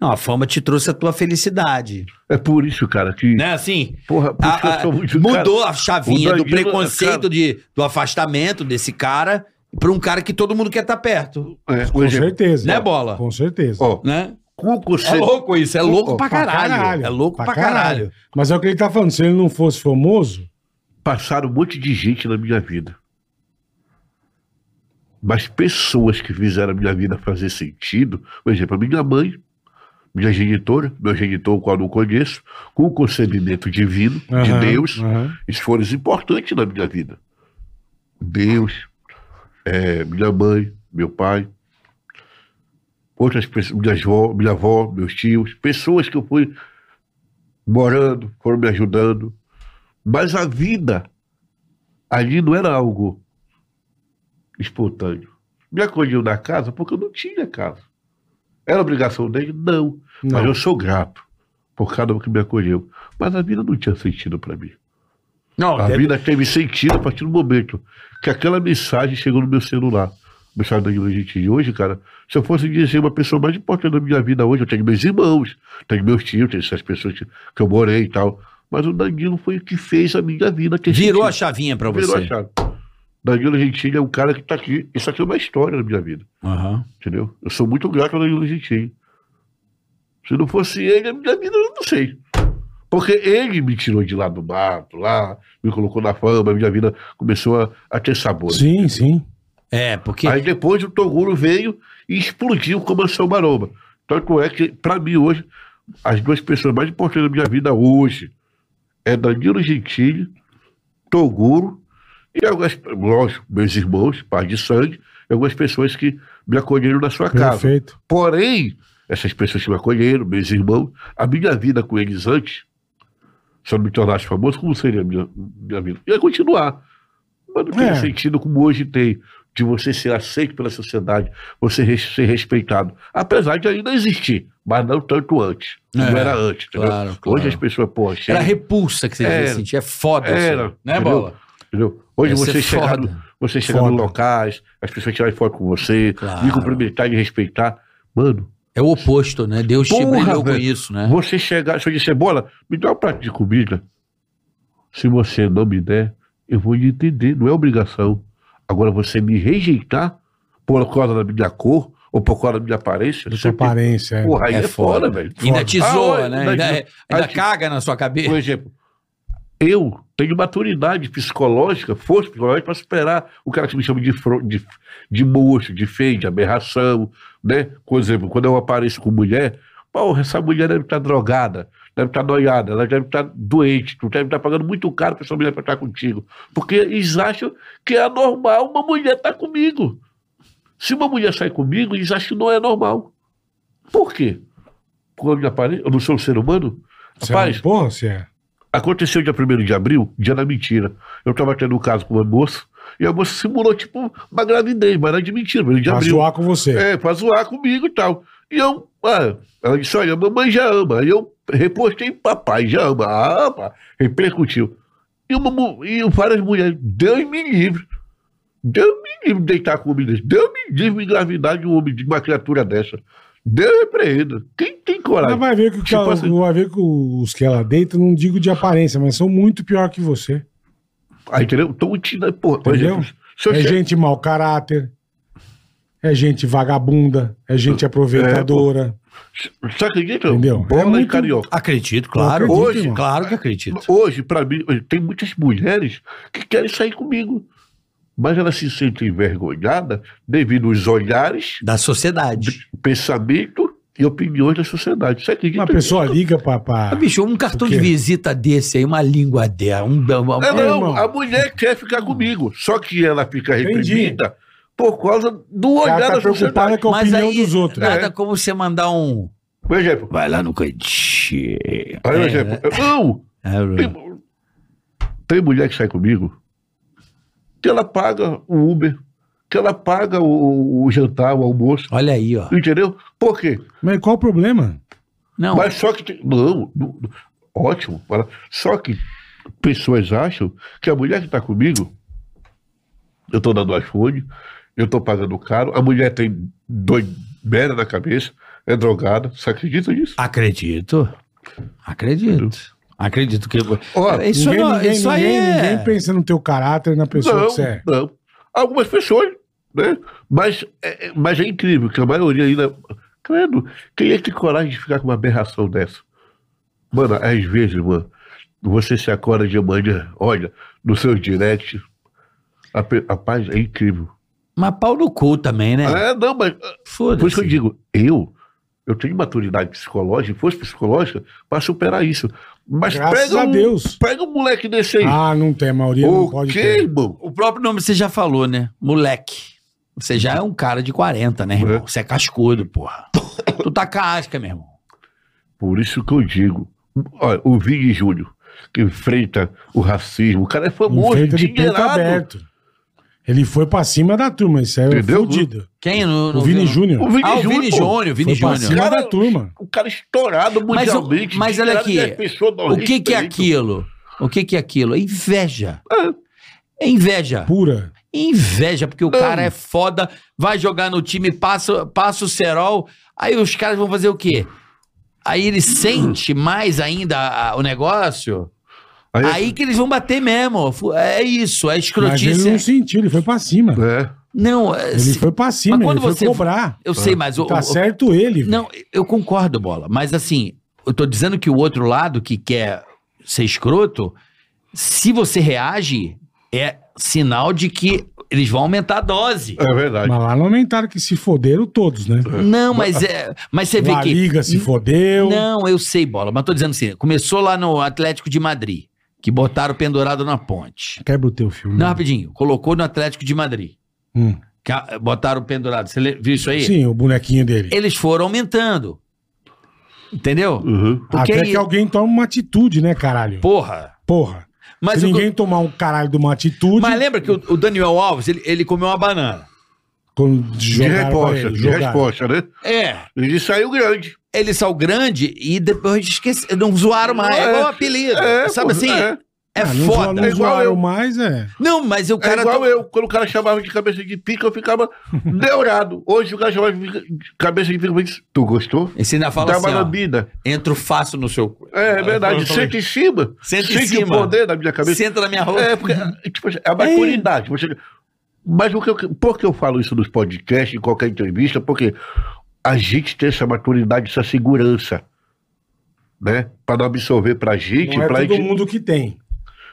Não, a fama te trouxe a tua felicidade.
É por isso, cara, que.
Né, assim?
Porra, por isso que
a-
eu sou
a-
muito
mudou
cara,
a chavinha
o
do
Danilo,
preconceito
cara-
de, do afastamento desse cara pra um cara que todo mundo quer estar perto.
é,
Com
hoje é-
certeza.
Né, Bola?
Com certeza.
Ó,
Né?
Cuco,
É
você-
louco isso, é louco pra
pra
caralho.
caralho,
É louco
pra
pra caralho.
Mas é o que ele tá falando. Se ele não fosse famoso,
passaram um monte de gente na minha vida. Mas pessoas que fizeram a minha vida fazer sentido, por exemplo, a minha mãe, minha genitora, meu genitor, o qual eu não conheço, com o concedimento divino de
Aham,
Deus,
aham.
eles foram importantes na minha vida. Deus, eh, minha mãe, meu pai, outras pessoas, minha avó, minha avó, meus tios, pessoas que eu fui morando, foram me ajudando. Mas a vida ali não era algo espontâneo. Me acolheu na casa porque eu não tinha casa. Era obrigação dele? Não. Mas eu sou grato por cada um que me acolheu. Mas a vida não tinha sentido para mim.
Não,
é
A vida teve sentido a partir do momento que aquela mensagem chegou no meu celular. Mensagem da Igreja Gentil. E hoje, cara, se eu fosse dizer uma pessoa mais importante da minha vida hoje, eu tenho meus irmãos, tenho meus tios, tenho essas pessoas que, que eu morei e tal. Mas o Danilo foi o que fez a minha vida ter
Virou a
sentido.
chavinha pra
é Virou a
você.
chave. Danilo Gentili é um cara que tá aqui. Isso aqui é uma história da minha vida,
Aham.
entendeu? Eu sou muito grato ao Danilo Gentili. Se não fosse ele, a minha vida eu não sei. Porque ele me tirou de lá do mato, lá, me colocou na fama, a minha vida começou a, a ter sabor.
Sim, sim.
É, porque.
Aí depois o Toguro veio e explodiu com a Mansão Maromba. Tanto é que, pra mim, hoje, as duas pessoas mais importantes da minha vida hoje é Danilo Gentili, Toguro e algumas, lógico, meus irmãos, pai de sangue, e algumas pessoas que me acolheram na sua casa.
Perfeito.
Porém, essas pessoas que me acolheram, meus irmãos, a minha vida com eles antes, se eu não me tornasse famoso, como seria a minha, minha vida? Ia continuar. Mas não tem
É.
sentido como hoje tem, de você ser aceito pela sociedade, você res- ser respeitado. Apesar de ainda existir, mas não tanto antes. não
É,
era antes, entendeu?
claro,
Hoje
claro.
as pessoas, pô, chega,
Era a repulsa que você
Era.
devia sentir. É foda
Era,
isso. Né,
entendeu?
Bola?
entendeu? Hoje
Essa é
você chegar,
foda.
no, você chegar nos
Foda.
locais, as pessoas tirarem foto com você,
Claro.
me cumprimentar e me respeitar. Mano,
É o oposto, né? Deus te
Porra,
brilhou com
velho.
isso, né?
Você chegar, se eu disser, bola, me dá um prato de comida. Se você não me der, eu vou lhe entender, não é obrigação. Agora, você me rejeitar por causa da minha cor ou por causa da minha aparência,
Da
você
sua aparência. é.
tem... porra, aí é, foda, velho.
Ainda te
Ah,
zoa,
olha,
né?
ainda-
Ainda, ainda
te-
caga na sua
Por
cabeça.
exemplo, eu tenho maturidade psicológica, força psicológica para superar o cara que me chama de, fro- de, de moço, de feio, de aberração, né? Por exemplo, quando eu apareço com mulher, porra, essa mulher deve estar drogada, deve estar noiada, ela deve estar doente, tu deve estar pagando muito caro para essa mulher pra estar contigo. Porque eles acham que é normal uma mulher estar comigo. Se uma mulher sai comigo, eles acham que não é normal. Por quê? Quando eu apareço, eu não sou um ser humano?
Você é um-
Rapaz,
Porra, você é.
Aconteceu dia 1 de abril, dia da mentira. Eu tava tendo um caso com uma moça, e a moça simulou, tipo, uma gravidez, mas era de mentira, mas era de
Pra
abril.
zoar com você.
É, pra zoar comigo e tal. E eu, ah, ela disse, olha, mamãe já ama. Aí eu repostei, papai já ama. Ah, pá, repercutiu. E, uma, mu- e várias mulheres, Deus me livre. Deus me livre de deitar comigo desse. Deus me livre de engravidar de um homem, de uma criatura dessa. Deus repreenda. Quem tem coragem?
Mas vai ver que, o que
Tipo
ela-
assim-
vai ver que os que ela deita, não digo de aparência, mas são muito pior que você.
Aí, entendeu? Então, eu te, porra, por
Entendeu?
exemplo, se eu
é
che-
gente mau caráter, é gente vagabunda, é gente aproveitadora.
Você acredita?
Entendeu?
Bola
É muito-
e carioca.
Acredito, claro.
acredito,
hoje,
irmão.
claro que acredito.
Hoje, pra mim, tem muitas mulheres que querem sair comigo. Mas elas se sentem envergonhadas devido aos olhares,
Da sociedade.
pensamento e opiniões da sociedade. Você acredita
Uma pessoa
nisso?
liga pra. pra...
Ah, bicho, um cartão
O quê?
de visita desse aí, uma língua dela, um... uma-
É, não,
irmão.
a mulher quer ficar comigo, só que ela fica
Entendi.
reprimida por causa do olhar
Ela tá
da
preocupada
sociedade.
com a
Mas
opinião
aí, é.
dos outros.
nada
né?
como você mandar um...
Por exemplo,
Vai lá no cantinho.
olha o
É,
exemplo.
né?
Não,
É, Bruno.
tem, tem mulher que sai comigo que ela paga o Uber, que ela paga o, o jantar, o almoço,
Olha aí, ó.
entendeu? Por quê?
Mas qual o problema?
Não,
Mas só que. tem- Não, não, não. ótimo. Ela- Só que pessoas acham que a mulher que está comigo, eu estou dando iPhone, eu estou pagando caro, a mulher tem dois merda na cabeça, é drogada. Você acredita nisso?
acredito. Acredito. Acredito que... É,
Ó,
isso
ninguém,
não-
ninguém,
isso aí
ninguém,
é...
ninguém pensa no teu caráter, na pessoa
não,
que você é.
não. Algumas pessoas, né? Mas é, é- mas é incrível que a maioria ainda. Credo, quem é que tem coragem de ficar com uma aberração dessa? Mano, às vezes, mano, você se acorda de manhã, olha, no seu direct. A, pe- rapaz, é incrível.
Mas pau no cu também, né?
É, não, mas. ah, Por isso que eu
Foda-se.
digo, eu. Eu tenho maturidade psicológica, força psicológica, para superar isso. Mas
Graças
pega
a
um,
Deus.
pega um moleque desse aí.
Ah, não tem, a maioria não
o
pode
quê,
ter.
irmão?
O próprio nome você já falou, né? Moleque. Você já é um cara de 40, né, irmão?
É.
Você é cascudo, porra. tu tá casca, meu irmão.
Por isso que eu digo, olha, o Vig Júnior, que enfrenta o racismo, o cara é famoso,
Enfeita Um de peito
dinheirado.
aberto. Ele foi pra cima da turma, isso é
Entendeu?
fudido.
Quem? No,
O Vini Júnior.
O Vini
Ah, o
Júnior,
Vini
pô,
Júnior, Vini
Foi pra
Júnior.
cima
Cara,
da turma.
o cara estourado
Mas o-
mundialmente.
mas olha
dinheirado,
aqui,
e as pessoas não
O que que é
respeitam.
aquilo? O que que é aquilo? É inveja. É inveja.
Pura.
Inveja, porque o
Não.
cara é foda, vai jogar no time, passa, passa o cerol, aí os caras vão fazer o quê? Aí ele sente mais ainda a- o negócio,
Aí, é
aí que eles vão bater mesmo. Fu- É isso, é
Mas
escrotice.
ele não sentiu, ele foi pra cima.
é,
Não, é,
Ele
se-
foi pra cima,
Mas quando
ele foi
você-
cobrar.
eu sei, mas o,
Tá
o-
certo ele. velho.
Não, eu concordo, bola. Mas assim, eu tô dizendo que o outro lado que quer ser escroto, se você reage, é sinal de que eles vão aumentar a dose.
é verdade.
Mas lá não aumentaram que se foderam todos, né?
Não, mas é. Mas você vê
A
que.
Liga se fodeu.
Não, eu sei, bola. Mas tô dizendo assim, começou lá no Atlético de Madrid, que botaram pendurado na ponte.
Quebra o teu filme.
Não, rapidinho, colocou no Atlético de Madrid.
Hum.
que a- Botaram pendurado. Você le- viu isso aí?
Sim, o bonequinho dele.
Eles foram aumentando. Entendeu?
Uhum.
Porque
Até
aí-
que alguém toma uma atitude, né, caralho?
Porra.
Porra.
Mas
Se
o que-
ninguém tomar um caralho de uma atitude,
Mas lembra que o, o Daniel Alves, ele, ele comeu uma banana.
quando
De
jogaram pra
resposta,
ele,
de
jogaram.
resposta, né?
É.
Ele saiu grande.
Ele saiu grande e depois esquece, não zoaram mais. É
É.
igual apelido.
É,
Sabe
pô,
assim? É,
é.
Ah, não zoa-
foda.
Não
É igual
zoaram
eu.
mais, é.
Não, mas o
É
cara. tá-
igual
to-
eu, quando o cara chamava de cabeça de pica, eu ficava neurado. Hoje o cara chamava de cabeça de pica, eu disse, tu gostou?
Esse ainda fala
Dá
assim:
uma
ó,
lambida.
entro fácil no seu. cu.
É, é verdade. Sente em cima.
Senta em
Sente
cima.
o poder da minha cabeça.
Senta na minha roupa.
É, porque tipo, assim, é a maturidade. Você- Mas o que eu- por que eu falo isso nos podcasts, em qualquer entrevista? Porque a gente tem essa maturidade, essa segurança, né? Para não absorver pra gente,
Não é
pra
todo
gente.
mundo que tem.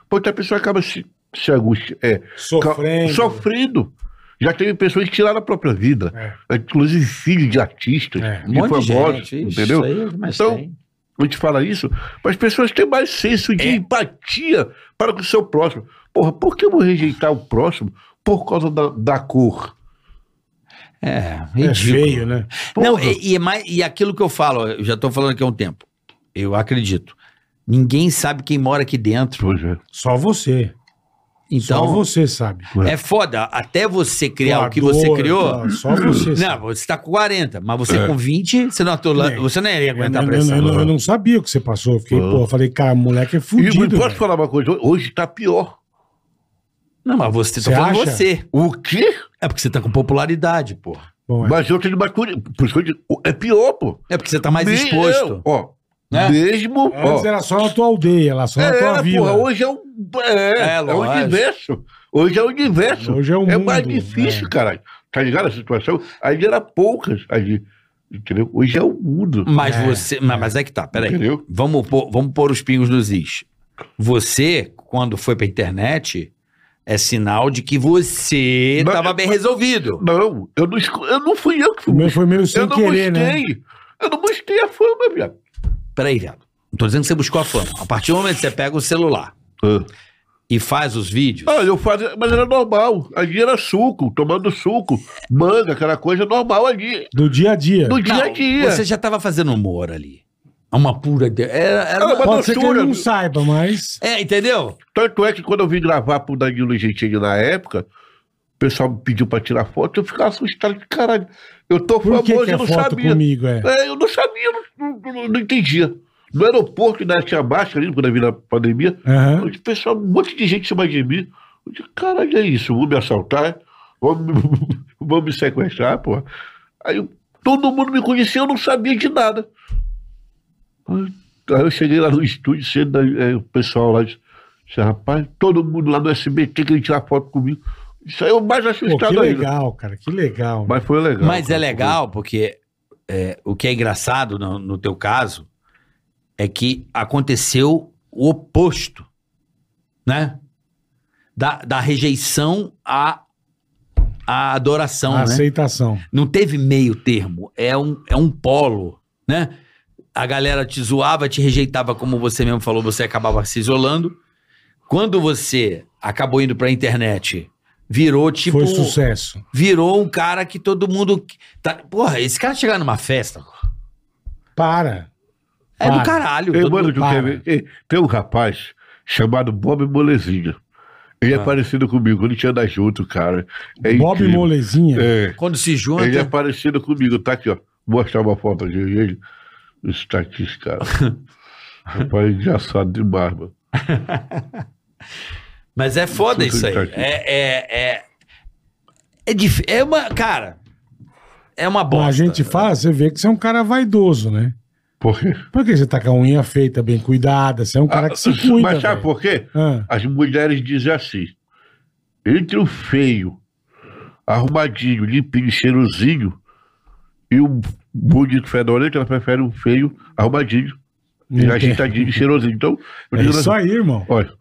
Porque a pessoa acaba se, se angustia, é, ca-
Sofrendo.
sofrendo. Já teve pessoas que tiraram a própria vida.
É.
Inclusive filhos de artistas,
É.
de famosos,
Isso
entendeu?
aí, mas
Então,
tem.
a gente fala isso, mas as pessoas têm mais senso
É.
de empatia para com o seu próximo. Porra, por que eu vou rejeitar o próximo por causa da, da cor?
É,
É
ridículo.
feio, né?
Não, e, e é mais, e aquilo que eu falo, eu já tô falando aqui há um tempo. Eu acredito. Ninguém sabe quem mora aqui dentro.
Pois é.
Só você.
Então,
Só você sabe.
É foda, até você criar o que
Doador,
você criou.
tá? Só você
Não,
sabe.
você tá com 40, mas você com 20, você não, atua,
É.
você não ia
Eu
aguentar a
não, eu,
pressão.
não- eu não- eu não sabia o que você passou. Eu fiquei,
Ah.
pô, eu falei, cara, moleque é
E
fudido.
posso
velho.
falar uma coisa? Hoje está pior.
Não, mas você tá
Você
falando
acha?
você.
O quê?
É porque você tá com popularidade, pô.
Bom, é.
Mas eu tenho maturidade. Por isso que eu digo, é pior, pô.
É porque você tá mais
Me-
exposto.
eu, ó,
Né?
mesmo.
Antes
Ó,
era só na tua aldeia, lá só na
é,
tua
era,
vila.
porra, hoje é um. É,
É,
é, o
lógico.
universo. Hoje é o universo.
Hoje é o
É
mundo,
mais difícil, caralho. Tá ligado a situação? Ali era poucas ali. Entendeu? Hoje é o mundo.
Mas
É.
você. Mas, mas é que tá, peraí.
Entendeu?
Vamos pôr, vamos pôr os pingos nos is. Você, quando foi pra internet, é sinal de que você
Mas-
tava bem resolvido.
Não, eu não, esco- eu não fui eu que
O
fui.
meu foi meio sem
eu não
querer, né?
busquei. Eu não busquei a fama, viado.
Peraí, viado. Não tô dizendo que você buscou a fama. A partir do momento que você pega o celular e faz os vídeos.
Ah, eu fazia, mas era normal. Ali era suco, tomando suco, manga, aquela coisa normal ali.
Do dia a dia.
No dia a
Não,
dia.
Você já tava fazendo humor ali. É Uma pura. de- Era, era
Ah,
uma-
mas-
Pode ser que ele
doçura,
não
viu?
saiba, mas.
É, entendeu?
Tanto é que quando eu vim gravar pro Danilo Gentili na época, o pessoal me pediu pra tirar foto, eu ficava assustado de caralho. Eu tô
Por que,
famoso,
que é
eu não
foto
sabia.
comigo? É.
É, eu não sabia, eu não, não- não- não entendia. No aeroporto, ainda tinha máscara ali, quando eu vim na pandemia,
Aham.
o pessoal, um monte de gente em cima de mim. Eu disse, caralho, é isso, vão me assaltar, vão me, vão me sequestrar, porra. Aí eu- todo mundo me conhecia, eu não sabia de nada. Aí eu cheguei lá no estúdio, cedo, aí, aí o pessoal lá disse, disse, rapaz, todo mundo lá no SBT queria tirar foto comigo. Isso aí é o mais
Pô, que
assustado ainda.
legal, cara, que legal. né?
Mas foi legal.
Mas é
cara,
legal porque é, o que é engraçado no, no teu caso é que aconteceu o oposto, né? Da, da rejeição à, à adoração,
A
né?
aceitação.
Não teve meio termo, é um, é um polo, né? A galera te zoava, te rejeitava, como você mesmo falou, você acabava se isolando. Quando você acabou indo pra internet, virou tipo
Foi sucesso.
virou um cara que todo mundo. tá- porra, esse cara chegar numa festa
Para.
é
Para.
do caralho.
Ei,
todo
mano,
mundo-
tu
para.
quer ver? Ei, Tem um rapaz chamado Bob Molezinha. Ele é parecido comigo, ele tinha andado junto, cara. É
Ah. Bob
incrível.
Molezinha.
É,
Quando se junta.
ele é parecido comigo, tá aqui, ó. Vou mostrar uma foto aqui dele. Isso tá aqui, esse cara. rapaz, engraçado demais, mano.
Mas é foda
Tudo
isso aí.
tá aqui.
É. É, é, é, dif- é uma. Cara. É uma
Bom,
bosta.
a gente
né?
fala, você vê que você é um cara vaidoso, né?
Porque... ah,
Porque você tá com a unha feita, bem cuidada, você é um cara que se cuida.
Mas
velho.
sabe por quê?
Ah,
As mulheres dizem assim: entre o feio, arrumadinho, limpinho, cheirosinho, e o bonito fedorento, ela prefere o feio, arrumadinho. E tá ajeitadinho e cheirosinho. Então, eu
é
digo
isso
assim,
aí, irmão.
olha.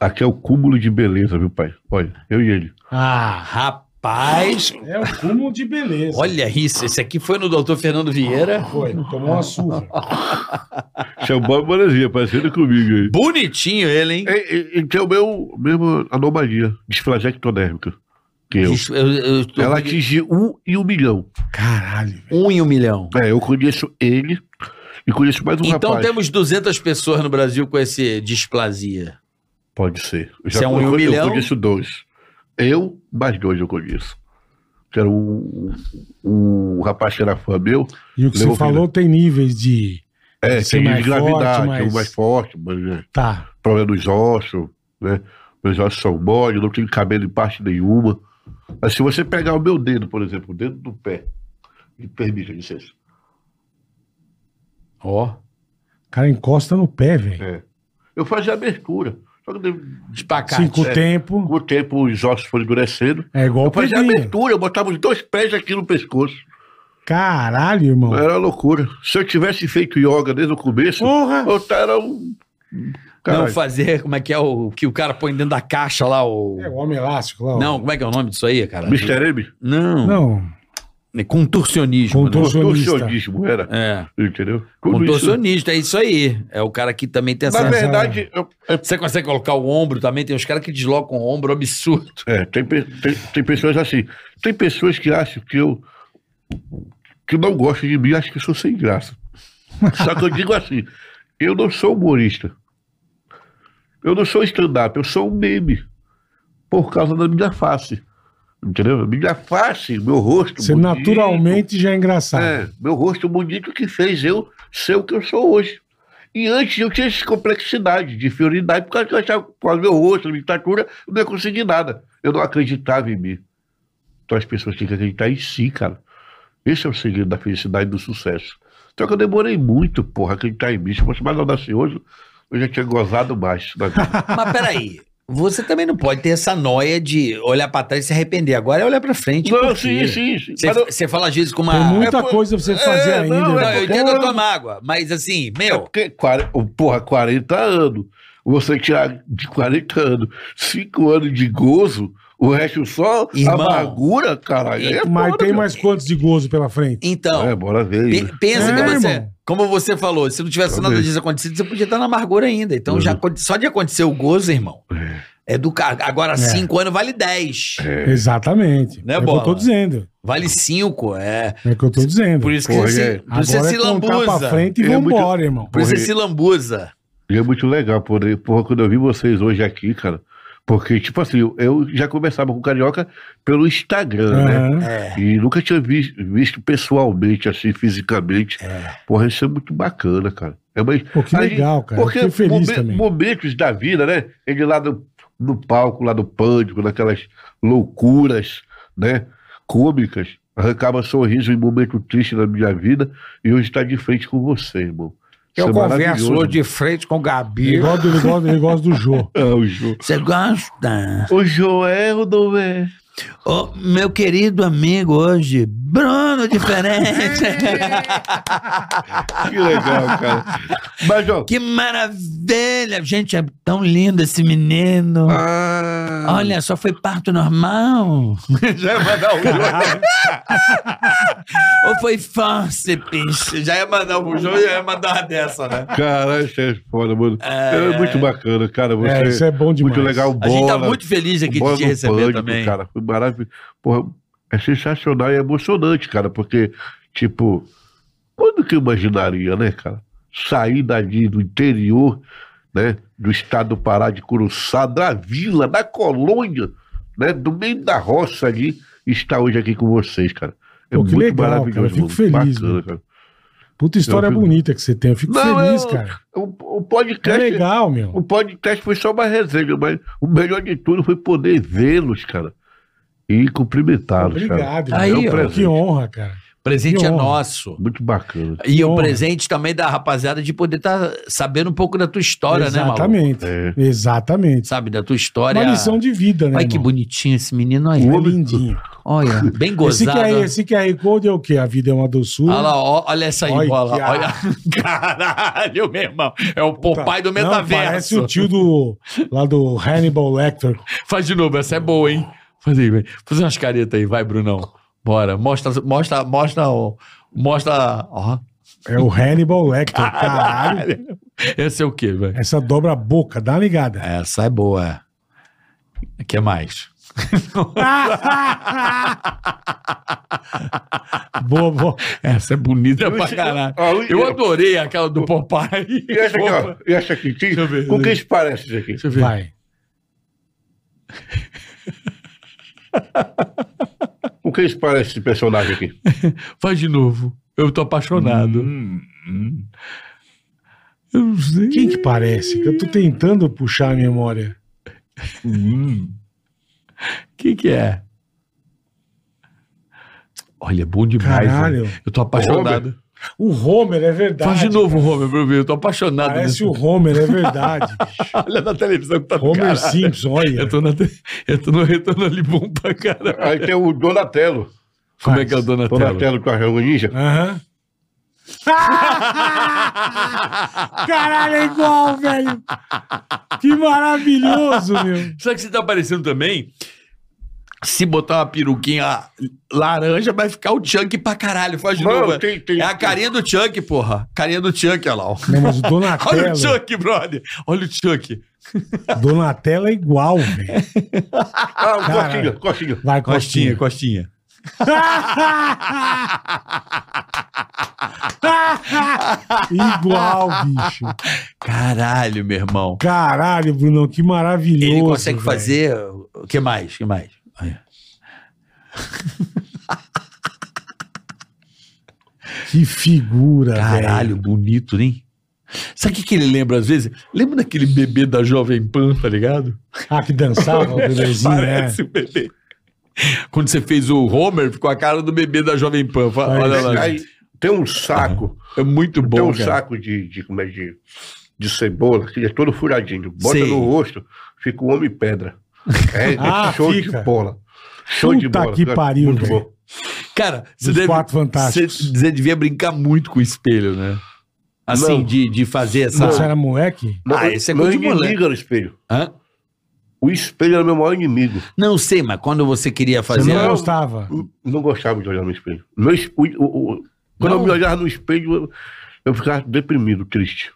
Aqui é o cúmulo de beleza, viu, pai? Olha, eu e ele.
Ah,
Rapaz,
é o cúmulo de beleza.
olha isso. Esse aqui foi no doutor Fernando Vieira.
Foi, tomou uma surra.
Chamou a morezinha, parecendo comigo aí.
Bonitinho ele, hein?
E- e- Ele tem o meu, mesmo anomalia, disflagectonérmica, que eu.
Isso, eu- eu tô-
Ela atinge um em um milhão.
Caralho, velho.
Um em um milhão.
É, eu conheço ele e conheço mais um
Então
rapaz.
temos 200 pessoas no Brasil com esse displasia.
Pode ser. Eu
Se é um em um
eu,
milhão?
Eu conheço dois. Eu, mais dois eu conheço. Que era um, um, um rapaz que era fã meu,
E o que
Levou
você falou tem níveis de.
É,
Ser
tem
mais
de gravidade,
forte,
o
mais-
mais... forte, mas, né,
Tá.
problema dos ossos, né? Meus ossos são mole, não tenho cabelo em parte nenhuma. Mas se você pegar o meu dedo, por exemplo, o dedo do pé, me permite, licença.
Ó.
O cara encosta no pé, velho.
É. Eu fazia abertura. Só que depois,
Espacate.
Cinco
é.
tempo.
com o tempo os ossos foram endurecendo.
É igual o
Eu fazia
Pedrinho.
abertura, eu botava os dois pés aqui no pescoço.
Caralho, irmão.
Era loucura. Se eu tivesse feito yoga desde o começo,
Porra!
eu tá- era um.
Não
Caralho.
fazer, como é que é o que o cara põe dentro da caixa lá, o.
um
É o homem elástico lá. ó.
Não, como é que é o nome disso aí, cara?
Mr. M,
Não.
Não.
É Contorcionismo.
Contor-
né?
Contorcionista.
contorcionismo era.
É.
Entendeu? Tudo isso
Contorcionista, é isso aí. É o cara que também tem essa.
Na
Essa-
verdade, eu- eu-
Você consegue colocar o ombro também? Tem uns caras que deslocam o ombro absurdo.
é, tem, pe- tem, tem pessoas assim. Tem pessoas que acham que eu. que não gostam de mim, acham que eu sou sem graça. Só que eu digo assim: eu não sou humorista. Eu não sou stand-up, eu sou um meme. Por causa da minha face. Entendeu? Minha face, meu rosto.
Você
bonito.
naturalmente já é
Tá.
engraçado.
É, meu rosto bonito que fez eu ser o que eu sou hoje. E antes eu tinha essa complexidade de inferioridade, por causa que eu achava que por causa do meu rosto, da minha estatura, eu não ia conseguir nada. Eu não acreditava em mim. Então as pessoas têm que acreditar em si, cara. Esse é o segredo da felicidade e do sucesso. Só que eu demorei muito, porra, a acreditar em mim. Se fosse mais audacioso, eu já tinha gozado mais. né? na vida.
Mas peraí. Você também não pode ter essa noia de olhar pra trás e se arrepender. Agora é olhar pra frente.
não,
por
sim,
quê?
sim, sim.
Você,
Mas eu-
você fala às vezes com uma.
Tem muita
É, pô,
coisa pra você fazer
é,
ainda. né?
não, é
Não, eu
irmão.
entendo a tua mágoa, mas assim,
É
meu,
porque, quare- oh, porra, 40 anos. Você tirar de 40 anos, 5 anos de gozo, O resto só
Irmão.
amargura, cara. aí é
Mas
foda,
tem
meu.
mais quantos de gozo pela frente?
Então,
É, bora ver. aí, né?
Pe- Pensa
É,
que você,
irmão.
como você falou, se não tivesse nada
Talvez. Uhum.
disso acontecido, você podia estar na amargura ainda. Então, já, aconte- só de acontecer o gozo, irmão, é do cargo. Agora, cinco anos vale dez.
É.
Exatamente.
Né,
é o que
Bola?
eu tô dizendo.
Vale cinco. É.
É o que eu tô dizendo.
Por isso que
Porra,
você,
é.
por isso você
Agora
se
é contar pra
lambuza.
frente e
É muito-
vambora, irmão.
Por isso você
Porra, é.
se lambuza.
E é muito legal, porra, porra, quando eu vi vocês hoje aqui, cara. Porque, tipo assim, eu- eu já conversava com o Carioca pelo Instagram, né?
Aham.
É.
E nunca tinha vi- visto pessoalmente, assim, fisicamente. Porra, isso é muito bacana, cara. É uma...
Pô, que
a gente-
legal, cara.
Porque
Fiquei feliz
momen-
também.
momentos da vida, né? Ele lá no, no palco, lá no pânico, naquelas loucuras, né? Cômicas. Arrancava sorriso em momento triste na minha vida e hoje está de frente com você, irmão.
Eu
Isso é
converso
maravilhoso. Uhum.
hoje de frente com o Gabi.
Ele gosta, do- ele, gosta, ele gosta do Jô.
Ah, o Jô.
Você gosta?
O Joel não é.
Ô, meu querido amigo hoje, Bruno Diferente.
Que legal, cara. Mas, ó.
que maravilha! Gente, é tão lindo esse menino.
Ah,
Olha, só foi parto normal?
Já vai dar
um
o
Ou foi fórceps?
Já ia mandar
um
o João e ia mandar uma dessa, né?
Cara, isso é foda, mano. É, muito bacana, cara. Você
É, isso é bom demais.
muito legal.
A gente tá
bola,
muito feliz aqui de
Bola
te
no
receber
Pânico,
também.
Cara, foi maravilhoso. Porra, é sensacional e emocionante, cara, porque, tipo, quando que eu imaginaria, né, cara? Sair dali do interior, né, do estado do Pará, de Curuçá, da vila, da colônia, né, do meio da roça ali, e estar hoje aqui com vocês, cara. É
Pô, que
muito
legal, cara, eu
maravilhoso.
fico
mano.
feliz,
Bacana,
mano.
cara.
Puta história
Eu fico-
bonita que você tem. Eu fico
Não,
feliz,
eu-
cara.
O, o
É
um, podcast
legal, meu.
o podcast foi só uma resenha, mas o melhor de tudo foi poder vê-los, cara. E cumprimentá-los, cara. É um
Obrigado.
Aí,
meu.
ó.
Pô, que honra, cara.
O presente
Que
é
honra.
nosso.
Muito bacana.
E o
honra.
presente também da rapaziada de poder estar sabendo um pouco da tua história, né, maluco?
Exatamente.
É.
Exatamente.
Sabe, da tua história.
Uma lição de vida, né?
Olha que né?
irmão?
bonitinho esse menino aí.
É lindinho.
Olha, bem
Esse
gozado.
QR, esse QR Code é o quê? A vida é uma doçura.
Olha lá, ó, olha essa aí,
Olha
bola.
que a-
Olha. Caralho, meu irmão. É o Popeye do
Tá. Não, parece
metaverso.
o tio do, lá do Hannibal Lecter.
Faz de novo, essa é boa, hein? Faz aí, vai. Faz umas caretas aí, vai, Brunão. Bora. Mostra, mostra, mostra, ó. Mostra. Ó.
É o Hannibal Lecter. Caralho.
Esse é o quê, velho?
Essa dobra a boca, dá uma ligada.
Essa é boa. O que mais?
Boa, boa.
Essa é bonita pra
che-
caralho.
Ah, o-
Eu adorei aquela do Popeye.
E essa aqui, ó. E essa aqui, tem-
eu ver,
com
deixa
que isso parece isso aqui?
Deixa eu ver.
Vai.
Com que isso parece esse personagem aqui?
Faz de novo. Eu tô apaixonado. hum. Eu não sei.
Quem que parece? Que Eu tô tentando puxar a memória.
Quem que é? Olha, é bom demais.
Caralho.
velho. Eu tô apaixonado.
O Homer, é verdade.
Faz de novo, Homer, pra eu ver. Eu tô apaixonado. nesse-
Parece o Homer, é verdade. bicho.
Olha na televisão que tá do
Homer
caralho.
Simpson, olha.
Eu tô, na te... eu tô no retorno ali bom pra caralho.
Aí tem o Donatello.
Como é que é o Donatello?
Donatello com a Rango Ninja.
Aham. Caralho, é igual, velho. Que maravilhoso, meu.
Só que você tá aparecendo também? Se botar uma peruquinha laranja, vai ficar o Chunk pra caralho. Faz de
Mano,
novo.
tem- tem-
é a carinha do Chunk, porra. Carinha do Chunk, olha lá. ó.
Não, mas o
Olha o
Donatello,
Chunk, brother. Olha o Chunk.
Donatello é igual, velho.
Ah, o
Caralho.
Coxinha, Coxinha.
Vai,
Costinha,
Costinha.
costinha.
Igual, bicho.
Caralho, meu irmão.
Caralho, Brunão, que maravilhoso.
Ele consegue
velho.
fazer. O que mais? O que mais? Olha.
Que figura,
Caralho, bonito, hein? Sabe o que, que ele lembra às vezes? Lembra daquele bebê da Jovem Pan, tá ligado?
velho. Ah, que dançava o bebezinho, né?
Parece o bebê. Quando você fez o Homer, ficou a cara do bebê da Jovem Pan. Fa-
Parece.
Olha lá.
Aí tem um saco,
É muito
tem
bom,
um
cara.
saco de, de, como é, de, de cebola, que é todo furadinho. Bota
Sei.
no rosto, fica o homem pedra. É,
Ah,
show
fica.
de bola. Show de
Puta
bola.
que
cara.
pariu,
Muito
velho.
bom.
Cara, você
Dos
deve.
quatro fantásticos.
Você, você devia brincar muito com o espelho, né? Assim,
Não.
de, de fazer essa.
Você era moleque?
Ah, esse é coisa de
ninguém
moleque.
liga no espelho.
Hã?
O espelho era meu maior inimigo.
Não sei, mas quando você queria
Você
fazer. um
não é
a-
gostava.
N- Não gostava de olhar no espelho. Meu es- o- o- o- quando eu me olhava no espelho, eu, eu ficava deprimido, triste.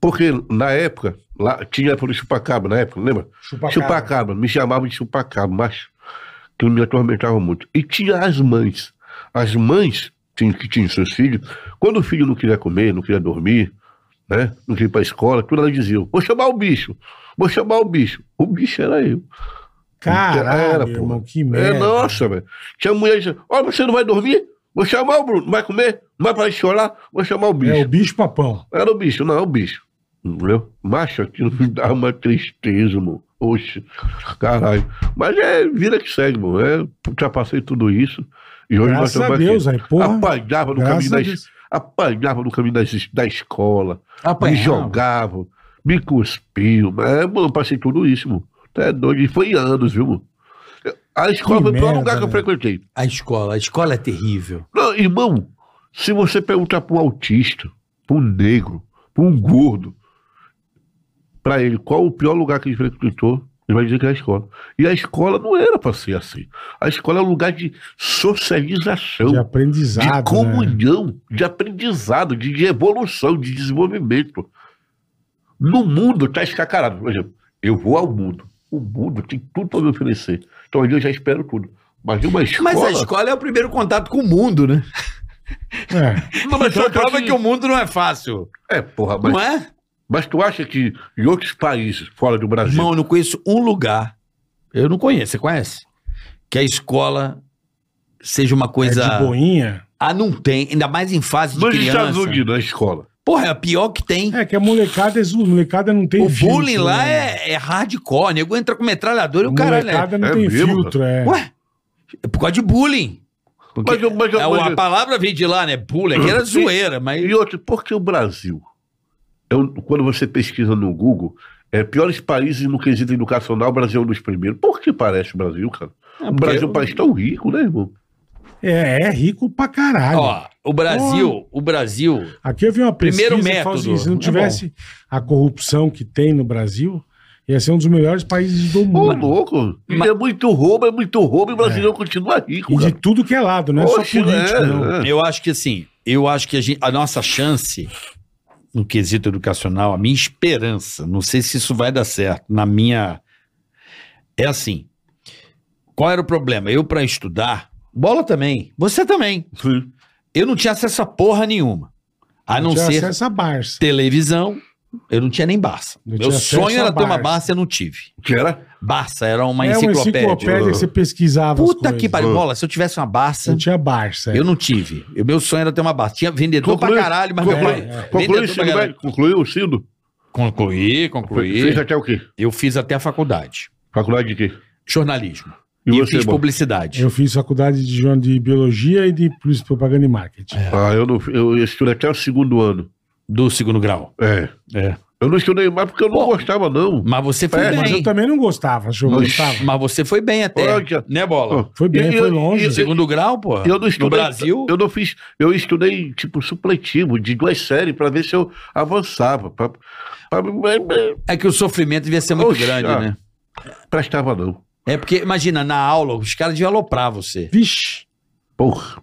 Porque na época, lá tinha por chupacabra, na época, lembra?
Chupacabra.
Chupacabra, me chamavam de chupacabra, mas que me atormentava muito. E tinha as mães. As mães tinham, que tinham seus filhos, quando o filho não queria comer, não queria dormir, né? Não queria ir pra escola, tudo elas diziam, vou chamar o bicho, vou chamar o bicho. O bicho era eu.
Caralho,
Era, pô.
irmão, que
É,
merda.
nossa, velho. Tinha mulher dizendo, ó, você não vai dormir? Vou chamar o Bruno, não vai comer? Não vai parar de chorar? Vou chamar o bicho.
É o bicho papão.
Era o bicho, não, é o bicho. Entendeu? Macho, aquilo me dá uma tristeza, mano. Oxe, caralho. Mas é vida que segue, mano. É, já passei tudo isso. E hoje
Graças
nós
a
estamos
Deus,
aqui.
aí, porra.
Apanhava no
Graças
caminho,
a
da, es-
Deus.
apanhava no caminho da, es- da escola.
Apanhava.
Me jogavam, me cuspiam. Mas, é, mano, eu passei tudo isso, mano. Até doido. E foi anos, viu, mano? A escola
Que
foi o pior
merda,
lugar que eu
né?
frequentei.
A escola. A escola é terrível.
Não, irmão, se você perguntar para um autista, para um negro, para um gordo, para ele qual o pior lugar que ele frequentou, ele vai dizer que é a escola. E a escola não era para ser assim. A escola é um lugar de socialização,
De
de,
aprendizado. né?
comunhão, de aprendizado, de, de evolução, de desenvolvimento. No mundo está escacarado. Por exemplo, eu vou ao mundo. O mundo tem tudo para me oferecer. Então ali eu já espero tudo. Mas de uma escola.
Mas a escola é o primeiro contato com o mundo, né?
É.
Não, mas só
Então
que-
prova que o mundo não é fácil.
É, porra, mas
Não é?
Mas tu acha que em outros países fora do Brasil.
Irmão, eu não conheço um lugar. Eu não conheço, você conhece? Que a escola seja uma
é
coisa.
de boinha.
ah, não tem. Ainda mais em fase de
nos
criança.
Estados Unidos, na escola.
Porra, é a pior que tem.
É que a molecada, eles- molecada não tem
o
filtro.
bullying lá
né?
é, é hardcore. O nego entra com metralhadora e o caralho. É,
Molecada não
é
tem
mesmo,
filtro, é.
Ué, é por causa de bullying. Porque
Mas, eu- mas, eu-
é,
mas,
a palavra vem de lá, né? Bullying, que era
Sim.
zoeira, mas.
E outro, por que o Brasil? É um- quando você pesquisa no Google, é piores países no quesito educacional, o Brasil é um dos primeiros. Por que parece o Brasil, cara? o Brasil é um país tão rico, né, irmão?
É, é rico pra caralho.
Ó, o Brasil, o Brasil.
Aqui eu vi uma pesquisa
Primeiro
que fala o seguinte,
método.
se não
É
tivesse a corrupção que tem no Brasil, ia ser um dos melhores países do
Ô,
mundo.
louco! E
Mas- É.
É muito roubo, é muito roubo, e o brasileiro continua rico,
e de
cara.
tudo que é lado, não é
Oxe,
só política,
é,
não.
é.
Eu acho que assim, eu acho que a, gente- a nossa chance no quesito educacional, a minha esperança, não sei se isso vai dar certo, na minha. É assim. Qual era o problema? Eu, pra estudar, bola também, você também. Eu não tinha acesso a porra nenhuma. A não
tinha
ser
acesso à Barça.
televisão, eu não tinha nem Barça.
Não
Meu
tinha acesso
sonho
a
era ter uma
Barça.
Barça, eu não tive.
Que era?
Barça era uma
é
enciclopédia.
uma enciclopédia que você pesquisava as
Puta
coisas.
que pariu. Bola, se eu tivesse uma Barça,
Não tinha Barça. é.
eu não tive. O meu sonho era ter uma Barça. Tinha vendedor
Concluiu-
pra caralho, mas
concluiu-
meu pai-
Concluiu o
vendedor pra
ensino
caralho.
médio? Concluiu o Cido?
Concluí,
Fez
concluí.
até o quê?
Eu fiz até a faculdade.
Faculdade de quê?
Jornalismo.
E
E, eu
você,
fiz
irmão?
publicidade.
Eu fiz faculdade de, jornal- de biologia e de polícia, propaganda e marketing.
Ah, eu não. Eu estudei até o segundo ano.
Do segundo grau.
É.
É.
Eu não estudei mais porque eu não
Pô.
gostava, não.
Mas você foi
É,
Mas eu
bem.
também não gostava, acho que eu
Mas-
gostava.
Mas você foi bem até.
Olha.
Né, Bola?
Foi bem,
Ah, E-
foi
e-
longe.
e-
Segundo grau, pô.
Eu não
No
estudei.
Brasil.
Eu não fiz. Eu estudei, tipo, supletivo, de duas séries, pra ver se eu avançava. Pra, pra, mas-
É que o sofrimento devia ser muito
Oxa.
grande, né?
mas prestava, não.
É porque, imagina, na aula, os caras deviam aloprar você.
Vixe,
Porra.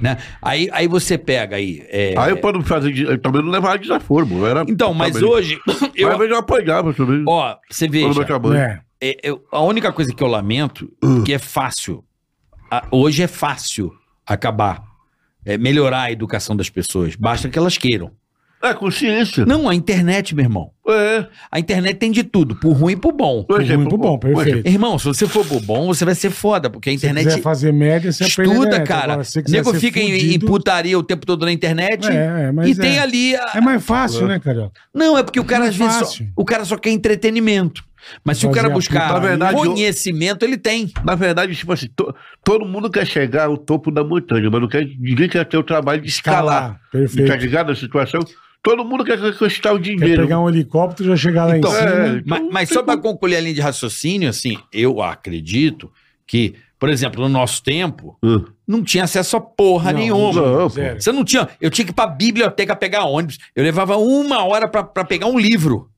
Né? Aí, aí você pega aí. é-
Aí eu, pra não fazer. de- Eu também não levava desaforo, mano. Eu Era,
Então, mas
também.
hoje.
Eu...
Eu,
Às vezes eu apanhava também.
ó, você
pelo meu
veja.
tamanho.
É.
é, eu- a única coisa que eu lamento
Hum.
que é fácil. A- hoje é fácil acabar. É, melhorar a educação das pessoas. Basta que elas queiram.
É, consciência.
Não, a internet, meu irmão.
É.
A internet tem de tudo, por ruim e por bom.
Por
foi muito bom, perfeito.
Irmão, se você for por bom, você vai ser foda, porque a
É. Se
internet.
quiser fazer média, você aprende
Estuda,
direto.
cara.
Agora, se você quiser
Nego
ser
fica em, em
fudido,
putaria o tempo todo na internet.
É, é, mas
e
é.
tem ali. a-
É mais fácil, né, Carioca?
Não, é porque o cara
Não é
às vezes só,
fácil. é,
o cara só quer entretenimento. Mas se o
Fazer
cara
a
buscar
putaria. Na verdade, eu-
conhecimento, ele tem.
Na verdade, tipo assim, to- todo mundo quer chegar ao topo da montanha, mas não quer, ninguém quer ter o trabalho de escalar.
Perfeito.
Tá ligado a situação? Todo mundo quer conquistar o
Quer
dinheiro.
pegar um helicóptero e já chegar lá
Então,
em cima.
é,
Ma- Mas, só para concluir a linha de raciocínio, assim, eu acredito que, por exemplo, no nosso tempo,
um-
Hum.
não tinha acesso a porra
Não,
nenhuma.
Não, pô.
Zero.
Você não tinha. Eu tinha que ir pra biblioteca pegar ônibus. Eu levava uma hora pra, pra pegar um livro.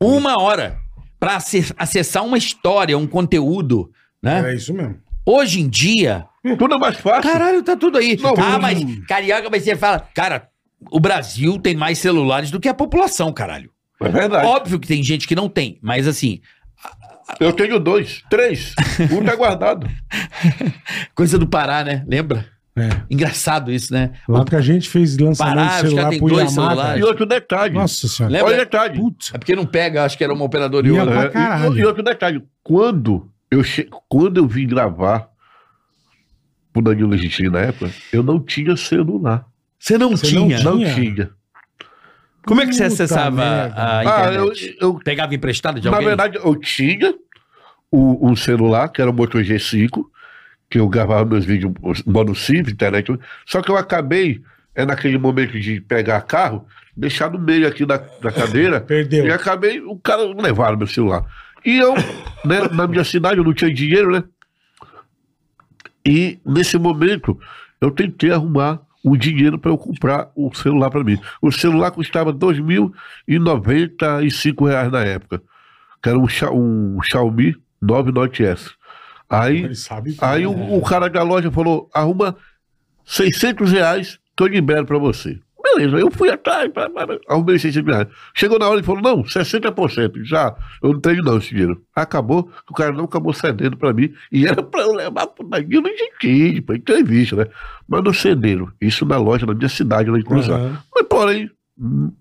Uma hora. pra ace- acessar uma história, um conteúdo, né?
É.
Era isso mesmo.
Hoje em dia,
Tudo é mais fácil.
caralho, tá tudo aí.
Não,
ah,
não.
mas carioca, mas você fala, cara, o Brasil tem mais celulares do que a população, caralho.
É verdade.
Óbvio que tem gente que não tem, mas assim,
Eu tenho dois, três. Um tá guardado.
coisa do Pará, né? Lembra?
É.
Engraçado isso, né?
Lá que a gente fez lançamento
Pará, os
de
caras
celular
têm
pro
dois
Yamaha.
E
celulares.
outro detalhe.
Nossa senhora.
Lembra?
Olha o detalhe.
Putz.
É porque não pega, acho que era uma operadora e
Ia
outra.
pra
É, e-
caralho.
e, outro detalhe. Quando eu, che... Quando eu vim gravar o Danilo Gentili na época, eu não tinha celular.
Você não
Você não
tinha.
tinha.
Não tinha.
Como é que você
Puta
acessava
merda.
a
Ah,
internet?
eu, eu
Pegava emprestado de
Na
alguém?
verdade, eu tinha o, um celular, que era o Moto G5, que eu gravava meus vídeos monocif, internet. Só que eu acabei, é naquele momento de pegar carro, deixar no meio aqui da, da cadeira.
Perdeu.
E acabei, o cara levaram meu celular. E eu, né, na minha cidade, eu não tinha dinheiro, né? E nesse momento, eu tentei arrumar o dinheiro para eu comprar o celular para mim. O celular custava R$ 2.095 reais na época, que era um, Xia- um Xiaomi 99S. Aí,
Ele sabe. né?
aí o, o cara da loja falou, arruma 600 reais que eu libero para você. Beleza, eu fui atrás, pá, pá, pá, arrumei 600 reais. Chegou na hora e falou, não, 60%, já, eu não tenho não esse dinheiro. Acabou, que o cara não acabou cedendo para mim, e era para eu levar pro Danilo Gentili, pra entrevista, né? Mas não cederam, isso na loja da minha cidade, lá em Cruzar.
Aham.
Mas porém, hum,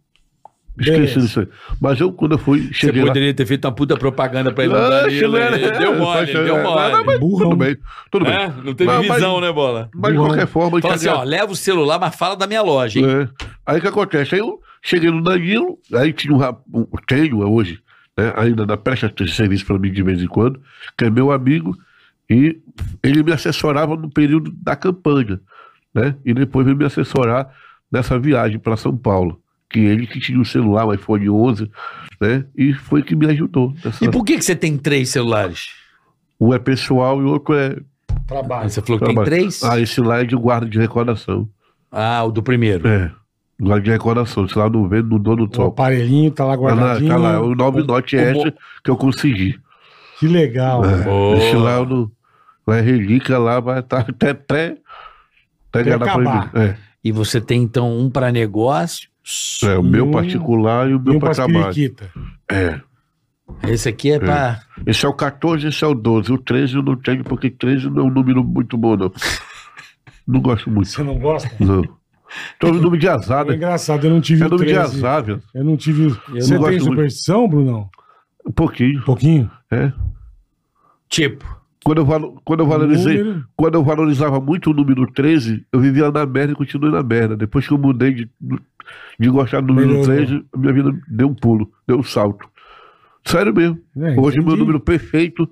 Beleza.
esqueci disso aí. Mas eu, quando eu fui,
Você
cheguei lá...
poderia ter feito uma puta propaganda pra ele.
Ah,
no Danilo,
chileno,
né?
ele
é,
deu
faz
mole, ele deu
chileno.
mole.
Ah, mas
Burrão.
Tudo bem, tudo bem.
É, não teve
Mas- mas-
visão, né, bola?
Mas de
Burrão.
qualquer forma, tá
Fala assim,
entendeu?
ó, leva o celular, mas fala da minha loja, hein?
É. Aí o que acontece? Aí eu cheguei no Danilo, aí tinha um, rap- um tenho hoje, né, ainda na presta serviço para mim de vez em quando, que é meu amigo, e ele me assessorava no período da campanha, né? E depois veio me assessorar nessa viagem para São Paulo, que ele que tinha o celular, o iPhone 11, né? E foi que me ajudou. nessa-
E por que, que você tem três celulares?
Um é pessoal e o outro é
Ah,
Trabalho.
Você falou que tem
trabalho.
três?
Ah, esse lá é de guarda de recordação.
Ah, o do primeiro.
É, guarda de recordação. Esse lá não vendo, não dou no
O
troco.
aparelhinho tá lá
Tá lá,
guardadinho.
tá lá, o 9 Note
o
S
mo-
que eu consegui.
Que legal.
É,
Boa.
Esse lá eu não. Lá é relíquia, lá vai estar até até.
Vai
Até ganhar
acabar.
pra mim.
E você tem, então, um pra negócio.
É, é, o
E
meu
um-
particular e o
E
meu
um
para
pras
trabalho.
periquita.
É.
Esse aqui é pra...
Esse é o 14, esse é o 12. O 13 eu não tenho, porque 13 não é um número muito bom, não. Não gosto muito.
Você não gosta?
Não. Então, é um número de azar,
É
né?
engraçado, eu não tive
É um
o
número de
13.
azar, velho.
Eu não tive. o- Você
não
tem
gosto muito.
superstição, Brunão?
Um pouquinho,
Um pouquinho?
é.
Tipo,
Quando eu, valo, quando eu valorizei,
Número?
quando eu valorizava muito o número 13, eu vivia na merda e continuei na merda. Depois que eu mudei de, de gostar do número
Melhorou.
13, a minha vida deu um pulo, deu um salto. Sério mesmo.
É,
Hoje o meu
entendi.
número perfeito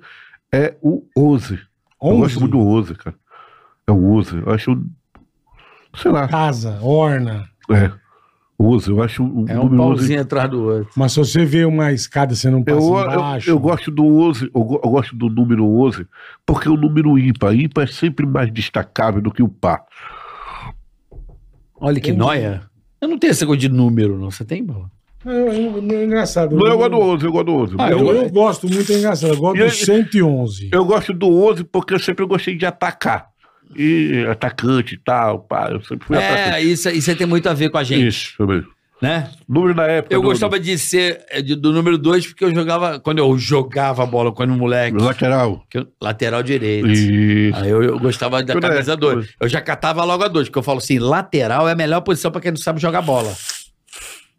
é o 11. Eu
11.
gosto muito do 11, cara. É o 11. Eu acho. um- Sei lá.
Casa, orna.
É. 11. Eu acho o
é um
número 11.
pauzinho atrás do outro.
Mas se você vê uma escada, você não
Eu,
passa
eu,
embaixo.
eu gosto do 11, eu, go- eu gosto do número 11, porque é o número ímpar. Ímpar é sempre mais destacável do que o par.
Olha que nóia. Eu não tenho essa coisa de número, não. Você tem, Bola?
Eu- eu- é engraçado.
Não, eu gosto do 11, eu gosto do 11.
Ah, eu, eu gosto muito, é engraçado. Eu gosto
E
do
aí-
111.
Eu gosto do 11 porque eu sempre gostei de atacar. E atacante e tal, pá, eu sempre fui atacante.
É, isso, isso aí tem muito a ver com a gente,
Isso, meu amigo.
né?
Número na época.
Eu
do-
gostava de ser é, de- do número dois porque eu jogava... Quando eu jogava bola com o moleque...
do lateral.
que eu- lateral direito.
Isso.
Aí eu, eu gostava da
Tudo é,
camisa
tudo.
2. Eu já catava logo a 2, porque eu falo assim, lateral é a melhor posição pra quem não sabe jogar bola.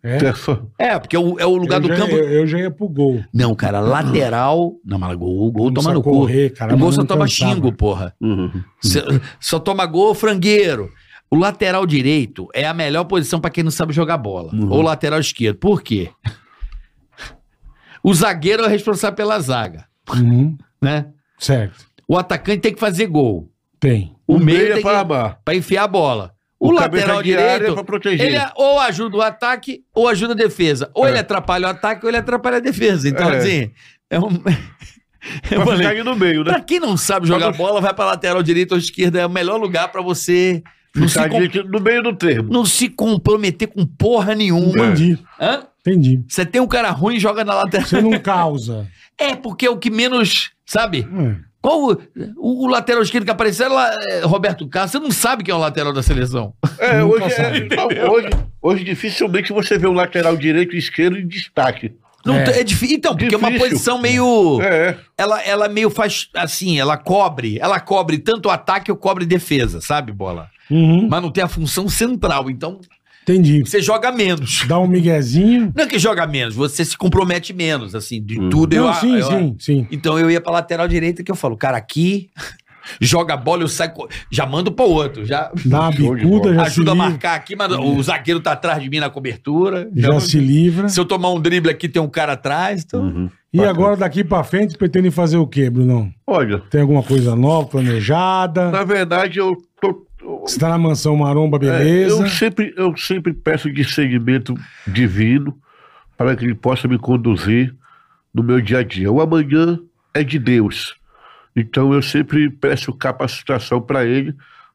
É só-
É, porque é o, é o lugar
eu
do
já,
campo.
Eu, eu já ia pro gol.
Não, cara, lateral. Não, mas gol, gol toma
Não precisa
no cu.
correr, cara,
o gol
mas
só
não
toma
cansava.
xingo, porra.
Uhum.
Cê- só toma gol, frangueiro. O lateral direito é a melhor posição pra quem não sabe jogar bola.
Uhum.
Ou lateral esquerdo. Por quê? O zagueiro é o responsável pela zaga,
Uhum,
né?
Certo.
O atacante tem que fazer gol.
Tem.
O, meio,
meia
tem
para
que...
amar.
pra enfiar a bola. O,
é cabeça
lateral
de área
direito,
é pra proteger.
ele é- ou ajuda o ataque ou ajuda a defesa. Ou
É.
ele atrapalha o ataque ou ele atrapalha a defesa. Então,
É.
assim, é um... Eu
pra
falei,
ficar ali no meio, né?
pra quem não sabe jogar bola, vai pra lateral direito ou esquerda. É o melhor lugar pra você Não se,
Ficar
com-
gente no meio do termo.
não se comprometer com porra nenhuma.
Entendi,
Hã?
entendi.
Você tem um cara ruim e joga na lateral.
Você não causa.
É, porque é o que menos. Sabe?
É.
Qual o, o- o lateral esquerdo que apareceu era lá, é, Roberto Carlos. Você não sabe quem é o lateral da seleção.
É,
Nunca
hoje, é- não, hoje, hoje dificilmente você vê um lateral direito e esquerdo em destaque.
Não
É.
t- é difí- Então, porque é uma
Difícil.
posição meio.
É,
Ela, ela meio faz assim, ela cobre. Ela cobre tanto o ataque como cobre defesa, sabe, bola?
Uhum,
Mas não tem a função central. Então,
entendi.
você joga menos.
Dá um miguezinho.
Não é que joga menos, você se compromete menos, assim, de tudo.
Não,
eu,
sim,
eu-
sim, sim.
Então eu ia pra lateral direita que eu falo, cara, aqui joga a bola, eu saio. co- Já mando pro outro. Já
Dá uma
Show de
bicuda,
bola.
já se
ajuda a
livra.
marcar aqui, mas o zagueiro tá atrás de mim na cobertura.
Já
Então,
se livra.
Se eu tomar um drible aqui, tem um cara atrás. Então...
Uhum.
E agora daqui pra frente pretende fazer o quê, Brunão?
olha,
Tem alguma coisa nova, planejada?
na verdade eu tô. eu-
Você tá na mansão Maromba,
é,
beleza?
eu, sempre, eu sempre peço discernimento divino para que ele possa me conduzir no meu dia a dia. O amanhã é de Deus. Então eu sempre peço capacitação para ele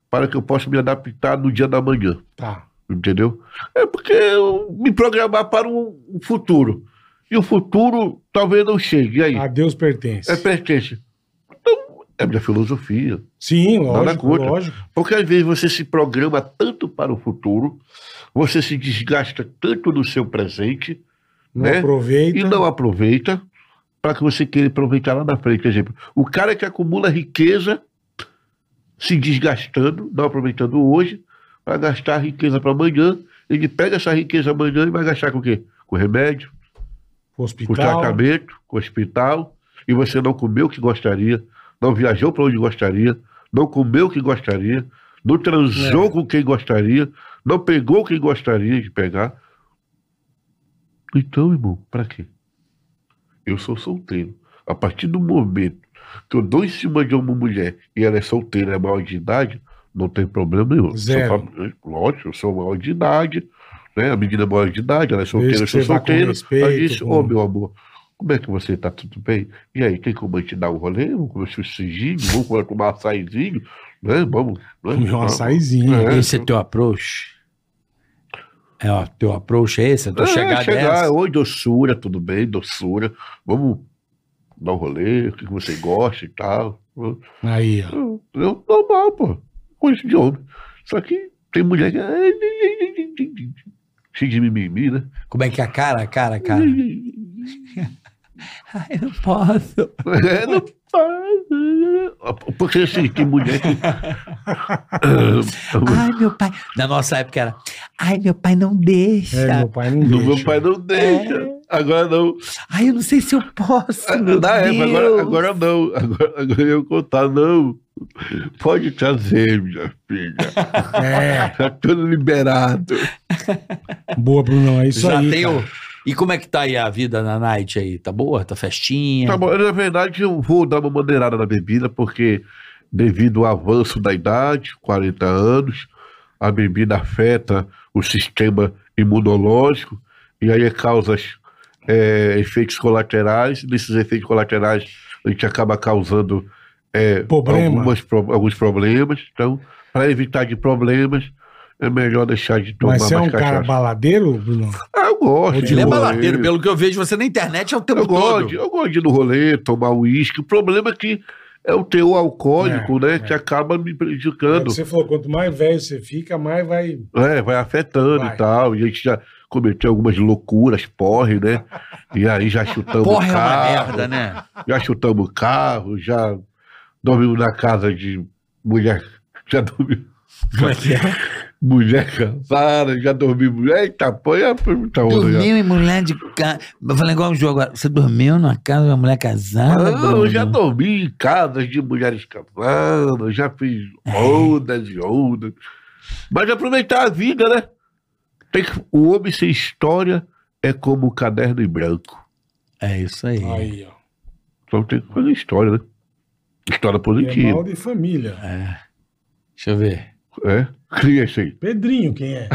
para que eu possa me adaptar no dia da manhã.
Tá.
Entendeu? É porque eu me programar para um um futuro. E o futuro talvez não chegue. E aí?
A Deus pertence.
É pertence. Então, é minha filosofia.
Sim,
Nada
lógico,
contra.
lógico.
Porque às vezes você se programa tanto para o futuro, você se desgasta tanto no seu presente
Não
Né?
aproveita.
e não aproveita para que você queira aproveitar lá na frente. Por exemplo, o cara que acumula riqueza se desgastando, não aproveitando hoje, para gastar a riqueza para amanhã, ele pega essa riqueza amanhã e vai gastar com o quê? Com remédio,
pro
com
hospital.
tratamento, com hospital, e você não comeu o que gostaria, não viajou para onde gostaria, não comeu o que gostaria, não transou com quem gostaria, não pegou quem gostaria de pegar. Então, irmão, para quê? Eu sou solteiro. A partir do momento que eu dou em cima de uma mulher e ela é solteira, é maior de idade, não tem problema nenhum.
Zero.
Sou fam- Lógico, eu sou maior de idade, né? A menina é maior de idade, ela é solteira, eu
que você
sou
vá com
solteiro.
respeito,
Ela disse, ô
com-
meu amor, como é que você tá? Tudo bem? E aí, tem como a gente dar um rolê? Vamos comer sushizinho, vamos tomar açaizinho, né? Vamos. Né?
Comer um
Ah,
açaizinho.
É.
Esse é teu approach? É, ó, teu approach é esse? A tua
É,
chegada é
chegar,
essa?
oi, doçura, tudo bem, doçura. Vamos dar um rolê, o que que você gosta e tal. É.
Aí, ó.
Eu, eu- normal, pô. Coisa de homem. Só que tem mulher que. Cheio de mimimi, né?
Como é que é a cara, a cara, a cara? Ai, eu não posso.
É, não faz. Porque assim, tem mulher que. Ah,
Ai, meu pai. Na nossa época era. Ai, meu pai não deixa.
É, meu pai não
No
deixa.
meu pai não deixa. Agora não.
Ai, eu não sei se eu posso. É. meu
Na época, é, agora,
Deus.
agora não. Agora, agora eu contar, não. Pode trazer, minha filha.
É,
Tá tudo liberado.
boa, Brunão, é isso
Já
aí.
tem
cara.
o... E como é que tá aí a vida na night aí? Tá boa? Tá festinha?
Tá bom, eu, na verdade, eu vou dar uma maneirada na bebida, porque devido ao avanço da idade, 40 anos, a bebida afeta o sistema imunológico e aí causa eh, efeitos colaterais. Nesses efeitos colaterais, a gente acaba causando eh,
Problema.
algumas pro- alguns problemas. Então, para evitar de problemas, é melhor deixar de tomar
Mas você é um
mais
cara
cachaça.
baladeiro, Brunão?
Ah, eu gosto.
Ele
de
Ele é
rolê.
baladeiro, pelo que eu vejo você na internet é o tempo
Eu gosto,
todo.
de- eu gosto de ir no rolê, tomar uísque. O problema é que é o teor alcoólico,
É,
né? Que acaba me prejudicando.
Você falou, quanto mais velho você fica, mais vai...
É, vai afetando
Vai.
e tal. E a gente já cometeu algumas loucuras, porre, né? E aí já chutamos
Porra, é uma
carro.
merda, né?
Já chutamos carro, já dormimos na casa de mulher. Já dormimos.
é
Mulher cansada, já dormimos. Eita, pô, é muita onda já.
Dormiu em mulher de casa. Eu falei igual um jogo agora. Você dormiu na casa de uma mulher casada?
Ah, eu
Bruno?
já dormi em casas de mulheres casadas, já fiz
É.
ondas e ondas. Mas aproveitar a vida, né? Tem que- o homem sem história é como o caderno em branco.
É isso aí.
Aí, ó.
Então tem que fazer história, né? História
E É
positiva.
mal de família.
Deixa eu ver.
É? Quem é esse aí?
Pedrinho, quem é?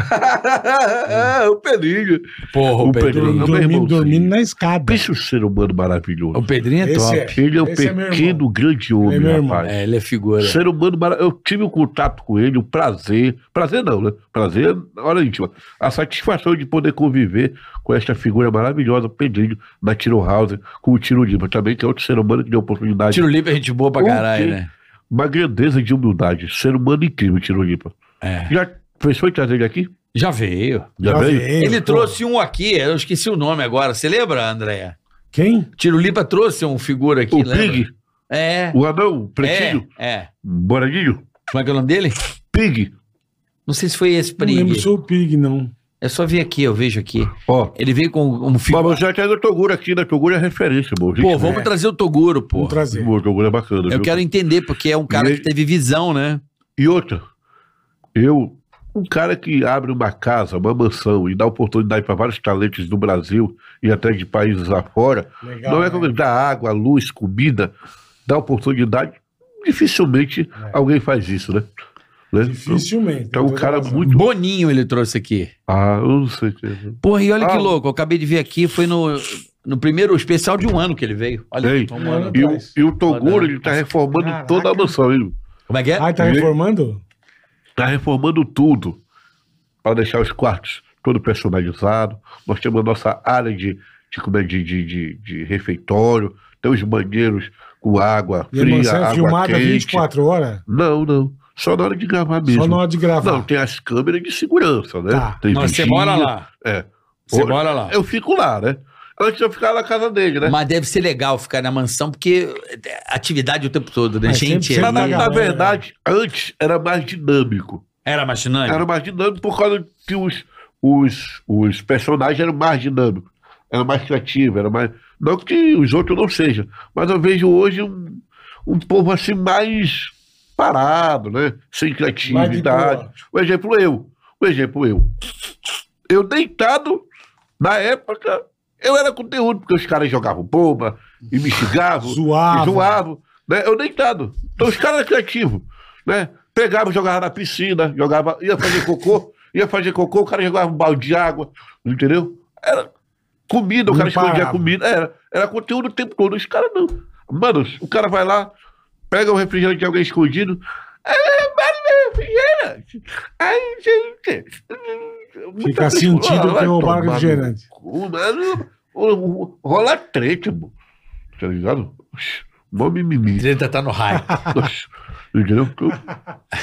É o Pedrinho.
Porra,
O Pedrinho.
Dormindo,
Meu irmãozinho.
dormindo na escada.
Pensa o um ser humano
O
maravilhoso.
Pedrinho é
Esse
top.
é.
Ele é um
Esse é meu irmão.
pequeno, grande homem,
Ele é meu irmão.
rapaz.
É, ele é figura.
Ser humano maravilhoso. Eu tive um contato com ele, o prazer. Prazer não, né? Prazer, hora íntima. A satisfação de poder conviver com esta figura maravilhosa, Pedrinho, na Tiro House, com o Tiro Lima também, que é outro ser humano que deu oportunidade.
Tiro limpo é gente boa pra
Um
caralho,
que-
né?
Uma grandeza de humildade. Ser humano incrível, Tiro Lima.
É.
Já pensou em trazer ele aqui?
Já veio.
Já, veio?
Ele trouxe um aqui, eu esqueci o nome agora. Você lembra, André?
Quem?
Tirulipa trouxe um figura aqui,
O
lembra?
Pig,
É.
o anão, o pretinho,
É, é.
moradinho,
Como é que é o nome dele?
Pig.
Não sei se foi esse
Não lembro
Prig.
se foi o Pig, não.
É só vir aqui, eu vejo aqui.
Ó,
Ele veio com um
mas
figura.
você já traz o Toguro aqui, né? Toguro é referência, meu.
Pô, vamos
É.
trazer o Toguro, pô.
Vou trazer.
O Toguro é bacana,
Eu
viu?
quero entender, porque é um cara
E-
que teve visão, né?
E outra, eu, um cara que abre uma casa, uma mansão e dá oportunidade para vários talentos do Brasil e até de países afora,
Legal,
não é
né?
como dá água, luz, comida, dá oportunidade, dificilmente
É.
alguém faz isso, né? Né?
Dificilmente.
Então,
tem
um
toda
cara
razão.
muito.
Boninho ele trouxe aqui.
Ah, eu não sei. o que é.
Porra, e olha que
Ah.
louco, eu acabei de ver aqui, foi no, no primeiro especial de um ano que ele veio. Olha
Ei,
um ano.
E, o- e o Toguro,
Olha.
ele tá reformando
Caraca.
toda a mansão, ele
Como é que é?
Ah, tá reformando?
tá reformando tudo para deixar os quartos todo personalizado. Nós temos a nossa área de, de, como é, de, de, de, de refeitório, tem os banheiros com água
E a
fria,
mansão é
água
filmada
quente.
24 horas?
Não, não. Só na hora de gravar mesmo.
Só na hora de gravar.
Não, tem as câmeras de segurança, né?
Tá.
Tem
Mas você
vigia.
mora lá.
É.
Você
Ô,
mora lá.
Eu fico lá, né? Antes de eu ficar na casa dele, né?
Mas deve ser legal ficar na mansão, porque é atividade o tempo todo, né?
Mas
Gente,
sempre
Mas,
tem
na,
a
é...
na
galera.
verdade, antes era mais dinâmico.
era machinante?
Era um mais dinâmico por causa que os, os, os personagens eram mais dinâmicos, eram mais criativos, era mais. Não que os outros não sejam, mas eu vejo hoje um, um povo assim mais parado, né? Sem criatividade.
boa.
Um exemplo eu. Um exemplo eu. Eu deitado, na época, eu era conteúdo, porque os caras jogavam bomba e me xingavam
Zoava.
e zoava, né? Eu deitado. Então os caras eram criativos, né? Pegava, jogava na piscina, jogava, ia fazer cocô, ia fazer cocô, o cara jogava um balde de água, entendeu? Era comida, o
Não
cara escondia
parava.
comida, era, era conteúdo o tempo todo. Os caras não. Mano, o cara vai lá, pega o refrigerante de alguém escondido. É, vale meu refrigerante. Ai, gente. muita
Fica
pessoa-
sentido
Ah, vai
que um roubaram o
tomar no
refrigerante.
cu, mano. O- o- Rola treta, mano. Tá ligado? Oxi, Mó mimimi.
Ele tá no raio.
Oxe, Entendeu?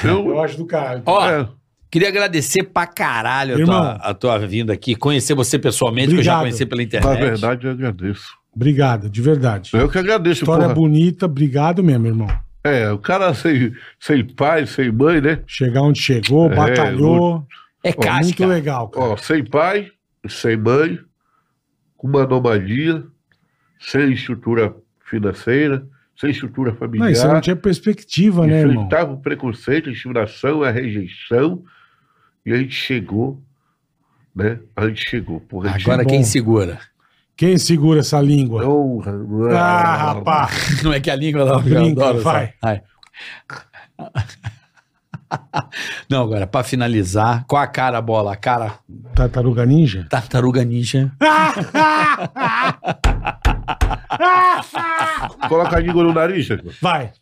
Eu,
Eu acho do caralho.
Ó,
é,
queria agradecer pra caralho a
Irmão.
tua, a tua vinda aqui, conhecer você pessoalmente, que eu já
Obrigado.
conheci pela
na
internet.
verdade, eu agradeço.
Obrigado, de verdade.
Eu que agradeço,
História é
porra.
bonita, obrigado mesmo, irmão.
É, o cara sem, sem pai, sem mãe, né?
Chegar onde chegou,
É,
batalhou.
É
Ó, muito
casca.
legal, cara.
Ó, sem pai, sem mãe, com uma anomalia, sem estrutura financeira, sem estrutura
Não, e você não
familiar.
tinha perspectiva, né, irmão?
enfrentava o preconceito, a discriminação, a rejeição, e a gente chegou, né? A gente chegou. Porra, a gente
Agora
bom.
quem segura?
Quem segura essa língua?
chegou.
Ah, rapaz.
Não é que a língua lá
Brinca, vai.
Não, agora, pra finalizar, qual a cara bola? A cara
Tartaruga Ninja?
tartaruga ninja.
Coloca a língua no nariz, gente.
Vai.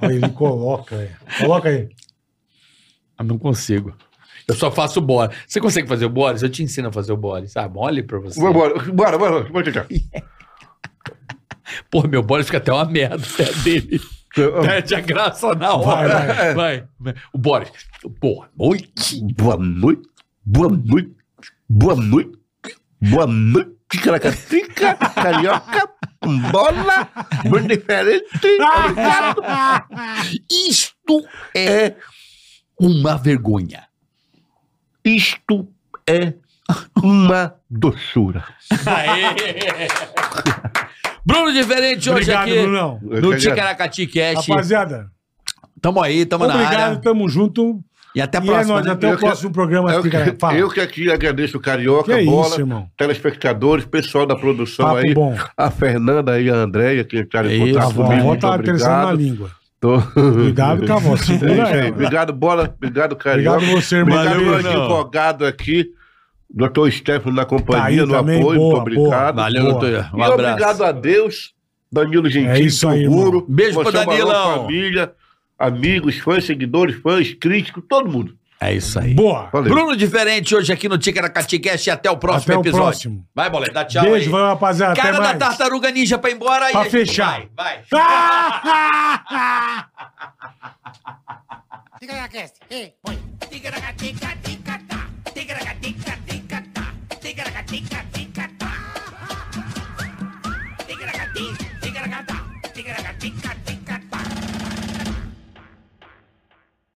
Aí ele coloca, velho. Coloca aí.
Eu não consigo.
Eu só faço o bora. Você consegue fazer o bora? Eu te ensino a fazer o bora. Ah, mole pra você.
Vamos embora, bora, bora, bora, tchau.
Pô, meu bora fica até uma merda até dele. Perde a graça na
Vai,
hora.
vai.
Vai, vai. O Boris. Boa noite.
Boa noite, boa noite, boa noite, boa noite, ticaracatica, carioca, bola, muito diferente, obrigado.
Isto é uma vergonha.
Isto é uma doçura.
Bruno Diferente hoje
Obrigado,
aqui
Brunão.
no Ticaracati Cast.
Rapaziada,
Tamo aí, tamo na
obrigado,
área.
tamo junto.
E até a
E é
próxima.
nóis,
né?
até
Eu
o
que-
próximo programa.
Eu,
aqui, cara. Fala.
que- eu que aqui agradeço Carioca,
Que é
Bola,
isso, irmão.
telespectadores, pessoal da produção
Papo
aí, Tá
bom. É
a Fernanda e a Andréia que entraram em
Isso,
contato
A
comigo,
avó
muito
tá interessando na
obrigado.
língua.
Tô...
Cuidado com a voz.
É isso
Segura
aí.
ela.
Obrigado, bola. Obrigado, Carioca.
Obrigado você, irmão.
Obrigado,
Valeu,
meu
irmão.
advogado aqui. Doutor Stefano na
Tá aí
companhia, no
também,
apoio.
boa,
muito obrigado.
boa.
Valeu,
Boa.
doutor. Um
e
abraço.
obrigado a Deus, Danilo
É
Gentili,
isso aí,
Toguro,
Beijo pro
você é uma
Danilão.
maior família, amigos, fãs, seguidores, fãs, críticos, todo mundo.
É isso aí.
Boa.
Valeu.
Bruno Diferente hoje aqui no Ticaracati Cast e até o próximo
Até o
episódio.
próximo.
Vai, Bola, dá tchau
Beijo,
aí.
valeu, rapaziada. Até
Cara da
mais.
Tartaruga Ninja pra ir embora.
Pra
e...
fechar.
Vai, vai.
Ticaracast, ei, põe. Ticaracatica, ticatá. Ticaracatica, ticatá. Ticaracatica, ticatá. Ticaracati, ticaracatá. Ticaracatica, ticatá.